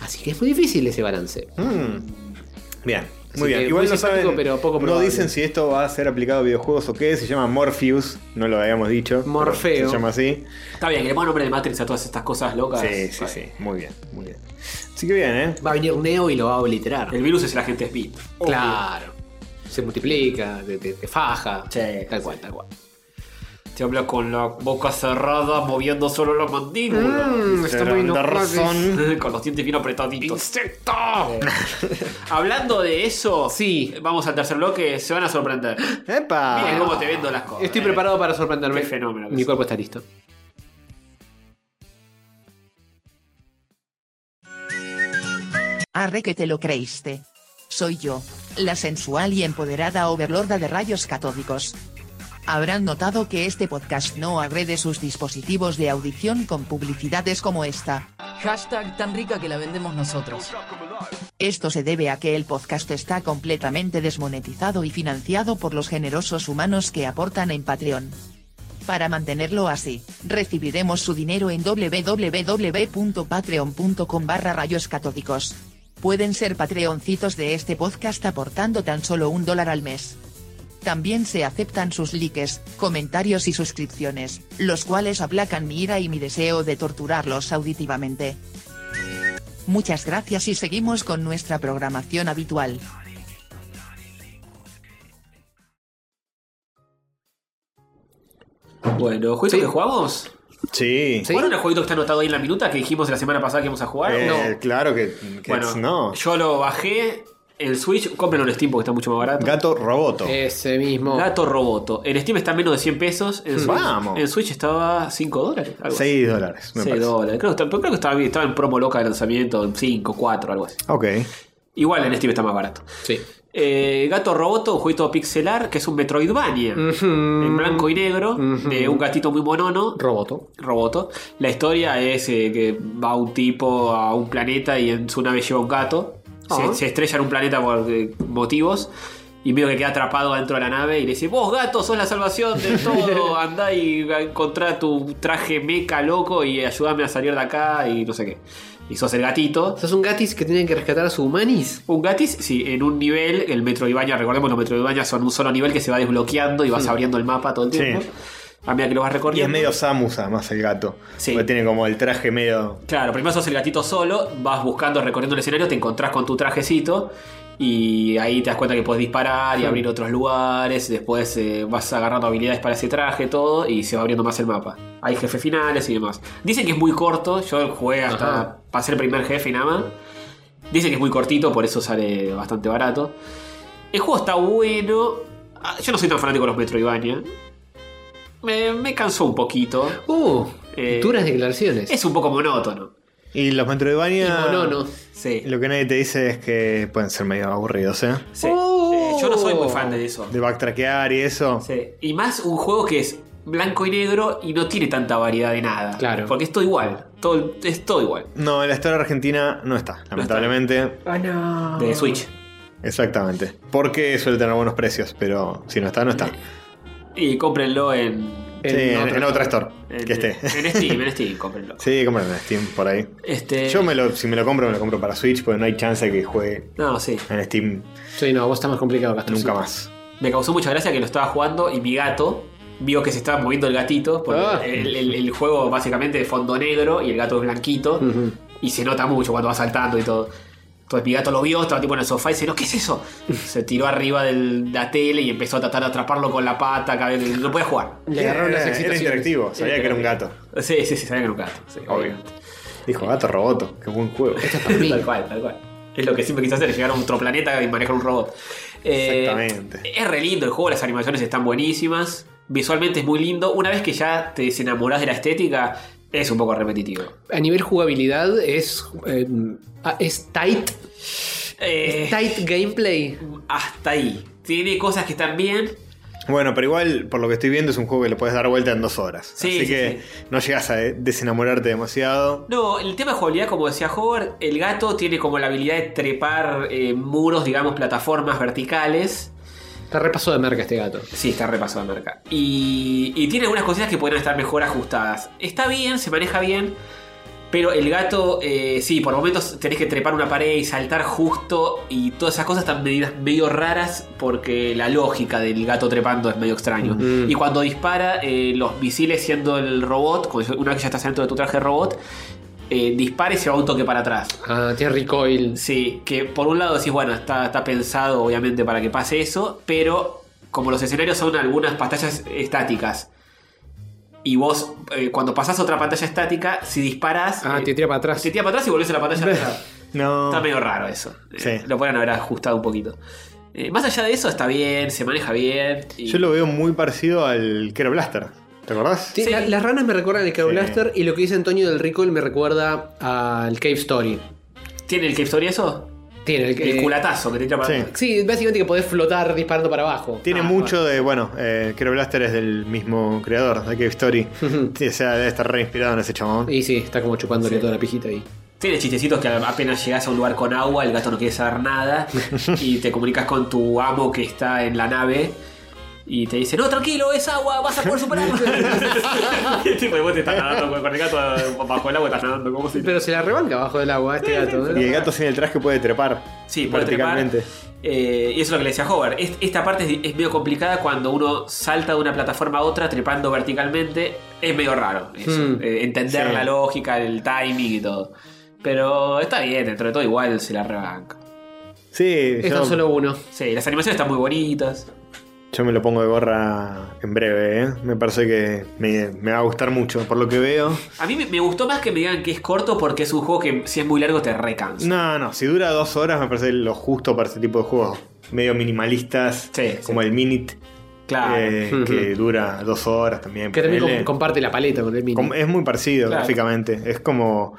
Así que es muy difícil ese balance. Mm. Bien. Así Muy bien, que igual muy no saben, simpático, pero poco no probable. dicen si esto va a ser aplicado a videojuegos o qué, se llama Morpheus, no lo habíamos dicho. pero Morfeo. Ah, Se llama así. Está bien, que le pongo nombre de Matrix a todas estas cosas locas. Sí, sí, sí, muy bien, muy bien. Así que bien, ¿eh? Va a venir Neo y lo va a obliterar. El virus es el agente Speed. Claro. Se multiplica, te, te- te faja. Sí, tal cual, tal cual. Te habla con la boca cerrada, moviendo solo la mandíbula. Mm, está muy enojado. Con los dientes bien apretaditos. ¡Insecto! Hablando de eso, Sí. vamos al tercer bloque, se van a sorprender. ¡Epa! Miren cómo te vendo las cosas. Estoy preparado para sorprenderme. Qué fenómeno que Mi sos. cuerpo está listo. Arre que te lo creíste. Soy yo, la sensual y empoderada overlorda de rayos catódicos. Habrán notado que este podcast no agrede sus dispositivos de audición con publicidades como esta. Hashtag tan rica que la vendemos nosotros. Esto se debe a que el podcast está completamente desmonetizado y financiado por los generosos humanos que aportan en Patreon. Para mantenerlo así, recibiremos su dinero en www.patreon.com barra rayos catódicos. Pueden ser patreoncitos de este podcast aportando tan solo un dólar al mes. También se aceptan sus likes, comentarios y suscripciones, los cuales aplacan mi ira y mi deseo de torturarlos auditivamente. Muchas gracias y seguimos con nuestra programación habitual. Bueno, ¿juicio que jugamos? Sí. Sí. ¿Jugaron el jueguito que está anotado ahí en la minuta que dijimos la semana pasada que íbamos a jugar? Eh, No. Claro que, que Bueno, es- no. yo lo bajé en Switch. Cómprenlo en Steam porque está mucho más barato. Gato Roboto. Ese mismo. Gato Roboto. En Steam está menos de 100 pesos. En Switch, Vamos. En Switch estaba 5 dólares. algo así. 6 dólares, me 6 parece. dólares. Creo, que está- pero creo que estaba, bien, estaba en promo loca de lanzamiento, en 5, 4, algo así. Ok. Igual en Steam está más barato. Sí. Eh, Gato Roboto, un jueguito pixelar que es un Metroidvania. En blanco y negro, de un gatito muy monono. Roboto. Roboto. La historia es eh, que va un tipo a un planeta y en su nave lleva un gato. Ah. Se, se estrella en un planeta por eh, motivos. Y medio que queda atrapado dentro de la nave y le dice, vos gato, sos la salvación de todo, andá y encontrá tu traje meca loco y ayúdame a salir de acá y no sé qué. Y sos el gatito. ¿Sos un gatis que tienen que rescatar a su humanis? Un gatis, sí, en un nivel, el Metroidvania, recordemos los Metroidvania son un solo nivel que se va desbloqueando y vas abriendo el mapa todo el Sí. tiempo. A medida que lo Y vas es recorriendo. medio Samus además el gato. Sí. Porque tiene como el traje medio. Claro, primero sos el gatito solo, vas buscando, recorriendo el escenario, te encontrás con tu trajecito y ahí te das cuenta que podés disparar y abrir otros lugares, después eh, vas agarrando habilidades para ese traje, todo, y se va abriendo más el mapa. Hay jefes finales y demás. Dicen que es muy corto, yo jugué hasta Ajá. pasé el primer jefe y nada más. Dicen que es muy cortito, por eso sale bastante barato. El juego está bueno. Ah, Yo no soy tan fanático de los Metroidvania. Me, me cansó un poquito. Uh, Eh, duras declaraciones. Es un poco monótono. Y los Metroidvania. Y monono. Sí. Lo que nadie te dice es que pueden ser medio aburridos, ¿eh? Sí. Oh. Eh, yo no soy muy fan de eso. De backtrackear y eso. Sí. Y más un juego que es blanco y negro y no tiene tanta variedad de nada. Claro. Porque es todo igual. Todo, es todo igual. No, en la historia argentina no está, lamentablemente. Ah. De Switch. Exactamente. Porque suele tener buenos precios, pero si no está, no está. Y cómprenlo en. Sí, en, otro- en otra store. En, que esté. en Steam, en Steam, cómprenlo. Sí, compran en Steam por ahí. Este, Yo me lo, si me lo compro, me lo compro para Switch, porque no hay chance que juegue No, sí. en Steam Sí, no, vos estás más complicado, Castor. nunca más. Me causó mucha gracia que lo estaba jugando y mi gato vio que se estaba moviendo el gatito. Porque Ah. el, el- el juego básicamente de fondo negro y el gato es blanquito. Ujú. Y se nota mucho cuando va saltando y todo. Entonces mi gato lo vio, estaba tipo en el sofá y dice, no, ¿qué es eso? Se tiró arriba de la tele y empezó a tratar de atraparlo con la pata, cada vez- no puede jugar. Le Era- agarraron las era, excitaciones. interactivo, sabía que era un gato. Sí, sí, sí, sabía que era un gato. sí, Obvio. Dijo, gato roboto, qué buen juego. Tal cual, tal cual. Es lo que siempre quise hacer, llegar a otro planeta y manejar un robot. Eh, Exactamente. Es re lindo el juego, las animaciones están buenísimas. Visualmente es muy lindo. Una vez que ya te desenamorás de la estética, es un poco repetitivo. A nivel jugabilidad es. eh, ah, es tight. Eh, Es tight gameplay. hasta ahí. Tiene cosas que están bien. Bueno, pero igual, por lo que estoy viendo, es un juego que le puedes dar vuelta en dos horas. Sí, Así sí, que no llegas a desenamorarte demasiado. No, el tema de jugabilidad, como decía Howard, el gato tiene como la habilidad de trepar eh, muros, digamos, plataformas verticales. Te repaso de marca este gato. Sí, está repasado de marca. Y, y tiene algunas cositas que pueden estar mejor ajustadas. Está bien, se maneja bien. Pero el gato, eh, sí, por momentos tenés que trepar una pared y saltar justo. Y todas esas cosas están medidas medio raras porque la lógica del gato trepando es medio extraño. Ujú. Y cuando dispara, eh, los misiles siendo el robot, cuando- una vez que ya estás dentro de tu traje de robot, eh, dispara y se va un toque para atrás. Ah, tiene recoil. Sí, que por un lado decís, bueno, está, está pensado obviamente para que pase eso, pero como los escenarios son algunas pantallas estáticas, y vos eh, cuando pasás a otra pantalla estática, si disparás, Ah, eh, te tira para atrás. se tira para atrás y volvés a la pantalla de atrás. No. Está medio raro eso. Eh, Sí. Lo pueden haber ajustado un poquito. Eh, más allá de eso, está bien, se maneja bien. y- Yo lo veo muy parecido al Kero Blaster. ¿Te acordás? Sí, Sí. la- las ranas me recuerdan al Cabo Sí. Blaster y lo que dice Antonio del Recoil me recuerda al Cave Story. ¿Tiene el Cave Story eso? Tiene el, El eh, culatazo que te tira para Sí. Sí, básicamente que podés flotar disparando para abajo. Tiene Ah, mucho de, bueno, eh, Kero Blaster es del mismo creador, de Cave Story. Ujú. Sí, o sea, debe estar re inspirado en ese chabón. Y sí, está como chupándole Sí. toda la pijita ahí. Tiene chistecitos que apenas llegas a un lugar con agua, el gato no quiere saber nada y te comunicas con tu amo que está en la nave y te dice, no, tranquilo, es agua, vas a poder superarlo. tipo, y vos te estás nadando con- con el gato eh, bajo el agua, estás nadando como si... Pero se la rebanca abajo del agua este gato. ¿eh? Y el gato sin el traje puede trepar. Sí, puede trepar. Eh, y eso es lo que le decía Hover. Es- esta parte es, es medio complicada cuando uno salta de una plataforma a otra trepando verticalmente. Es medio raro. eso. Hmm. Eh, entender Sí. la lógica, el timing y todo. Pero está bien, dentro de todo igual se la rebanca. Sí, Es yo, tan solo uno. Sí, las animaciones están muy bonitas. yo me lo pongo de gorra en breve, ¿eh? Me parece que me, me va a gustar mucho por lo que veo. A mí me, me gustó más que me digan que es corto porque es un juego que si es muy largo te recansa. No, no, si dura dos horas me parece lo justo para ese tipo de juegos medio minimalistas, Sí, Ah. como el Minute, Claro. eh, Ujú. que dura dos horas también. Que también ponele. com- comparte la paleta con el mini. Com- Es muy parecido Claro. gráficamente. Es como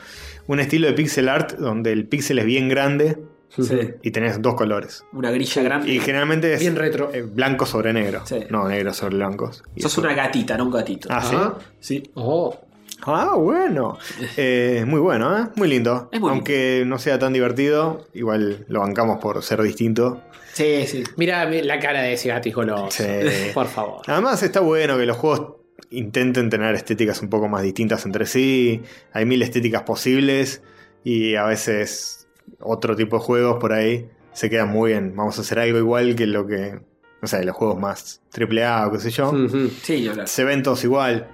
un estilo de pixel art donde el pixel es bien grande Sí. y tenés dos colores. Una grilla grande. Y generalmente es Bien retro. eh, blanco sobre negro. Sí. No, negro sobre blancos. Y Sos eso- una gatita, no un gatito. Ah, sí. Ajá. Sí. Oh. Ah, bueno. Eh, muy bueno, ¿eh? Muy lindo. Es muy Aunque no sea tan divertido, igual lo bancamos por ser distinto. Sí, sí. Mira la cara de ese gato goloso. Sí. Por favor. Además está bueno que los juegos intenten tener estéticas un poco más distintas entre sí. Hay mil estéticas posibles y a veces otro tipo de juegos por ahí se quedan muy bien. Vamos a hacer algo igual que lo que, no sé, los juegos más AAA o qué sé yo. Ujú. Sí, yo la- Se ven todos igual.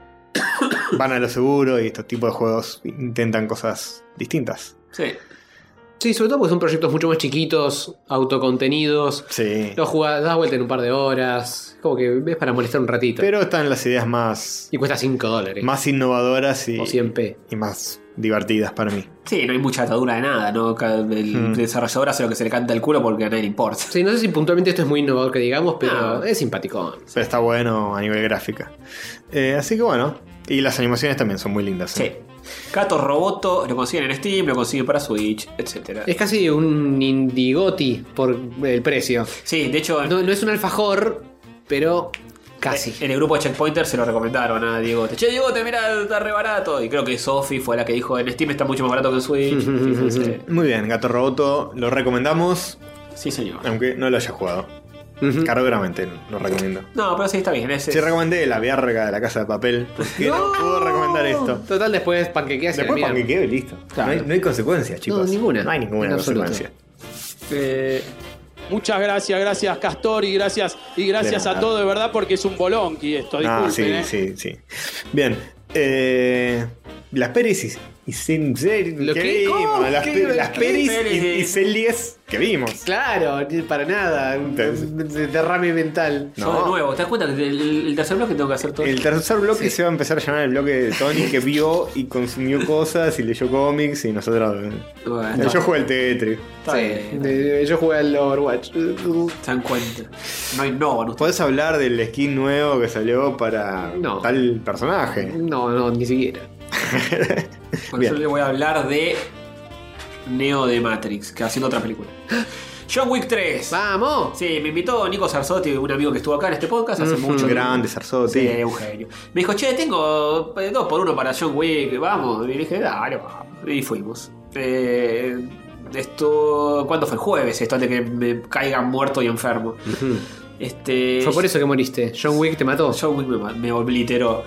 Van a lo seguro y estos tipos de juegos intentan cosas distintas. Sí. Sí, sobre todo porque son proyectos mucho más chiquitos, autocontenidos. Sí. Lo jugás, das vuelta en un par de horas. Como que ves para molestar un ratito. Pero están las ideas más, y cuesta 5 dólares. más innovadoras y, O 100p. y más divertidas para mí. Sí, no hay mucha atadura de nada, ¿no? Cada- El Hmm. desarrollador hace lo que se le canta el culo porque a nadie le importa. Sí, no sé si puntualmente esto es muy innovador que digamos, pero No. es simpático. Pero está bueno a nivel gráfica. Eh, así que bueno. Y las animaciones también son muy lindas. Sí. ¿eh? Gato Roboto lo consiguen en Steam, lo consiguen para Switch, etcétera. Es casi un indigoti por el precio. Sí, de hecho, No, no es un alfajor, pero casi. En el grupo de Checkpointer se lo recomendaron a Diego. Che, Diego, te mira, está re barato. Y creo que Sofi fue la que dijo: en Steam está mucho más barato que en Switch. Fíjense. Muy bien, Gato Roboto, lo recomendamos, Sí, señor. aunque no lo haya jugado. Cargamente, lo recomiendo. No, pero sí está bien. es- Sí, recomendé la viarga de la casa de papel. ¿Por qué no, puedo recomendar esto? Total, después panquequeas y a la Después mierda. para que quede listo. Claro. No, hay, no hay consecuencias, chicos. ninguna. No hay ninguna En absoluto. consecuencia. Eh, Muchas gracias, gracias Castor y gracias y gracias De nada. a todos de verdad porque es un bolonqui esto, disculpen. Ah, sí, eh. sí, sí. Bien. Eh, las peris y, y sin ser ¿Lo que qué? ¿Cómo? vimos. Las, ¿Qué? pe- las ¿Qué peris pelis? y, y celis que vimos. claro, ni para nada. Un Entonces- un derrame mental. Yo de nuevo, ¿te das cuenta que el, el tercer bloque tengo que hacer todo? El tercer bloque Sí. se va a empezar a llamar el bloque de Tony que vio y consumió cosas y leyó cómics y nosotros. eh, Ah, Bueno, Yo jugué al Tetris. está Sí, bien. eh, yo jugué al Overwatch. Se dan cuenta. No innovan ustedes. ¿Podés hablar del skin nuevo que salió para No. tal personaje? No, no, ni siquiera. Bueno, yo Bien. le voy a hablar de Neo de Matrix, que haciendo otra película. John Wick 3. ¡Vamos! Sí, me invitó Nico Sarsotti, un amigo que estuvo acá en este podcast hace Ujú. mucho Grande, Sarsotti. Sí, Eugenio. Me dijo, che, tengo eh, dos por uno para John Wick, vamos. Y dije, dale, vamos. Y fuimos. Eh, esto. ¿Cuándo fue? El jueves, esto antes que me caiga muerto y enfermo. Este. Fue por eso que moriste. John Wick te mató. John Wick me, me obliteró.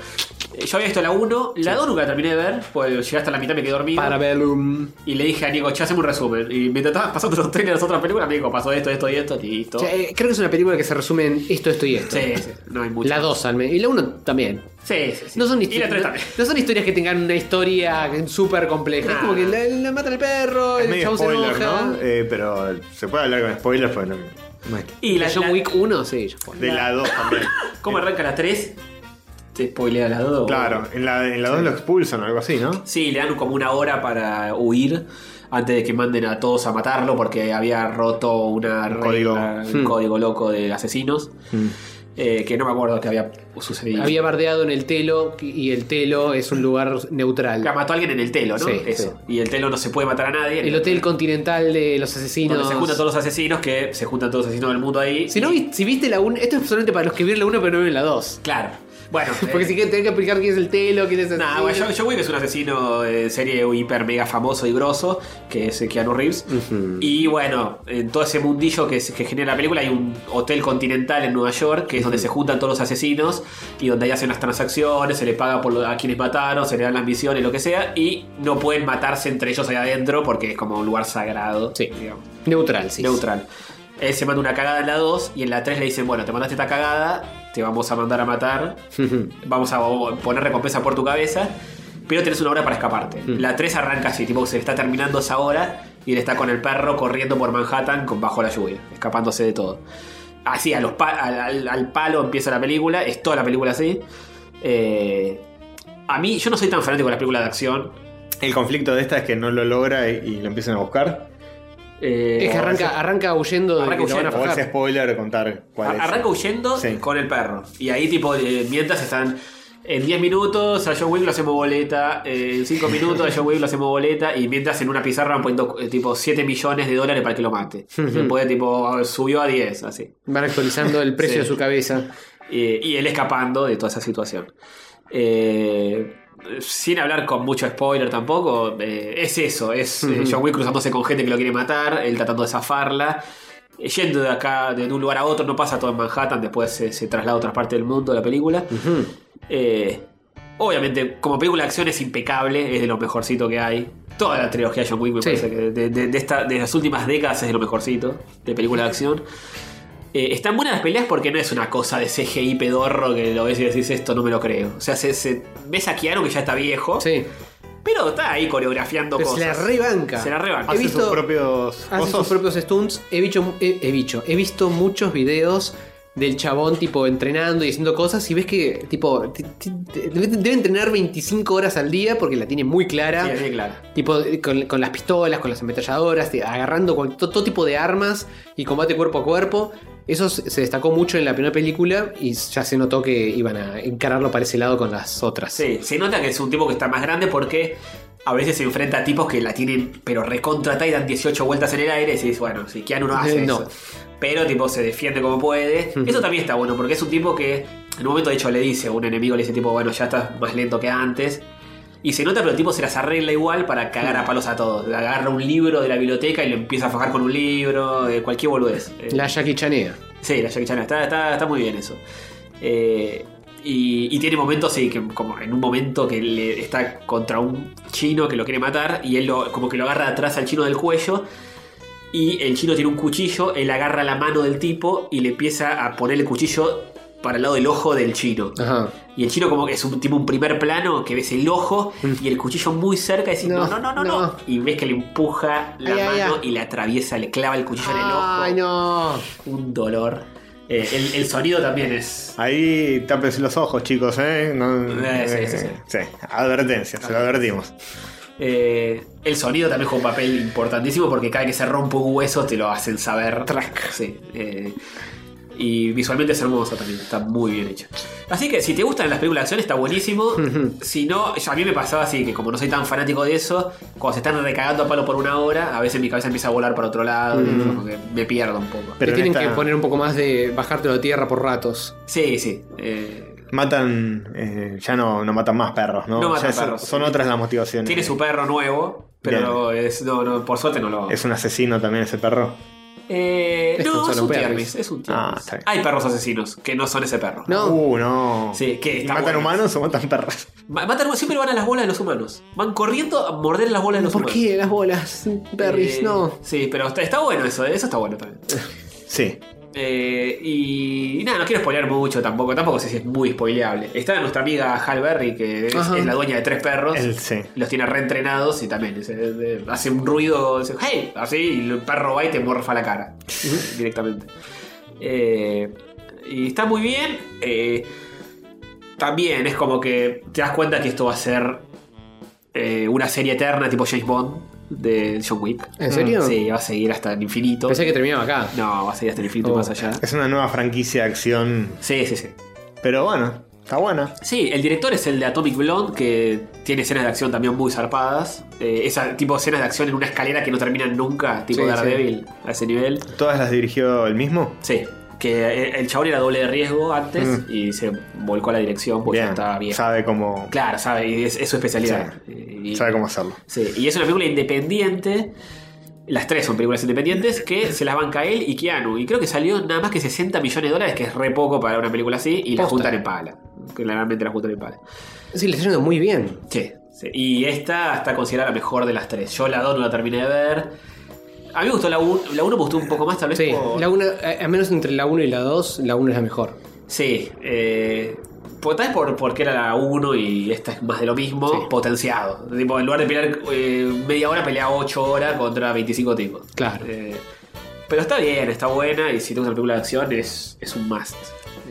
Eh, Yo había visto la 1, la 2 nunca la terminé de ver, pues llegué hasta la mitad me quedé dormido. Parabellum. Y le dije a Nico, che, hacemos un resumen. Y mientras estabas pasando los trailers de las otras películas, me dijo, pasó esto, esto y esto, y esto. O sea, eh, creo que es una película que se resume en esto, esto y esto. Sí, sí, no hay mucho. La 2 al menos. Y la 1 también. Sí, sí, sí. No son, Y la historias, 3 no, también. no son historias que tengan una historia súper compleja. Es Nah. como que le, le matan al perro, Es el medio chavo se spoiler, enoja. ¿no? Eh, pero se puede hablar con spoilers, pero no. no hay- Y la la, John la- Wick 1, sí, ya fue. De la 2 también. ¿Cómo arranca la 3? Eh, Te spoilea la 2. Claro, en la 2 lo expulsan o algo así, ¿no? Sí, le dan como una hora para huir antes de que manden a todos a matarlo porque había roto una Un regla, código. Hmm. un código loco de asesinos. eh, que no me acuerdo que había sucedido. Había bardeado en el Telo y el Telo es un lugar La neutral. mató a alguien en el telo, ¿no? Sí, Eso. Y el telo no se puede matar a nadie. El Hotel Continental de los donde Asesinos. se juntan todos los asesinos, que se juntan todos los asesinos del mundo ahí. Si, no, vi- si viste la 1, esto es solamente para los que vieron la 1 pero no vieron la 2. Claro. Bueno, eh, Porque si quieren tener que explicar quién es el Telo, quién es el. Nah, bueno, John, John Wick es un asesino de serie hiper mega famoso y grosso, que es eh, Keanu Reeves. Y bueno, en todo ese mundillo que, se- que genera la película hay un hotel continental en Nueva York, que es donde se juntan todos los asesinos y donde ahí hacen las transacciones, se le paga por lo- a quienes mataron, se le dan las misiones, lo que sea, y no pueden matarse entre ellos ahí adentro porque es como un lugar sagrado. Sí. digamos. Neutral, sí. Neutral. Él se manda una cagada en la 2 y en la 3 le dicen, bueno, te mandaste esta cagada, te vamos a mandar a matar, vamos a poner recompensa por tu cabeza, pero tenés una hora para escaparte. Mm. La 3 arranca así, tipo, se le está terminando esa hora y él está con el perro corriendo por Manhattan con, bajo la lluvia, escapándose de todo. Así, a los pa- al, al- al palo empieza la película, es toda la película así. Eh, a mí, yo no soy tan fanático de las películas de acción. El conflicto de esta es que no lo logra y, y lo empiezan a buscar. Eh, Es que arranca, arranca huyendo de Arranca que lo van a huyendo. O ese fajar. spoiler contar cuál es. A- Arranca huyendo Sí. con el perro. Y ahí, tipo, eh, mientras están. En 10 minutos a John Wick lo hacemos boleta. eh, en 5 minutos a John Wick lo hacemos boleta. Y mientras en una pizarra van poniendo eh, tipo 7 millones de dólares para que lo mate. Después tipo subió a 10, así. Van actualizando el precio Sí. de su cabeza. Eh, y él escapando de toda esa situación. Eh, sin hablar con mucho spoiler tampoco, eh, es eso, es eh, John Wick cruzándose con gente que lo quiere matar, él tratando de zafarla, eh, yendo de acá, de un lugar a otro, no pasa todo en Manhattan, después se, se traslada a otras partes del mundo la película. Eh, obviamente, como película de acción es impecable, es de lo mejorcito que hay. Toda la trilogía de John Wick me Sí. parece que de, de- de esta- de las últimas décadas es de lo mejorcito de película de acción. Eh, están buenas las peleas porque no es una cosa de CGI pedorro que lo ves y decís esto no me lo creo. O sea, se, se- ves a Keanu que ya está viejo, Sí. pero está ahí coreografiando Pero se cosas. la rebanca. Se la rebanca. He Hace visto- sus propios Hace sus pozos. propios stunts. He visto, he, he bicho. he visto muchos videos del chabón tipo entrenando y haciendo cosas y ves que tipo ti- ti- te- debe, debe entrenar 25 horas al día porque la tiene muy clara. Sí, así, claro. Tipo eh, con, con las pistolas, con las ametralladoras, te- agarrando cual- to- todo tipo de armas y combate cuerpo a cuerpo. Eso se se destacó mucho en la primera película y ya se notó que iban a encararlo para ese lado con las otras. Sí, se nota que es un tipo que está más grande porque a veces se enfrenta a tipos que la tienen, pero recontrata y dan 18 vueltas en el aire. Y dices, bueno, si Keanu no hace Eh, no. eso. Pero tipo se defiende como puede. Eso también está bueno, porque es un tipo que en un momento de hecho le dice, un enemigo le dice tipo, bueno, ya estás más lento que antes. Y se nota, pero el tipo se las arregla igual para cagar a palos a todos. Agarra un libro de la biblioteca y lo empieza a fajar con un libro, eh, cualquier boludez. Eh, La Jackie Chanea. Sí, la Jackie Chan está, está, está muy bien eso. Eh, y, y tiene momentos, sí, que como en un momento que le está contra un chino que lo quiere matar y él lo- como que lo agarra atrás al chino del cuello. Y el chino tiene un cuchillo, él agarra la mano del tipo y le empieza a poner el cuchillo para el lado del ojo del chino. Ajá. Y el chino como que es un tipo un primer plano que ves el ojo y el cuchillo muy cerca y decís, no, Mm. No, no, no, no, no. no. Y ves que le empuja la Ay, ay, mano ay. y la atraviesa, le clava el cuchillo en el ojo Ay, no. un dolor. Eh, el, el sonido también es. Ahí tápense los ojos, chicos, ¿eh? No- Eh, sí, sí, sí. advertencia, se lo advertimos. eh, el sonido también juega un papel importantísimo porque cada que se rompe un hueso te lo hacen saber. Sí. eh, y visualmente es hermoso también, está muy bien hecho. Así que si te gustan las películas de acción, está buenísimo. si no, yo- a mí me pasaba así que como no soy tan fanático de eso, cuando se están recagando a palo por una hora, a veces mi cabeza empieza a volar para otro lado y como que me pierdo un poco. Pero Te en tienen esta que poner un poco más de bajártelo a tierra por ratos. Sí, sí. eh, Matan, eh, ya no, no matan más perros, ¿no? No matan Ya son- perros. Son otras las motivaciones. tiene su perro nuevo, pero es, no, no, por suerte no lo. Es un asesino también ese perro. Eh, Es un no, es solo un perro. tiernis. Es un tiernis. Ah, está bien. Hay perros asesinos que no son ese perro. No. Uh, no. Sí, que está ¿Matan bueno. humanos o matan perros? Ma- Matan, siempre van a las bolas de los humanos. Van corriendo a morder las bolas de los ¿Por humanos. qué las bolas? Berries, Eh, no. Sí, pero está, está bueno eso. eh, Eso está bueno también. Sí. Eh, y, y nada, no quiero spoilear mucho tampoco. Tampoco sé si es muy spoileable. Está nuestra amiga Hal Berry, que es, Ajá. es la dueña de tres perros. El- sí. Los tiene reentrenados y también es- es- es- hace un ruido, dice, hey, así, y el perro va y te morfa la cara directamente. Eh, y está muy bien. eh, también es como que te das cuenta que esto va a ser eh, una serie eterna tipo James Bond de John Wick. ¿En serio? Mm, Sí, va a seguir hasta el infinito. Pensé que terminaba acá. No, va a seguir hasta el infinito y Oh. más allá. Es una nueva franquicia de acción. Sí, sí, sí. Pero bueno, está buena. Sí, el director es el de Atomic Blonde, que tiene escenas de acción también muy zarpadas. Eh, esa tipo de escenas de acción en una escalera que no terminan nunca, tipo Sí, Daredevil, a ese nivel. ¿Todas las dirigió el mismo? Sí, que eh, el chabón era doble de riesgo antes y se volcó a la dirección porque Pues ya estaba bien. Sabe cómo, Claro, sabe, y es, es su especialidad. Eh, Y- sabe cómo hacerlo. Sí, y es una película independiente. Las tres son películas independientes que se las banca él y Keanu. Y creo que salió nada más que 60 millones de dólares, que es re poco para una película así, y la Posta. juntan en pala. Claramente la juntan en pala. Sí, le está yendo muy bien. Sí, sí. Y esta está considerada la mejor de las tres. Yo la 2 no la terminé de ver. A mí me gustó la 1, la uno me gustó un poco más, tal vez. Sí, por- la una, a- al menos entre la 1 y la 2, la 1 es la mejor. Sí, eh, por- tal vez por, porque era la 1 y esta es más de lo mismo, Sí. potenciado. Tipo, en lugar de pelear eh, media hora, pelea 8 horas contra 25 tipos. Claro. Eh, pero está bien, está buena y si te gusta la película de acción es, es un must.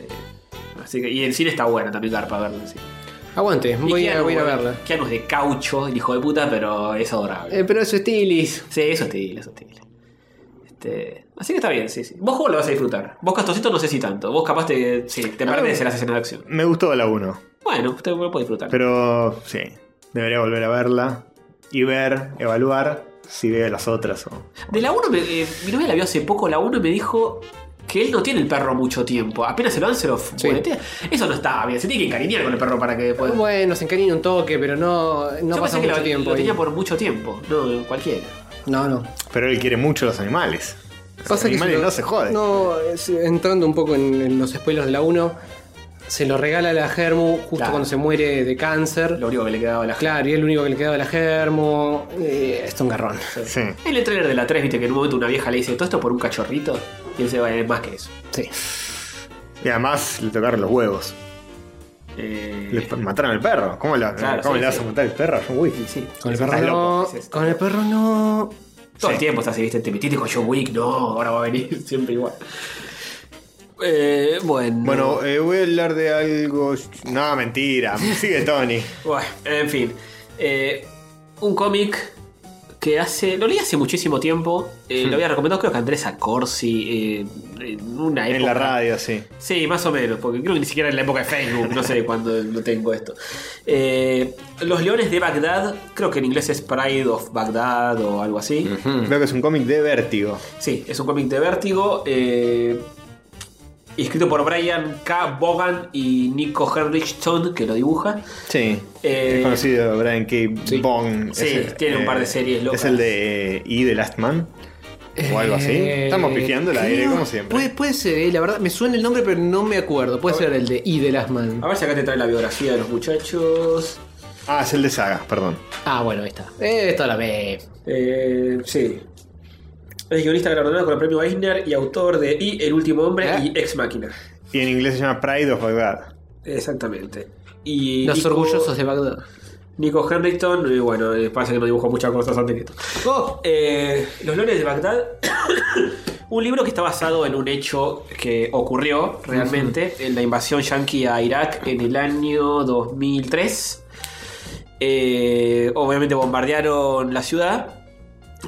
Eh, así que, y en cine está buena también, Garpa, verla. Sí. Aguante, Y eh? voy, a, Keanu, voy a bueno, verla. Keanu es de caucho, el hijo de puta, pero es adorable. Eh, pero eso es Tilis. Sí, eso es hostil, es hostil. Este, así que está bien, sí, sí. Vos juego lo vas a disfrutar. Vos, Castocito, no sé si tanto. Vos capaz te, sí, te perdés en las escenas de acción. Me gustó la 1, Bueno, usted lo puede disfrutar. pero sí, debería volver a verla y ver, evaluar si veo las otras o... De la 1, mi novia la vio hace poco, la 1 me dijo que él no tiene el perro mucho tiempo. Apenas se lo dan, se lo Sí. juguetea. Eso no está bien, se tiene que encariñar con el perro para que después... Bueno, se encariña un toque, pero no, no Yo pasa pensé que mucho lo, tiempo. lo ahí. tenía por mucho tiempo, no cualquiera. No, no. Pero él quiere mucho los animales. Los Pasa que animales se lo- no se joden. No, es- entrando un poco en, en los spoilers de la 1, se lo regala a la Germu justo Claro. cuando se muere de cáncer. Lo único que le quedaba a la Claro, y es el único que le quedaba a la Germu. Eh, está un garrón. Sí. En el trailer de la 3, viste que en un momento una vieja le dice todo esto por un cachorrito. Y él se va a más que eso. Sí. Y además le tocaron los huevos. Eh, Le mataron al perro. ¿Cómo, la- Claro, cómo sí, le vas sí. a matar al perro? John Wick? sí. Con el Estás perro no. loco, sí, sí. Con el perro no. Todo el tiempo estás así, viste, te metiste con John Wick, no, ahora va a venir siempre igual. Eh, bueno. Bueno, eh, voy a hablar de algo... No, mentira. Sigue Tony. Bueno, en fin. Eh, un cómic que hace. Lo leí hace muchísimo tiempo. eh, Hmm. Lo había recomendado, creo que Andrés Acorsi. eh, en una época. En la radio, sí. Sí, más o menos, porque creo que ni siquiera en la época de Facebook, no sé cuándo lo tengo esto. Eh, Los Leones de Bagdad, creo que en inglés es Pride of Bagdad o algo así. Creo que es un cómic de vértigo. Sí, es un cómic de vértigo. eh, escrito por Brian K. Bogan y Nico Henrichton, que lo dibuja. Sí. Eh, es conocido Brian K. Bong. Sí, Es el- eh, tiene un par de series Es locas. el de eh, E The Last Man. o algo así. Eh, Estamos pifiando el aire, creo- como siempre. Puede, puede ser, eh, la verdad, me suena el nombre, pero no me acuerdo. Puede ser el de I de las Man. A ver si acá te trae la biografía de los muchachos. Ah, es el de Saga, perdón. Ah, bueno, ahí está. Eh, esto la ve. Eh, sí. Es guionista galardonado con el premio Eisner y autor de Y El último hombre ¿Eh? y Ex Máquina. Y en inglés se llama Pride of Baghdad. Exactamente. Y Los Nico- orgullosos de Bagdad. Nico Henrington, y bueno, eh, parece que no dibujó muchas cosas antes que esto. Oh, Eh, Los Lones de Bagdad, un libro que está basado en un hecho que ocurrió realmente en la invasión yanqui a Irak en el año 2003. Eh, obviamente bombardearon la ciudad.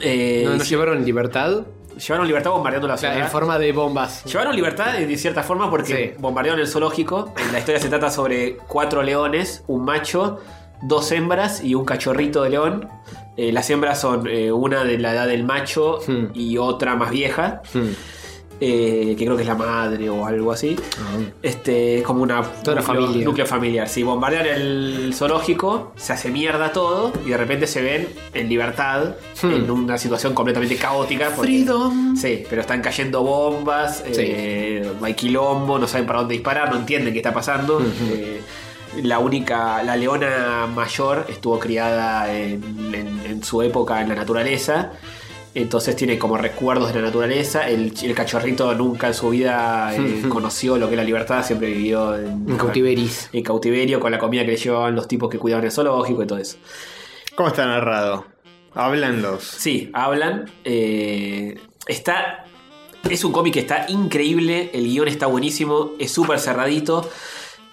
Eh, ¿No nos sí, llevaron libertad? llevaron libertad bombardeando la ciudad. Claro, en forma de bombas. Llevaron libertad eh, de cierta forma porque Sí. bombardearon el zoológico. Eh, La historia se trata sobre cuatro leones, un macho, dos hembras y un cachorrito de león. Eh, las hembras son eh, una de la edad del macho Hmm. y otra más vieja, Hmm. eh, que creo que es la madre o algo así. Este, es como una Toda la núcleo, familia. núcleo familiar. Si bombardean el zoológico, se hace mierda todo y de repente se ven en libertad, Hmm. en una situación completamente caótica. porque- Freedom. Sí, pero están cayendo bombas, eh, hay quilombo, no saben para dónde disparar, no entienden qué está pasando. Hmm. Eh, la única, la leona mayor estuvo criada en, en- en su época en la naturaleza. Entonces tiene como recuerdos de la naturaleza. El, ch- el cachorrito nunca en su vida eh, conoció lo que es la libertad, siempre vivió en, En cautiveris. en cautiverio con la comida que le llevaban los tipos que cuidaban el zoológico y todo eso. ¿Cómo está narrado? Hablan los. Sí, hablan. eh, está. Es un cómic que está increíble. El guión está buenísimo. Es súper cerradito.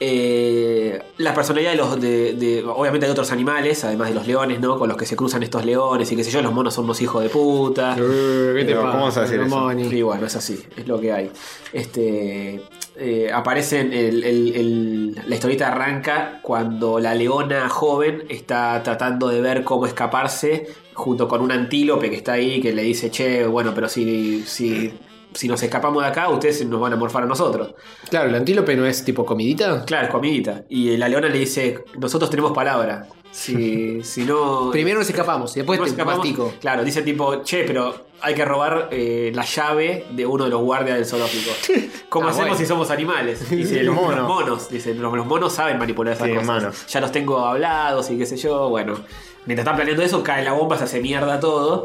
eh, la personalidad de los. De, de- obviamente de otros animales, además de los leones, ¿no? Con los que se cruzan estos leones y qué sé yo. Los monos son unos hijos de puta. Eh, ¿Qué te Ah. Pero, pasa? ¿cómo vas a decir eso? Ramoni? Y bueno, es así, es lo que hay. Este. eh, aparecen. el- el- el- la historieta arranca cuando la leona joven está tratando de ver cómo escaparse junto con un antílope que está ahí que le dice, che, bueno, pero si. si si nos escapamos de acá, ustedes nos van a morfar a nosotros. Claro, el antílope no es tipo comidita. Claro, es comidita. Y la leona le dice, nosotros tenemos palabra. Si, si no... Primero nos escapamos y después Nos te escapamos. mastico. Claro, dice tipo, che, pero hay que robar eh, la llave de uno de los guardias del zoológico. ¿Cómo Ah, hacemos bueno. si somos animales? Dice, El los, mono. los monos, dice, los, los monos saben manipular esas Sí, cosas. manos. Ya los tengo hablados y qué sé yo. Bueno, mientras están planeando eso, cae la bomba, se hace mierda todo.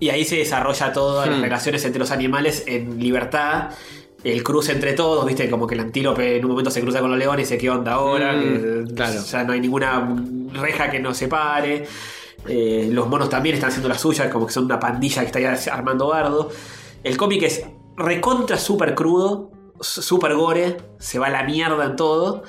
Y ahí se desarrolla todas las Hmm. relaciones entre los animales en libertad. El cruce entre todos, viste, como que el antílope en un momento se cruza con los leones y dice, ¿qué onda ahora? Mm, Que, claro. O sea, no hay ninguna reja que nos separe. Eh, los monos también están haciendo las suyas, como que son una pandilla que está ahí armando bardo. El cómic es recontra súper crudo, s- súper gore, se va a la mierda en todo.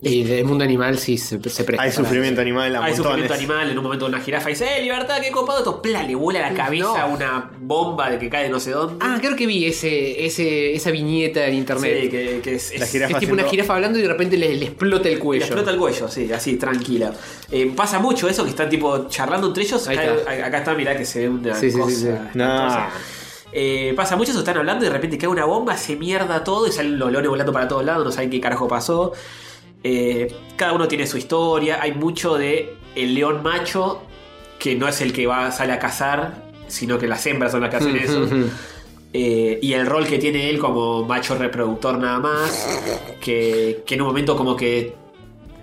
Y del mundo animal sí se, se presta. Hay para- sufrimiento animal a Hay sufrimiento montones. animal, en un momento una jirafa dice, ¡eh, libertad, qué copado! Esto, pla, le vuela la cabeza No. una bomba de que cae de no sé dónde. Ah, creo que vi ese, ese, esa viñeta en internet. Sí, que, que es, La es- jirafa es tipo una haciendo- jirafa hablando y de repente le, le explota el Le cuello. explota el cuello, sí, así, tranquila. Eh, pasa mucho eso que están tipo charlando entre ellos. Ahí Acá- está. Acá está, mirá que se ve una Sí, sí, sí, cosa. sí. No. Eh, pasa mucho eso, están hablando y de repente cae una bomba, se mierda todo y salen los leones volando para todos lados, no saben qué carajo pasó. Eh, cada uno tiene su historia, hay mucho de el león macho que no es el que va sale a cazar, sino que las hembras son las que hacen eso. Eh, y el rol que tiene él como macho reproductor nada más, que, que en un momento como que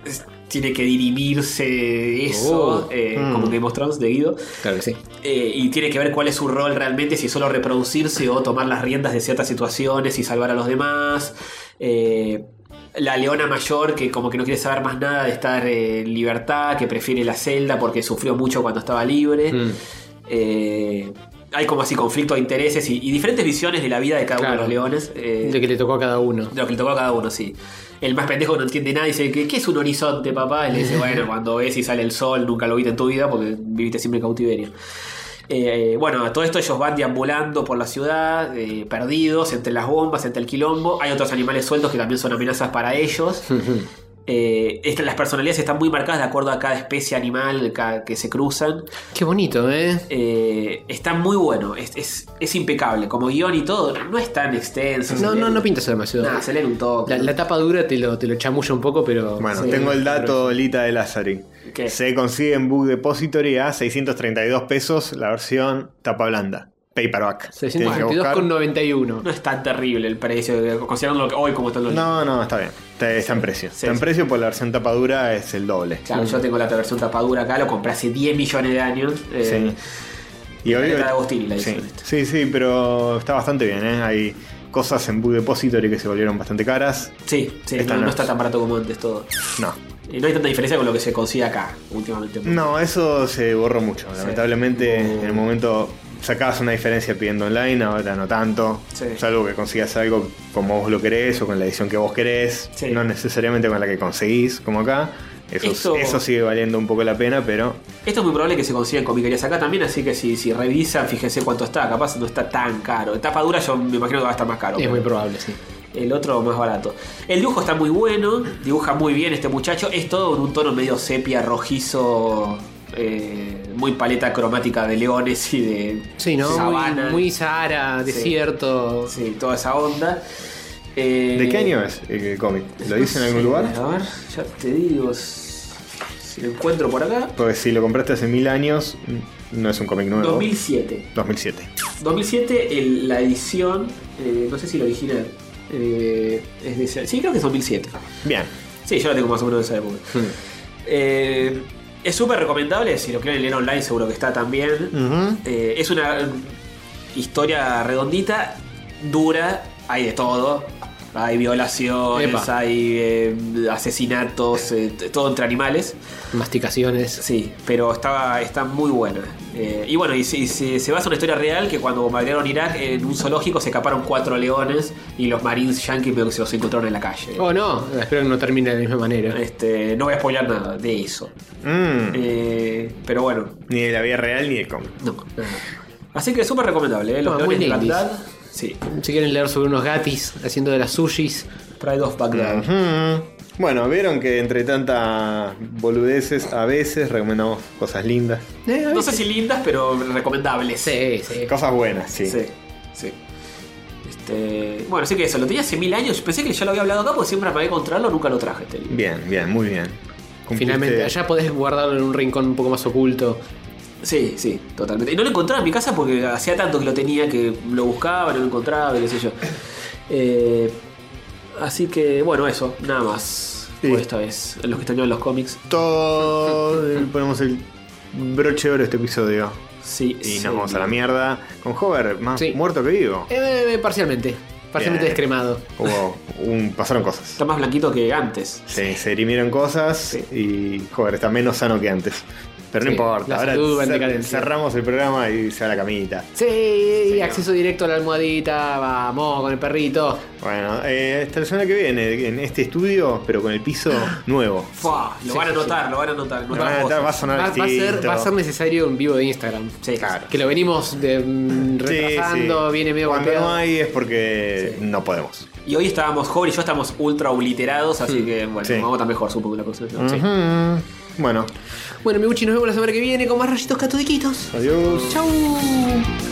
es- tiene que dirimirse de eso, Oh. eh, Mm. como Game of Thrones de Guido. Claro que sí. Eh, y tiene que ver cuál es su rol realmente, si solo reproducirse o tomar las riendas de ciertas situaciones y salvar a los demás. Eh, la leona mayor que como que no quiere saber más nada de estar eh, en libertad, que prefiere la celda porque sufrió mucho cuando estaba libre. Mm. Eh, hay como así conflicto de intereses y, y diferentes visiones de la vida de cada uno de Claro. los leones. eh, Lo que le tocó a cada uno. de lo que le tocó a cada uno, sí. El más pendejo no entiende nada y dice, ¿qué, qué es un horizonte, papá? Y le dice, bueno, cuando ves y sale el sol, nunca lo viste en tu vida porque viviste siempre en cautiverio. Eh, bueno, a todo esto ellos van deambulando por la ciudad, eh, perdidos entre las bombas, entre el quilombo. Hay otros animales sueltos que también son amenazas para ellos. Eh, estas- las personalidades están muy marcadas de acuerdo a cada especie animal ca- que se cruzan. Qué bonito, ¿eh? Eh, está muy bueno, es, es- es impecable. Como guión y todo, no es tan extenso. No, se no, lee- no pintas demasiado. Nah, se lee en un toque. La, la tapa dura te lo, te lo chamulla un poco, pero. Bueno, Sí, tengo el dato, Lita de Lazari. ¿Qué? Se consigue en Book Depository a 632 pesos la versión tapa blanda. paperback. Tienes que buscar- 622,91. No es tan terrible el precio, considerando lo que hoy como están los libros. No, no, está bien. Está, está en precio. Sí, está en sí. precio, por la versión tapadura es el doble. Claro, yo tengo la versión tapadura acá, lo compré hace 10 millones de años. eh, Y la hoy- letra de Agostini la hizo sí. en esto. sí, sí, pero está bastante bien, ¿eh? Hay cosas en Book Depository que se volvieron bastante caras. Sí, sí, Está no, no no. está tan barato como antes todo. No. Y no hay tanta diferencia con lo que se consigue acá últimamente. No, eso se borró mucho. Lamentablemente, Uh. en el momento sacabas una diferencia pidiendo online, ahora no tanto. Sí. Salvo que consigas algo como vos lo querés o con la edición que vos querés. Sí. No necesariamente con la que conseguís, como acá. Eso, Esto- eso sigue valiendo un poco la pena, pero Esto es muy probable que se consiga en comiquerías acá también, así que si, si revisan, fíjense cuánto está. Capaz no está tan caro. En Tapa dura yo me imagino que va a estar más caro. Es muy probable, sí. El otro más barato. El dibujo está muy bueno, dibuja muy bien este muchacho. Es todo en un tono medio sepia, rojizo, eh, muy paleta cromática de leones y de Sí, ¿no? Muy- sabana. Muy, Sahara, Sí. desierto. Sí, toda esa onda. Eh, ¿De qué año es el cómic? ¿Lo dice en algún Sí, lugar? A ver, ya te digo. Si lo encuentro por acá. Porque si lo compraste hace mil años, no es un cómic nuevo. 2007. 2007. 2007 el- la edición, eh, no sé si la original, eh, es de ese- sí creo que es 2007. Bien. Sí, yo la tengo más o menos de esa época. Eh, es súper recomendable, si lo quieren leer online seguro que está también. Eh, es una historia redondita, dura, hay de todo. Hay violaciones, Epa. hay eh, asesinatos, eh, t- todo entre animales. Masticaciones. Sí, pero está, está muy buena. Eh, y bueno, y se, y se- se basa en una historia real que cuando bombardearon Irak en un zoológico se escaparon cuatro leones y los marines yankees medio que se los encontraron en la calle. Oh, no. Espero que no termine de la misma manera. Este, no voy a spoiler nada de eso. Mm. Eh, pero bueno, Ni de la vida real ni del cómic. no. nada. Así que súper recomendable, ¿eh? Los Ah, leones de muy indies. Bagdad. Sí, Si quieren leer sobre unos gatis haciendo de las sushis. Pride of Bagdad. Ujú. Bueno, vieron que entre tantas boludeces a veces recomendamos cosas lindas. Eh, a No veces- sé si lindas, pero recomendables. Sí, sí. Cosas buenas, sí. Sí, sí. Este, bueno, así que eso, lo tenía hace mil años. Pensé que ya lo había hablado acá porque siempre me había encontrarlo, nunca lo traje este libro. Bien, bien, muy bien. Cumpliste- Finalmente, allá podés guardarlo en un rincón un poco más oculto. Sí, sí, totalmente. Y no lo encontraba en mi casa porque hacía tanto que lo tenía que lo buscaba, no lo encontraba, y qué sé yo. Eh, así que, bueno, eso, nada más por Sí. esta vez. Los que extrañaban los cómics. Todo. Ponemos el broche de oro a este episodio. Sí, Y sí. nos vamos a la mierda. Con Hover, más Sí. muerto que vivo. Eh, parcialmente. Parcialmente Bien. descremado. Hubo un- pasaron cosas. Está más blanquito que antes. Se, se dirimieron cosas y, joder, está menos sano que antes. Pero no Sí, importa, la ahora salud va en cer- decadencia. cerramos el programa y se va a la camita. Sí, y acceso directo a la almohadita. Vamos, con el perrito. Bueno, eh, hasta la semana que viene en este estudio, pero con el piso nuevo. Fua, lo Sí, van a sí. notar, lo van a notar. Lo notar van a notar, va a cosas. sonar Va, va a ser, distinto. va a ser necesario un vivo de Instagram. Sí, Claro. Que lo venimos de, Sí, mm, retrasando, sí. viene medio Cuando golpeado. no hay es porque no podemos. Y hoy estábamos, Joven y yo estamos ultra obliterados, así que bueno, Mm. Sí. Mm. vamos a estar mejor, supongo, la próxima. vez. Ujú. Bueno, Bueno, mi Uchi, nos vemos la semana que viene con más rayitos catodiquitos. adiós. Chau.